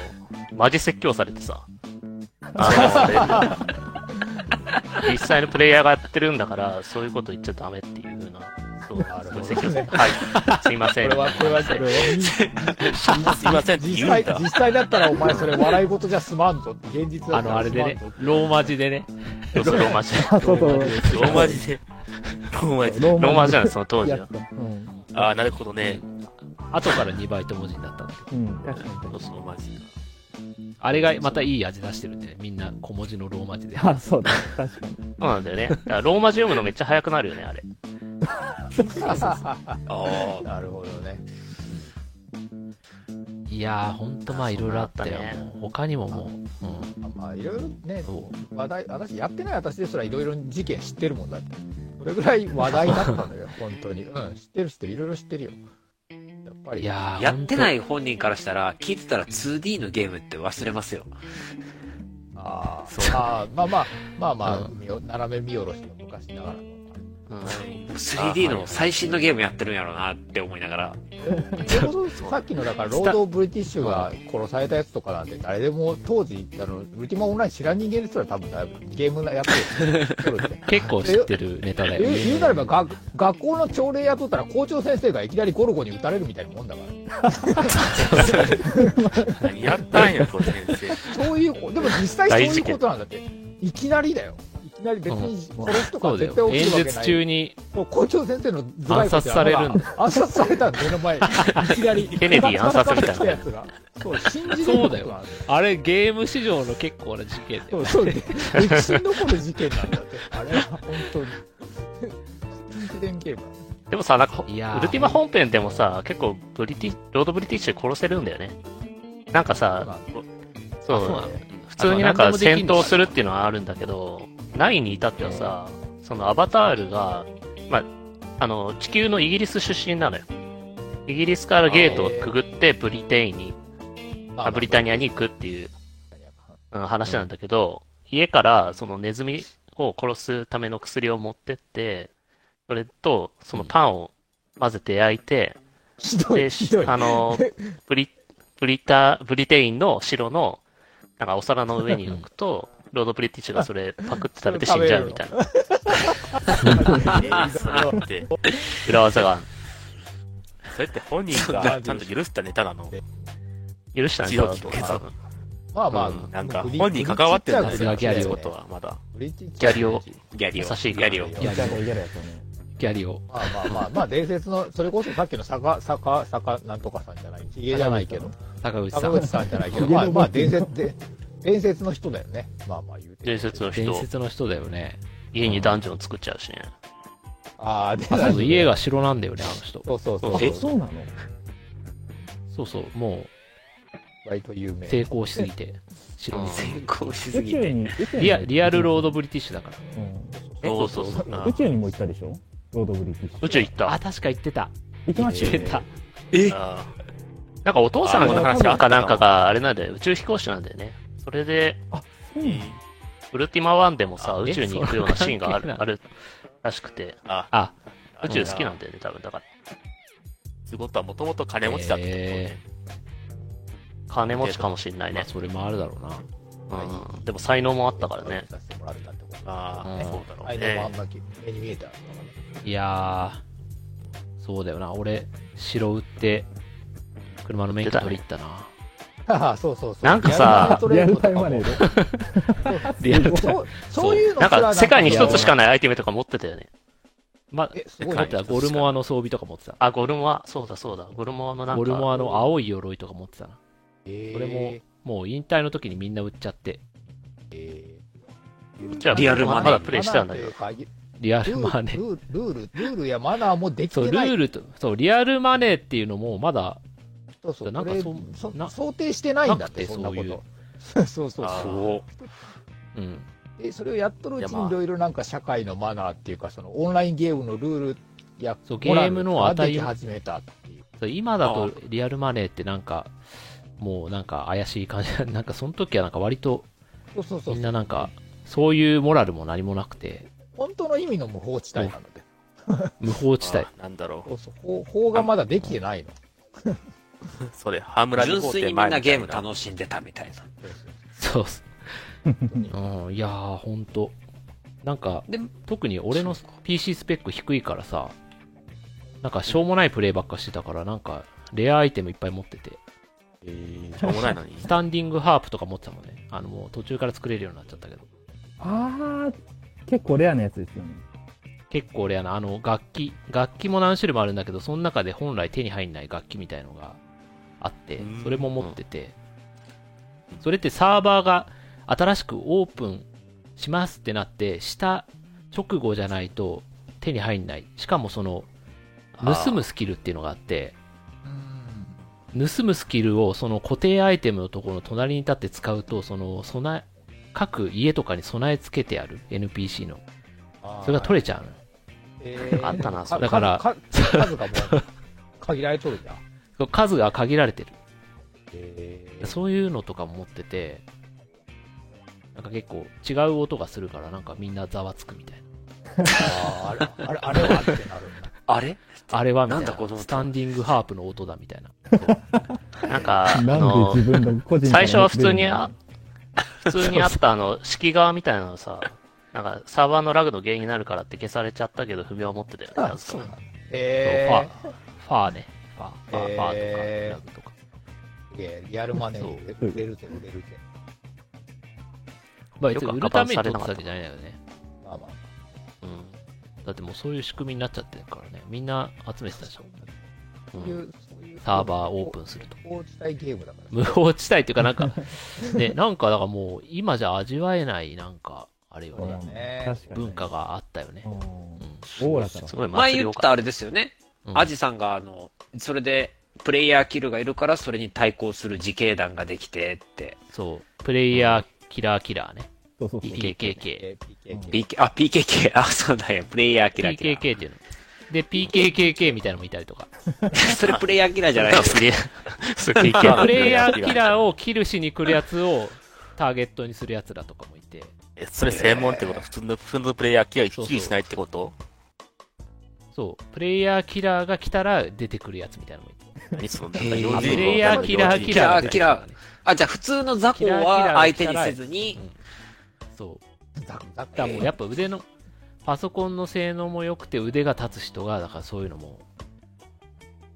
B: マジ説教されてさ。あの 実際のプレイヤーがやってるんだから、そういうこと言っちゃダメっていうふうな。そう、
C: なる
B: そ
C: ほ
B: うい
C: ど
B: う説教されてはい、すいま
C: こ
B: せ
C: れ
B: ん。
C: は、これは、これは、
E: すいませんって言
C: 実
E: うん
C: 際、
E: だ。
C: 実際だったらお前それ笑い事じゃ済まんぞって、現実だ
D: あ
C: った
D: の、あ
C: ら
D: れ
C: 済
D: で
C: まん
D: ね
C: ぞって。、
D: ローマ字でね。
B: そうそうローマ字。
A: あそうそう
E: ローマ字で。ローマ字で。
A: ロ
B: ローマ字なん
A: ん
B: です、その当時
A: やっ
B: は。
A: たうん
E: ああ、なるほどね。
D: 後から2倍と文字になったんだけど。
A: うん確かに
E: ローマ字。
D: あれがまたいい味出してるんで、みんな小文字のローマ字で。
A: あそうだ確かに
B: そうなんだよね。だからローマ字読むのめっちゃ早くなるよね、あれ。
E: ああ。
C: なるほどね。
D: いやー、ほんとまあいろいろあったよ
B: そんなあったね。
D: もう他にももう、うん。
C: まあ、いろいろね、
D: そ
C: 話題、私、やってない私ですらいろいろ事件知ってるもんだって。それぐらい話題だったんだよ、本当に。うん、知ってる人いろいろ知ってるよ。やっぱ
D: う。
C: り。
D: いやー、。
F: やってないい本人からしたら、聞いてたら 2D のゲームって忘れますよ。
C: あーあー、まあまあ、まあまあ、
D: う
C: 見よ斜め見下ろしの昔ながらの。
B: うん。
F: 3D の最新のゲームやってるんやろうなって思いながら。
C: それこそさっきのだからロード・オブ・ブリティッシュが殺されたやつとかなんて誰でも当時あのウルティマオンライン知らん人間ですら多分だいぶゲームやってるそうですね
D: 結構知ってるネタだよ。
C: 言う言うなればが学校の朝礼雇ったら校長先生がいきなりゴルゴに打たれるみたいなもんだから
E: 何やったんや、この先生。
C: そういうこでも実際そういうことなんだっていきなりだよいきなり別に殺すと
D: そ
C: か
D: うだよ
C: 絶対。起
D: 演
C: きるわけ
D: 説
C: ない
D: 中に、
C: もう校長先生の頭蓋骨
D: 暗殺されるん
C: が暗殺されたん目の前にいきなり
B: ケネディ暗殺みたいな
C: やつがそう信じれることなんだ
D: あれゲーム史上の結構な事件だ
C: そ
D: よ
C: う。そうで歴史に残る事件なんだってあれは本当にインシデンゲーム
B: でもさ、なんかほ、ウ
D: いやー
B: ルティマ本編でもさ、結構ブリティ、ロードブリティッシュ殺せるんだよね。なんかさ、そ
D: そうな
B: う
D: の、
B: 普通になんか戦闘するっていうのはあるんだけど、9に至ってはさ、そのアバタールが、まあ、あの、地球のイギリス出身なのよ。イギリスからゲートをくぐってブリテインに、あブリタニアに行くっていう、うん話なんだけど、家からそのネズミを殺すための薬を持ってって、それと、そのパンを混ぜて焼いて、
C: ひど
B: で
C: い、ひどい。
B: あの、ブリ、ブリタ、ブリテインの白の、なんかお皿の上に置くと、ロードブリティッシュがそれパクって食べて死んじゃうみたいな
E: そうって、
B: 裏技がある
E: それって本人
C: そん
E: が
C: な
E: ちゃんと許したネタなの
B: 許したんじゃないかな多分
C: まあまあ、
E: なんか、
C: グリ
E: 本人関わってるん
D: グ
E: だ
D: リッチ
E: よね、
D: っち
E: そういう
D: ゃ
E: う
D: グリッチっちゃう
E: ことはまだ。
C: ブリッチ
B: ギャリオ
F: ギャリオ。
B: 優しい
F: ギャリオ。
A: いや、ギャル、ギャルですよね。
D: ギャリを。
C: まあまあまあ、まあ伝説の、それこそさっきの坂、坂、坂なんとかさんじゃない、ヒゲじゃないけど、
D: 坂口さ
C: 坂
D: ん
C: 口。さんじゃないけど、
A: ヒゲ
C: ま
A: の
C: あまあ伝説で、伝説の人だよね。まあまあ言うて。
B: 伝説の
D: 伝
B: 人、
D: 説の人だよね。
B: 家にダンジョン作っちゃうしね。
C: ああ、で
D: あ、そうそう、家
C: が。
D: が城なんだよね、あの人。
C: そうそうそう。
A: あ、そうなの
D: そうそう、も
C: 割と有
D: う
C: 名。
D: 成功しすぎて、城に。
F: 成功しす
A: 宇
F: ぎ
A: 宙
F: て。
A: に、宇宙に
D: リアリアルロードブリティッシュだから。
A: うん
B: そうそうそう。
E: あ
A: 宇宙にも行ったでしょロードブリティッシュ。
B: 宇宙行った
D: あ、。確か言ってた。
A: 行きまし
D: 言
A: たよ
D: っ
A: ね
D: てた。
E: あ
B: なんかお父さん
E: あこの話あ
B: な
E: っ
B: んか
E: たな
B: なんかがあれなんだよ。宇宙飛行士なんだよね。それで、
A: うん
B: ウルティマワンでもさ、
D: あ
B: 宇宙に行くようなシーンがある、あるらしくて、
E: あ、
D: あ、
B: 宇宙好きなんだよね、多分。だから、
E: 仕事はもともと金持ちだったってことね。
B: 金持ちかもしんない
D: まあ
B: ね。
D: それもあるだろうな。
B: うん。でも才能もあったからね。
C: させてもらったってこと
E: ああ、
D: うん
E: そうだろう
C: あ
E: ね。
C: いのもあんまり目に見えたのか
D: いやー、そうだよな。俺、城売って、車の免許取り行ったな。
C: な。はは そうそうそう。
B: なんかさ
C: リ
A: リ
C: ア
A: ア
C: ルタ
A: ルタ
C: イ
A: イ
C: ムトレ
A: ムマネ
C: ード
A: ー
C: と
A: で。
C: かも。
D: リアルタイム
C: そうそういうの
B: なんか世界に一つしか
C: ない。
B: ないアイテムとか持ってたよね。
D: まあ、
C: え、すごい
D: 持
C: ね
D: っ。てた。ゴルモアの装備とか持ってた。
B: あ、ゴルモア、そうだそうだ。ゴルモアのなんか。
D: ゴルモアの青い鎧とか持ってたな。
C: え
D: それも、もう引退の時にみんな売っちゃって、
B: ちは
F: リアルマネー
B: まだプレイしてたんだけど。
C: ど。
D: リア
C: ル
D: ル
C: ー
D: マ
C: ル
D: ネー。
C: ールール、ルールやマナーもでき
D: そう、
C: て
D: ル
C: ない
D: ールと、そう、リアルマネーっていうのもまだ、
C: そうそう
D: なんか
C: れ
D: そう
C: そ
D: な
C: 想定してないんだっ
D: なくて
C: てそんなこ
D: そういう
C: とそう そうそう
E: あ
D: うん。
C: でそれをやっとるうち
E: いや
C: に
E: まあ
C: いろいろなんか社会のマナーっていうかそのオンラインゲームのルールや
D: そうゲームの
C: モラルが
D: 値
C: でき始めたっていう
D: そう今だとリアルマネーってなんか、もうなんか怪しい感じ。 なんかその時はなんか割と
C: そうそうそう
D: みんななんか、そういうモラルも何もなくて、
C: 本当の意味の無法地帯なので
D: 無法地帯。
E: あなんだろ
C: そうそう法法がまだできてないの
E: う。それ、ハムラ
F: 純粋にみんなゲーム
E: む。
F: 楽しんでたみたいな。
D: そうっす。
C: 本当に
D: うん、いやー、ほんと。なんか、
F: で
D: 特に俺の PC スペック低いからさ、なんかしょうもないプレイばっかしてたから、なんか、レアアイテムいっぱい持ってて、
E: しょうもないの に。
D: スタンディングハープとか持ってたもんね。あの、もう途中から作れるようになっちゃったけど。
A: あー、結構レアなやつですよね。
D: 結構レアな、あの、楽器、楽器も何種類もあるんだけど、その中で本来手に入んない楽器みたいのがあって
E: うん、
D: それも持ってて、それってサーバーが新しくオープンしますってなって、した直後じゃないと手に入んない。しかもその、盗むスキルっていうのがあって、盗むスキルをその固定アイテムのところの隣に立って使うと、その、備え、各家とかに備え付けてある NPC の。それが取れちゃうの。
C: れ、えー
B: あったなそ
D: れだから
C: か数数がもう限られとるじゃん
D: 数が限られてる。
C: えー
D: そういうのとかも持ってて、なんか結構違う音がするから、なんかみんなざわつくみたいな。
C: あーあれあれあれはってなるんだ
F: あれ
D: あれはみたいな。
F: なんだこの音
D: スタンディングハープの音だみたいな。
B: なんか、あ
A: なん
B: の
A: で、自分の個人
B: 最初は普通にあ
A: あ、
B: 普通にあったあの、式側みたいなの さ、なんかサーバーのラグの原因になるからって消されちゃったけど不明を持ってたよね
C: あ
B: あそこ。
C: えー
D: そうファー、ファーね。ファー、ファー、ファ
C: えー
D: ーとか、ラグとか。
C: えーやるマネーで
A: そう
C: 売れるぜ、売れるぜ。
D: まあ
B: よ
D: 別
B: く
D: に売るために撮ってたわけじゃないんだよね。
C: まあまあ。
D: うん。だってもうそういう仕組みになっちゃってるからね。みんな集めてたでしょ。う
C: そうい
D: ん、
C: う、そういう。
D: サーバーオープンする と。
C: 放置体ゲームだから。
D: 無法地帯っていうかなんか、ね、なんかだからもう今じゃ味わえないなんか、あれよね。
C: ね
A: 確かに。
D: 文化があったよね
A: う。ん。
D: うん
A: オーラから
B: す。ごい
F: 前
B: 祭り
F: 言
B: を
F: っ。たあれですよね。
D: うん
F: アジさんが、あの、それで、プレイヤーキルがいるから、それに対抗する自警団ができてって。
D: そう、プレイヤーキラーキラーね。
A: そうそうそう。
D: PKKK。
C: えー PKK。
F: PK、あ、PKK、あ、そうだよ。プレイヤーキラーキラ
D: PKK っていうの。で、PKKK みたいなのもいたりとか。
F: それプレイヤーキラーじゃないですか。
B: すげえ
E: あ
D: プレイヤーキラーをキルしに来るやつをターゲットにするやつらとかもいて。
E: えそれ専門ってこと普通の、普通のプレイヤー、キラー、キルしないってこと
D: そう、プレイヤーキラーが来たら出てくるやつみたいなのもいて
E: 何そのなん
F: へ
E: か
F: ー
E: 用
D: あ
E: 心棒
D: プレイヤーキラーキラー
F: キラーキラ
D: ー。
F: あ、じゃあ普通の雑魚は相手にせずに、
D: そう。
C: だだった
D: だから
C: ら
D: も
C: もう
D: う
C: や
D: やっぱ腕の、パソコンの性能も良くて腕が立つ人が、だからそういうのも、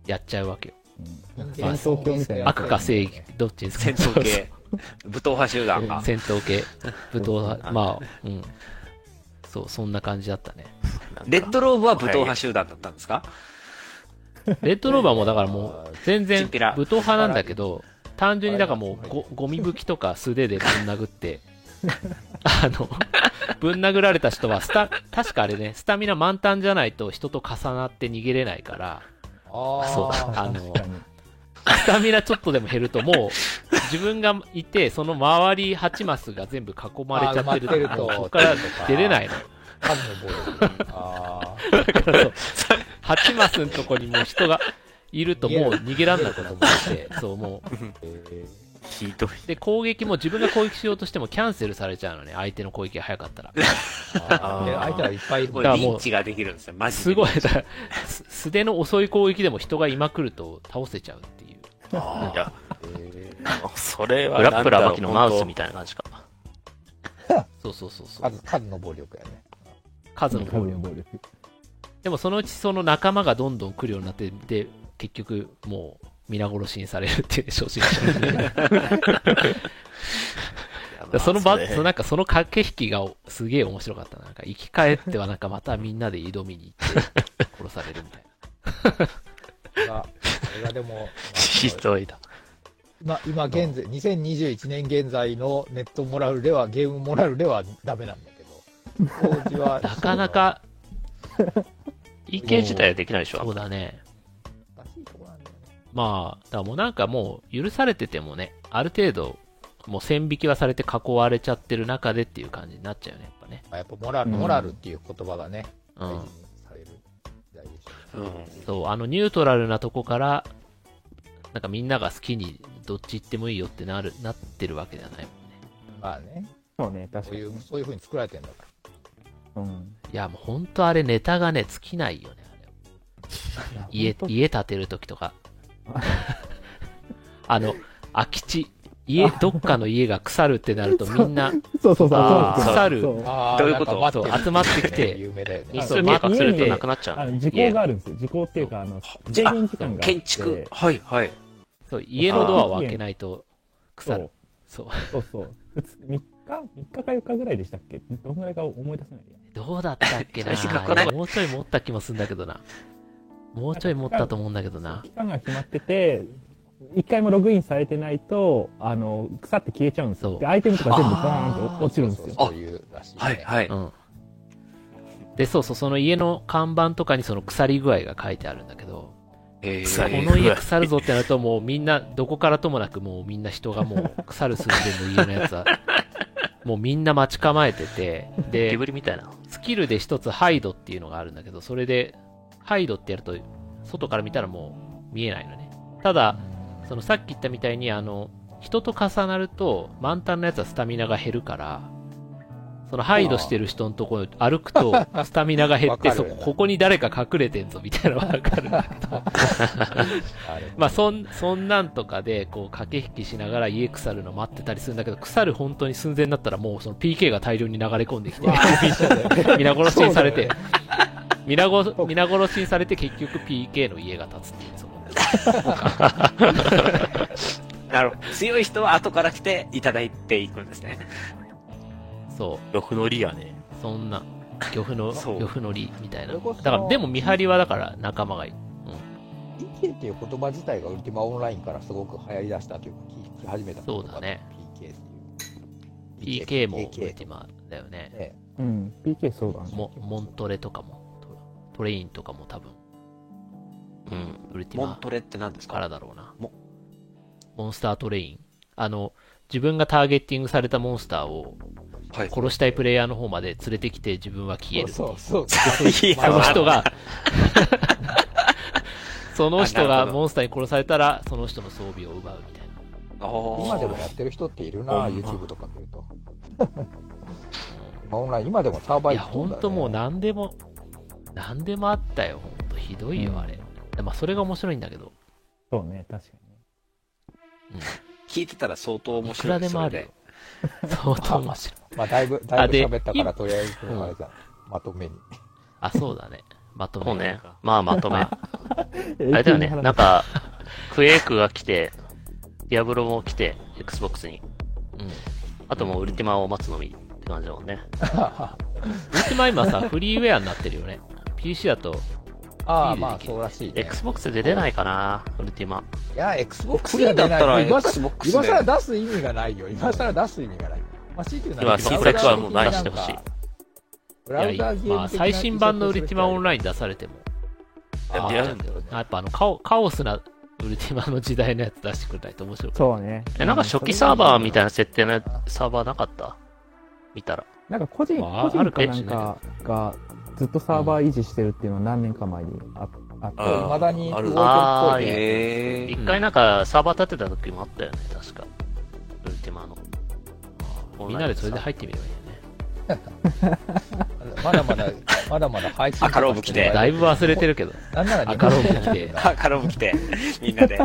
D: やっちゃうわけよ。
A: うん、戦争狂みたいな。
D: 悪か正義、どっちですか
F: 戦闘系、武闘派集団が。
D: 戦闘系、武闘派、
E: うん
D: まあ、うん。そう、そんな感じだったね。
E: なんか
F: レッドローブは武闘派集団だったんですか
D: レッドローバーもだからもう、全
F: チ
D: 然、
F: ン
D: 武
F: ピラ
D: 闘派なんだけど、単純にだからもうご、ゴミ吹きとか素手でぶん殴って、 あの、ぶん殴られた人はスタ、確かあれね、スタミナ満タンじゃないと人と重なって逃げれないから、
C: あ
D: そう
C: ー
D: あの
A: 確かに。
D: スタミナちょっとでも減ると、もう、自分がいて、その周り8マスが全部囲まれち
C: あー
D: ゃってる
C: 埋まってる
D: も
C: と
D: うそこから出れないの。
C: 神の暴力あ
D: だからそう、8マ スのとこにもう人がいるともう逃げらんなくなっちゃって、そうもう。
E: ひどい。
D: で、攻撃も自分が攻撃しようとしてもキャンセルされちゃうのね、相手の攻撃が早かったら。
C: ーあーで相手はいっぱいいる
F: こ
D: だ
F: れ
D: から
F: リ
D: もう
F: ンチができるんですよ、マジ で。
D: すごい、だから す素手の遅い攻撃でも人がいまくると倒せちゃうっていう。
E: いや、それは
B: グラップラー巻きのマウスみ
E: た
B: たいな感じか。
D: そうそうそうそう。
C: 数数の暴力やね
D: 数の
A: 多
D: 攻
A: 分
D: 撃。
A: 暴力。
D: でもそのうちその仲間がどんどん来るようになって、で、結局もう皆殺しにされるっていう初心者のね
E: い
D: その場、その
E: な
D: なんかその駆け引きがすげえ面白かったな。なんか生き返ってはなんかまたみんなで挑みに行って殺されるみ たいな。
C: がそれがでも
B: ひどいだ。
C: まあ今現在2021年現在のネットモラルではゲームモラルではダメなんだけど当時は
D: なかなか、
B: EK 自体はできないでし
D: そ
B: ょ
D: う。だね。
C: おかしいとこなんだよね
D: まあ、だからもうなんかもう許されててもね、ある程度、もう線引きはされて囲われちゃってる中でっていう感じになっちゃうよね、やっぱね。
C: まあやっぱモラル
A: うん
C: モラルっていう言葉がね
D: う
C: 大
D: ん
C: 事。にされる時代でしょうね
F: うん。
D: そう、あのニュートラルなとこから、なんかみんなが好きにどっち行ってもいいよってなる、なってるわけじゃないもんね。
C: まあね
A: そうね、確
C: そ
A: か
C: う
A: に。
C: いううそういうふうに作られてるんだから
A: ん。
D: いや、もうほんとあれネタがね、尽きないよね、あれ家、
A: 本
D: 家建てるときと か。あの、空き地、家、どっかの家が腐るってなるとみんな、
A: 当そうそうそう。
D: あー
A: そう
D: 腐る
A: そう
C: あー
F: どういうこと
C: なんか待ってる
D: そう集まってきて
C: 有名だよね
B: 日
A: あ
B: 数計
A: ま
B: 画するとなくなっちゃ
A: あ
B: う
A: の
B: の。
A: 時効があるんですよ。時効っていうか、あの、制限時間があって。
F: 建築。はい、はい。
D: そう家のドアを開けないと腐る。そう。
A: そうそう。普通3日 ?3 日か4日ぐらいでしたっけどんぐらいか思い出せないや。
D: どうだったっけ な
F: 短くない
D: もうちょい持った気もするんだけどな。もうちょい持ったと思うんだけどな。
A: 期間が決まってて、一回もログインされてないと、あの、腐って消えちゃうんです
D: そ
A: よ。
D: う
A: でアイテムとか全部バーン
F: あ
A: っ
F: ー
A: て落ちるんですよ。
C: そういうらしいね
F: はい、はい。
D: うん。で、そうそう、その家の看板とかにその腐り具合が書いてあるんだけど、
F: え
E: 腐
D: こ
E: る
D: の家腐るぞってなるともうみんな、どこからともなくもうみんな人がもう腐る寸前の家のやつは、 もうみんな待ち構えてて、
B: デ
D: で
B: ブ、リみたいな。
D: スキルで一つハイドっていうのがあるんだけど、それで、ハイドってやると、外から見たらもう見えないのね。ただ、そのさっき言ったみたいに、あの、人と重なると、満タンのやつはスタミナが減るから、そのハイドしてる人のところ歩くと、 スタミナが減って、
C: わか
D: そ
C: る
D: こ、ここに誰か隠れてんぞ、みたいなのがわかる。
C: あれ
D: まあ、そん、そんなんとかで、こう、駆け引きしながら家腐るの待ってたりするんだけど、腐る本当に寸前になったら、もうその PK が大量に流れ込んできて、 皆殺しにされて、皆殺皆殺しにされて結局 PK の家が建つっていう、その、
F: なるほど。強い人は後から来ていただいていくんですね。
D: そ
E: 毒のりや ね。
D: う、そんな、漁夫の、
F: そう
D: 漁夫の利みたいな。
C: それこ
D: だ
C: そ
D: から、でも見張りはだから仲間がいる。
C: PK っていう言葉自体がウルティマオンラインからすごく流行りだしたというか聞き始めた言葉
D: そうだね
C: PK っていう
D: PK もウル
C: PK
D: ティマだよね。
C: ね
A: うん。PK そうだね。
D: もモントレとかも、トレインとかも多分、
E: うん。
D: ウルティ
F: モ
D: マ
F: ン。トレって何です
D: か
F: から
D: だろうな
F: も。
D: モンスタートレイン。あの、自分がターゲッティングされたモンスターを
F: はい。
D: 殺したいプレイヤーの方まで連れてきて自分は消えるってい。
C: そううそう
F: いや
D: その人
F: あ
D: が、 その人
F: あなる
D: が
F: ほど
D: モンスターに殺されたら、その人の装備を奪うみたいな。
F: おー
C: 今でもやってる人っているな
E: ほんま
C: YouTube とか見ると まあオンライン今でもサーバー
D: いや、ほんともう何でも、何でもあったよ、ほんとひどいよ、あれ。まあ、それが面白いんだけど、
A: そうね、確かにね。
F: 聞いてたら相当面
D: いく
F: 白い
D: ら
F: で
D: ですもあるよ。相当面白い。
C: まあ、だいぶ、だいぶ
D: で
C: 喋ったから、
D: い
C: とりあえず、
D: うん
C: あれだ、まとめに。
D: あ、そうだね。まとめ
B: そうね。まあまとめ。あ
A: あ
B: れだよね。なんか、クエイクが来て、ディアブロも来て、Xbox に。
D: うん。
B: あともうウルティマを待つのみって感じだもんね。
D: うちも今さ、フリーウェアになってるよね。PC だと、
C: ああ、
D: いいね
C: まあ、そうらしいね。
B: Xbox で出ないかな、ウルティマ。
C: いや、Xbox
F: だったら
C: 今さ
F: Xbox で
C: 今さら出す意味がないよ。今さら出す意味がない。まあ、強いて言うなら
B: 今 Xbox はもう出してほしい。
C: ブラウ
D: い
C: ザ
D: や
C: ーゲーム的な
D: まあ、最新版のウルティマオン
C: イ
D: ライン出されても、
E: やってやるんだよ
D: やっぱあのカオカオスなウルティマの時代のやつ出してくれないと面白くない。
A: そうね。
B: え、なんか初期サーバーみたいな設定のやつサーバーなかった見たら。
A: なんか個人、
D: まあ
A: 個
D: あ
A: 人
D: るか
A: か
D: も
A: な
D: し
A: ん
D: れない
A: かがずっとサーバー維持してるっていうのは何年か前にああって、
E: あ
C: まだに動いてるっ
B: あ
C: ぽ
B: ー
C: いね。
F: え
B: 一回なんかサーバー立てた時もあったよね、確か。ウルティマの。
D: みんなでそれで入ってみればいいよ
C: まだまだ、まだまだ配信とかしてない。
F: 赤ローブ着て
D: ね。だいぶ忘れてるけど。
C: なんなら
D: 赤ローブ着て
F: ー、カラム来て、みんなで。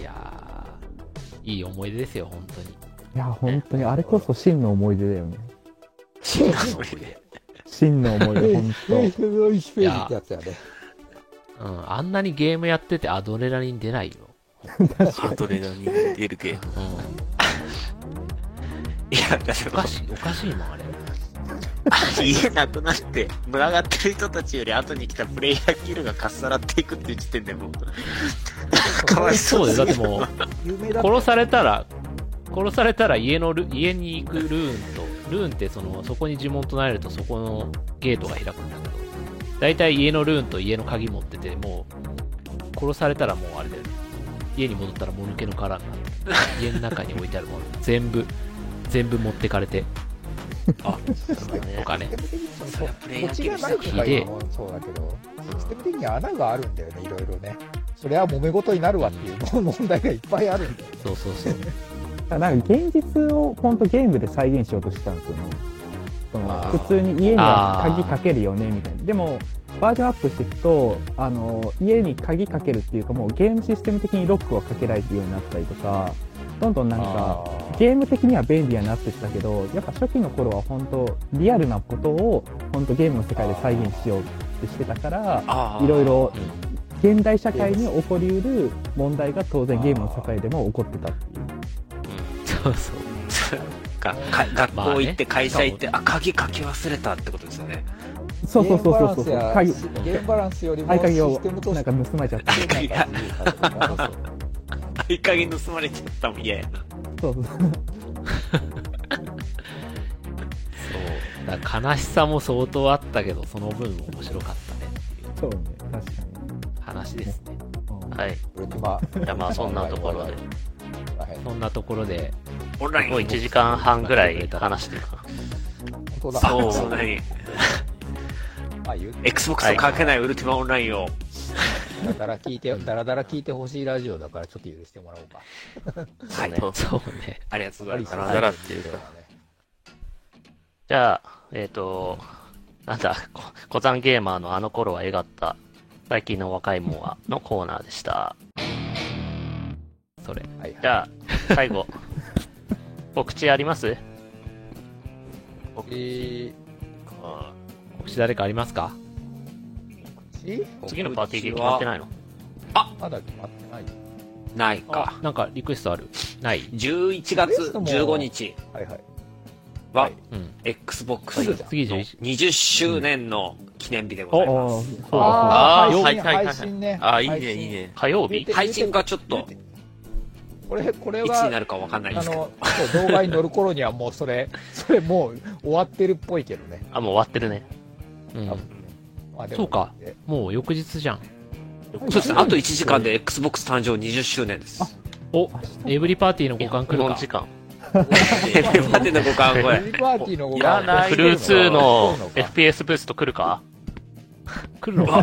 D: いやー、いい思い出ですよ、本当に。
A: いや、本当にあれこそ真の思い出だよね。
F: 死んだのにね
A: 真の思い出、本
C: フ ェイスの1ページってやつやね。
D: うん、あんなにゲームやっててアドレナリン出ないよ。
E: ハートレナに出る系。
D: うん、
F: いや、だって
D: おかしい、おかしいもん、あれ。
E: 家なくなって、群がってる人たちより後に来たプレイヤーキルがかっさらっていくっていう時点でもう、かわい
D: そうです、だってもう、
C: 有名だった
D: 殺されたら殺されたら家のル家に行くルーンとルーンってそのそこに呪文唱えるとそこのゲートが開くんだけど大体家のルーンと家の鍵持っててもう殺されたらもうあれだよね家に戻ったらもぬけの殻になってる家の中に置いてあるもの全部全部持ってかれてお金
C: そう土地がないとかいうのもそうだけど、システム的に穴があるんだよね、いろいろね。それは揉め事になるわっていう問題がいっぱいあるんだよね。
D: そうそうそう
A: 当。なんか現実を本当ゲームで再現しようとしてたんですよね。その
F: あー
A: 普通に家には
D: あー
A: 鍵かけるよね、みたいな。でも、バージョンアップしていくと、あの、家に鍵かけるっていうか、もうゲームシステム的にロックをかけられるようになったりとか、どんどんなんか、ゲーム的には便利になってきたけどやっぱ初期の頃は本当リアルなことを本当ゲームの世界で再現しようってしてたから
F: あー
A: いろいろ現代社会に起こりうる問題が当然ゲームの世界でも起こってたっていう
D: そうそう
F: がか学校行って
D: まあね
F: 会社行って、あ,、鍵かけ忘れたってことですよね
A: そうそうそうそうそう
C: ゲームバラン
A: 鍵
C: スやゲームバランスよりも
A: 合
C: シ
A: 鍵
C: ス
A: を
C: テムと
A: な
C: し
A: んか
C: て
A: 盗まれちゃって
C: なんか
F: 合鍵盗まれちゃったもん嫌やな
A: そうそう
D: そうだから悲しさも相当あったけどその分面白かったねっていう
A: そうね確かに、
D: 話ですね
A: うん
B: はい。
C: ウルティマ
B: じゃあまあ そんなところ
C: は
B: で。
C: い
D: そんなところで
F: オンライン
B: もう1時間半ぐらい話してるか
C: 本当だ
F: そうそんなに
C: まあ言うて
F: XBOX をかけないウルティマオンラインを、
C: だらだら聞いてだらだら聞いてほしいラジオだからちょっと許してもらおうか
F: はい
E: そう
D: そうね
F: ありがとうございます
E: だらだらっていうか
B: じゃあ、えっ、と、なんだ、こ古山ゲーマーのあの頃は描った、最近の若いもんは、のコーナーでした。
D: それ
C: はいはい
B: じゃあ、最 後。告知あります
C: え
D: 告知誰かありますか
C: ー
B: 次のパーティーゲーム決まってないの
C: まだ決まってない
F: ないか
D: なんかリクエストあるない
F: 11月15日
C: はいはい
F: は
D: うん。
F: XBOX
D: 次
F: の
D: 11
F: 20周年の記念日でござい
A: ああ
F: ます、
A: そうだそうだ
E: あー
C: 配信
E: はいはいはい
C: 配信ね
E: ああ、いい
C: 配
E: ね、
C: 信
E: いいね。
B: 火曜日
F: 配信がちょっと
C: これこれ
F: いつに
C: は
F: なるかわかんないで
C: あ
F: すけど
C: のそう動画に乗る頃にはもうそれそれもう終わってるっぽいけどね
B: あ、もう終わってるね。
D: うん
C: 多。分ねまあでも
D: そうか
C: え
D: もう翌日じゃん。
F: そうですねあと1時間で XBOX 誕生20周年です
D: お、エブリパーティーの互換来る
B: 4
D: か
B: 時。間。
F: ペペ パテの五感
C: テ
F: 声
C: ィーパーティーの方
E: いらない
B: フルーツーの
C: そうなのか
B: FPS ブースト来るか
D: 来るのか。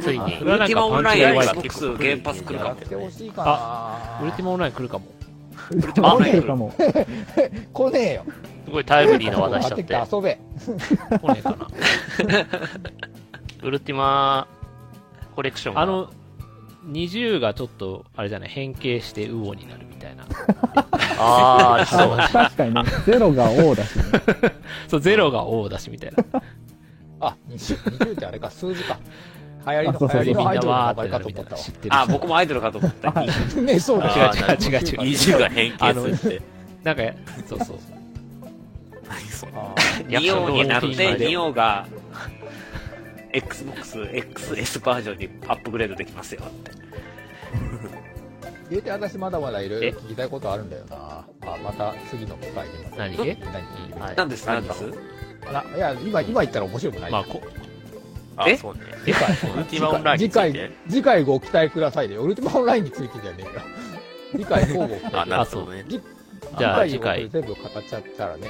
B: ついに
D: そ
F: ウ
D: れは
F: ル
D: なん
F: ティ
D: か
F: マオンライン
D: パンチが弱い
F: XBOX 原発来る
C: や
F: か
C: ってほしいか
D: ウルティ
C: な
D: マオンライン来るかも。
A: 持ってるかも。
C: 来ねえよ。
B: すごいタイムリーな話題しちゃ
C: 買
B: って
C: き。て遊べ。
D: 来ねえかな。
B: ウルティマコレクションが
D: あの、20がちょっと、あれじゃない、変形してウオになるみたいな。
B: あー、そう。
A: あ確かにね、ゼロが O だしね。
D: そう、ゼロが O だしみたいな。
C: あ、20、20ってあれか、数字か。流行り
A: あそ
C: の、流
A: うそうそう
C: 行り
D: みん
C: のア
D: な
C: イドルの名
D: わーって
C: 前
D: な
C: か
D: る
C: と
D: みた
C: 思った
D: いな。
C: わ
D: 知ってる。
F: あ、僕もアイドルかと思った。
A: はい
C: ねえ、そうだ。
E: あ
D: 違う違う違う違う。
E: 20が変形するって。
D: なんか、そうそう。
E: 何それ
C: あ
F: ニオになっ
B: リアクション
F: て、ニオが、Xbox XS バージョンにアップグレードできますよって。
C: ー言うて私まだまだいろいろ聞きたいことあるんだよな。あ、また次の機会にまた。何
D: 何うんはい
F: 何です何です
C: あらいや、今、今言ったら面白くない。
D: まあ、こ
E: あ
F: え
E: そうね。
C: 次回、
E: ウルティマオンライン
C: 次
E: につい
C: 回
E: て。、
C: 次回ご期待くださいね。ウルティマオンラインについてじゃねえよ。次回、交互期
E: あ、
C: 待
E: なるほどね。
D: じゃあ
C: 次
D: 次
C: 回
D: 回
C: 全部語っちゃったらね、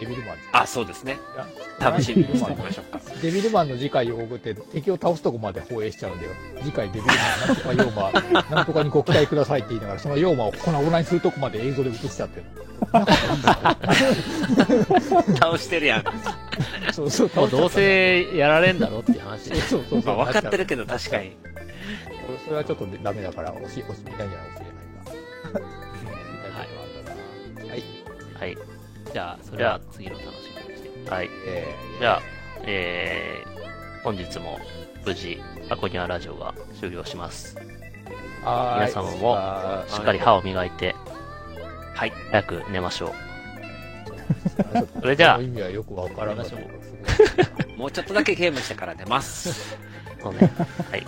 C: デビルマン。
F: あ、そうですね。楽しみにしておきましょうか。
C: デビルマンの次回を送って敵を倒すとこまで放映しちゃうんだよ。次回デビルマンなんとか妖魔、なんとかにご期待くださいって言いながら、その妖魔をこのオンラインするとこまで映像で映しちゃってる。
F: 倒してるやん。
C: そうそう、
D: う、もうどうせやられんだろっていう話
C: そうそうそう
F: まあ、分かってる
C: け
F: けど確かに。
C: ど。それはちょっとダメだから、おし、おしみたいじゃないかもしれないな。はい。
B: はい。
D: じゃあ、それは次の楽しみにして。
B: はい。
C: えー、
B: じゃあ、えー、本日も無事、アコニアラジオが終了します。
C: はーい
B: 皆様も
C: あー
B: しっかり歯を磨いて、
F: はい。
B: 早く寝ましょう。
C: ちょっと
B: それじゃあ
C: その意味はよくわからない。
F: もうちょっとだけゲームしてから寝ます。
B: そうね。はい。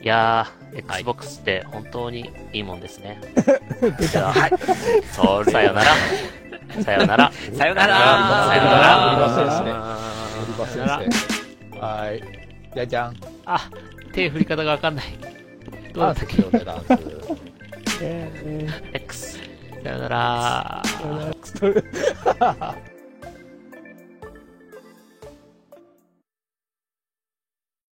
B: いやー、Xbox って本当にいいもんですね。じゃあ
E: それ
B: さよなら。さよなら。
F: さ
C: さよ
B: さよなら。
F: よなら
C: ならオリバ先生。はーい。じゃじゃん。
D: あ、手振り方がわかんない。どう
C: ダン
D: だっ
C: ス
D: たっけ
C: よね、ダンス。
A: えーえー
B: X。さよなら。
A: それ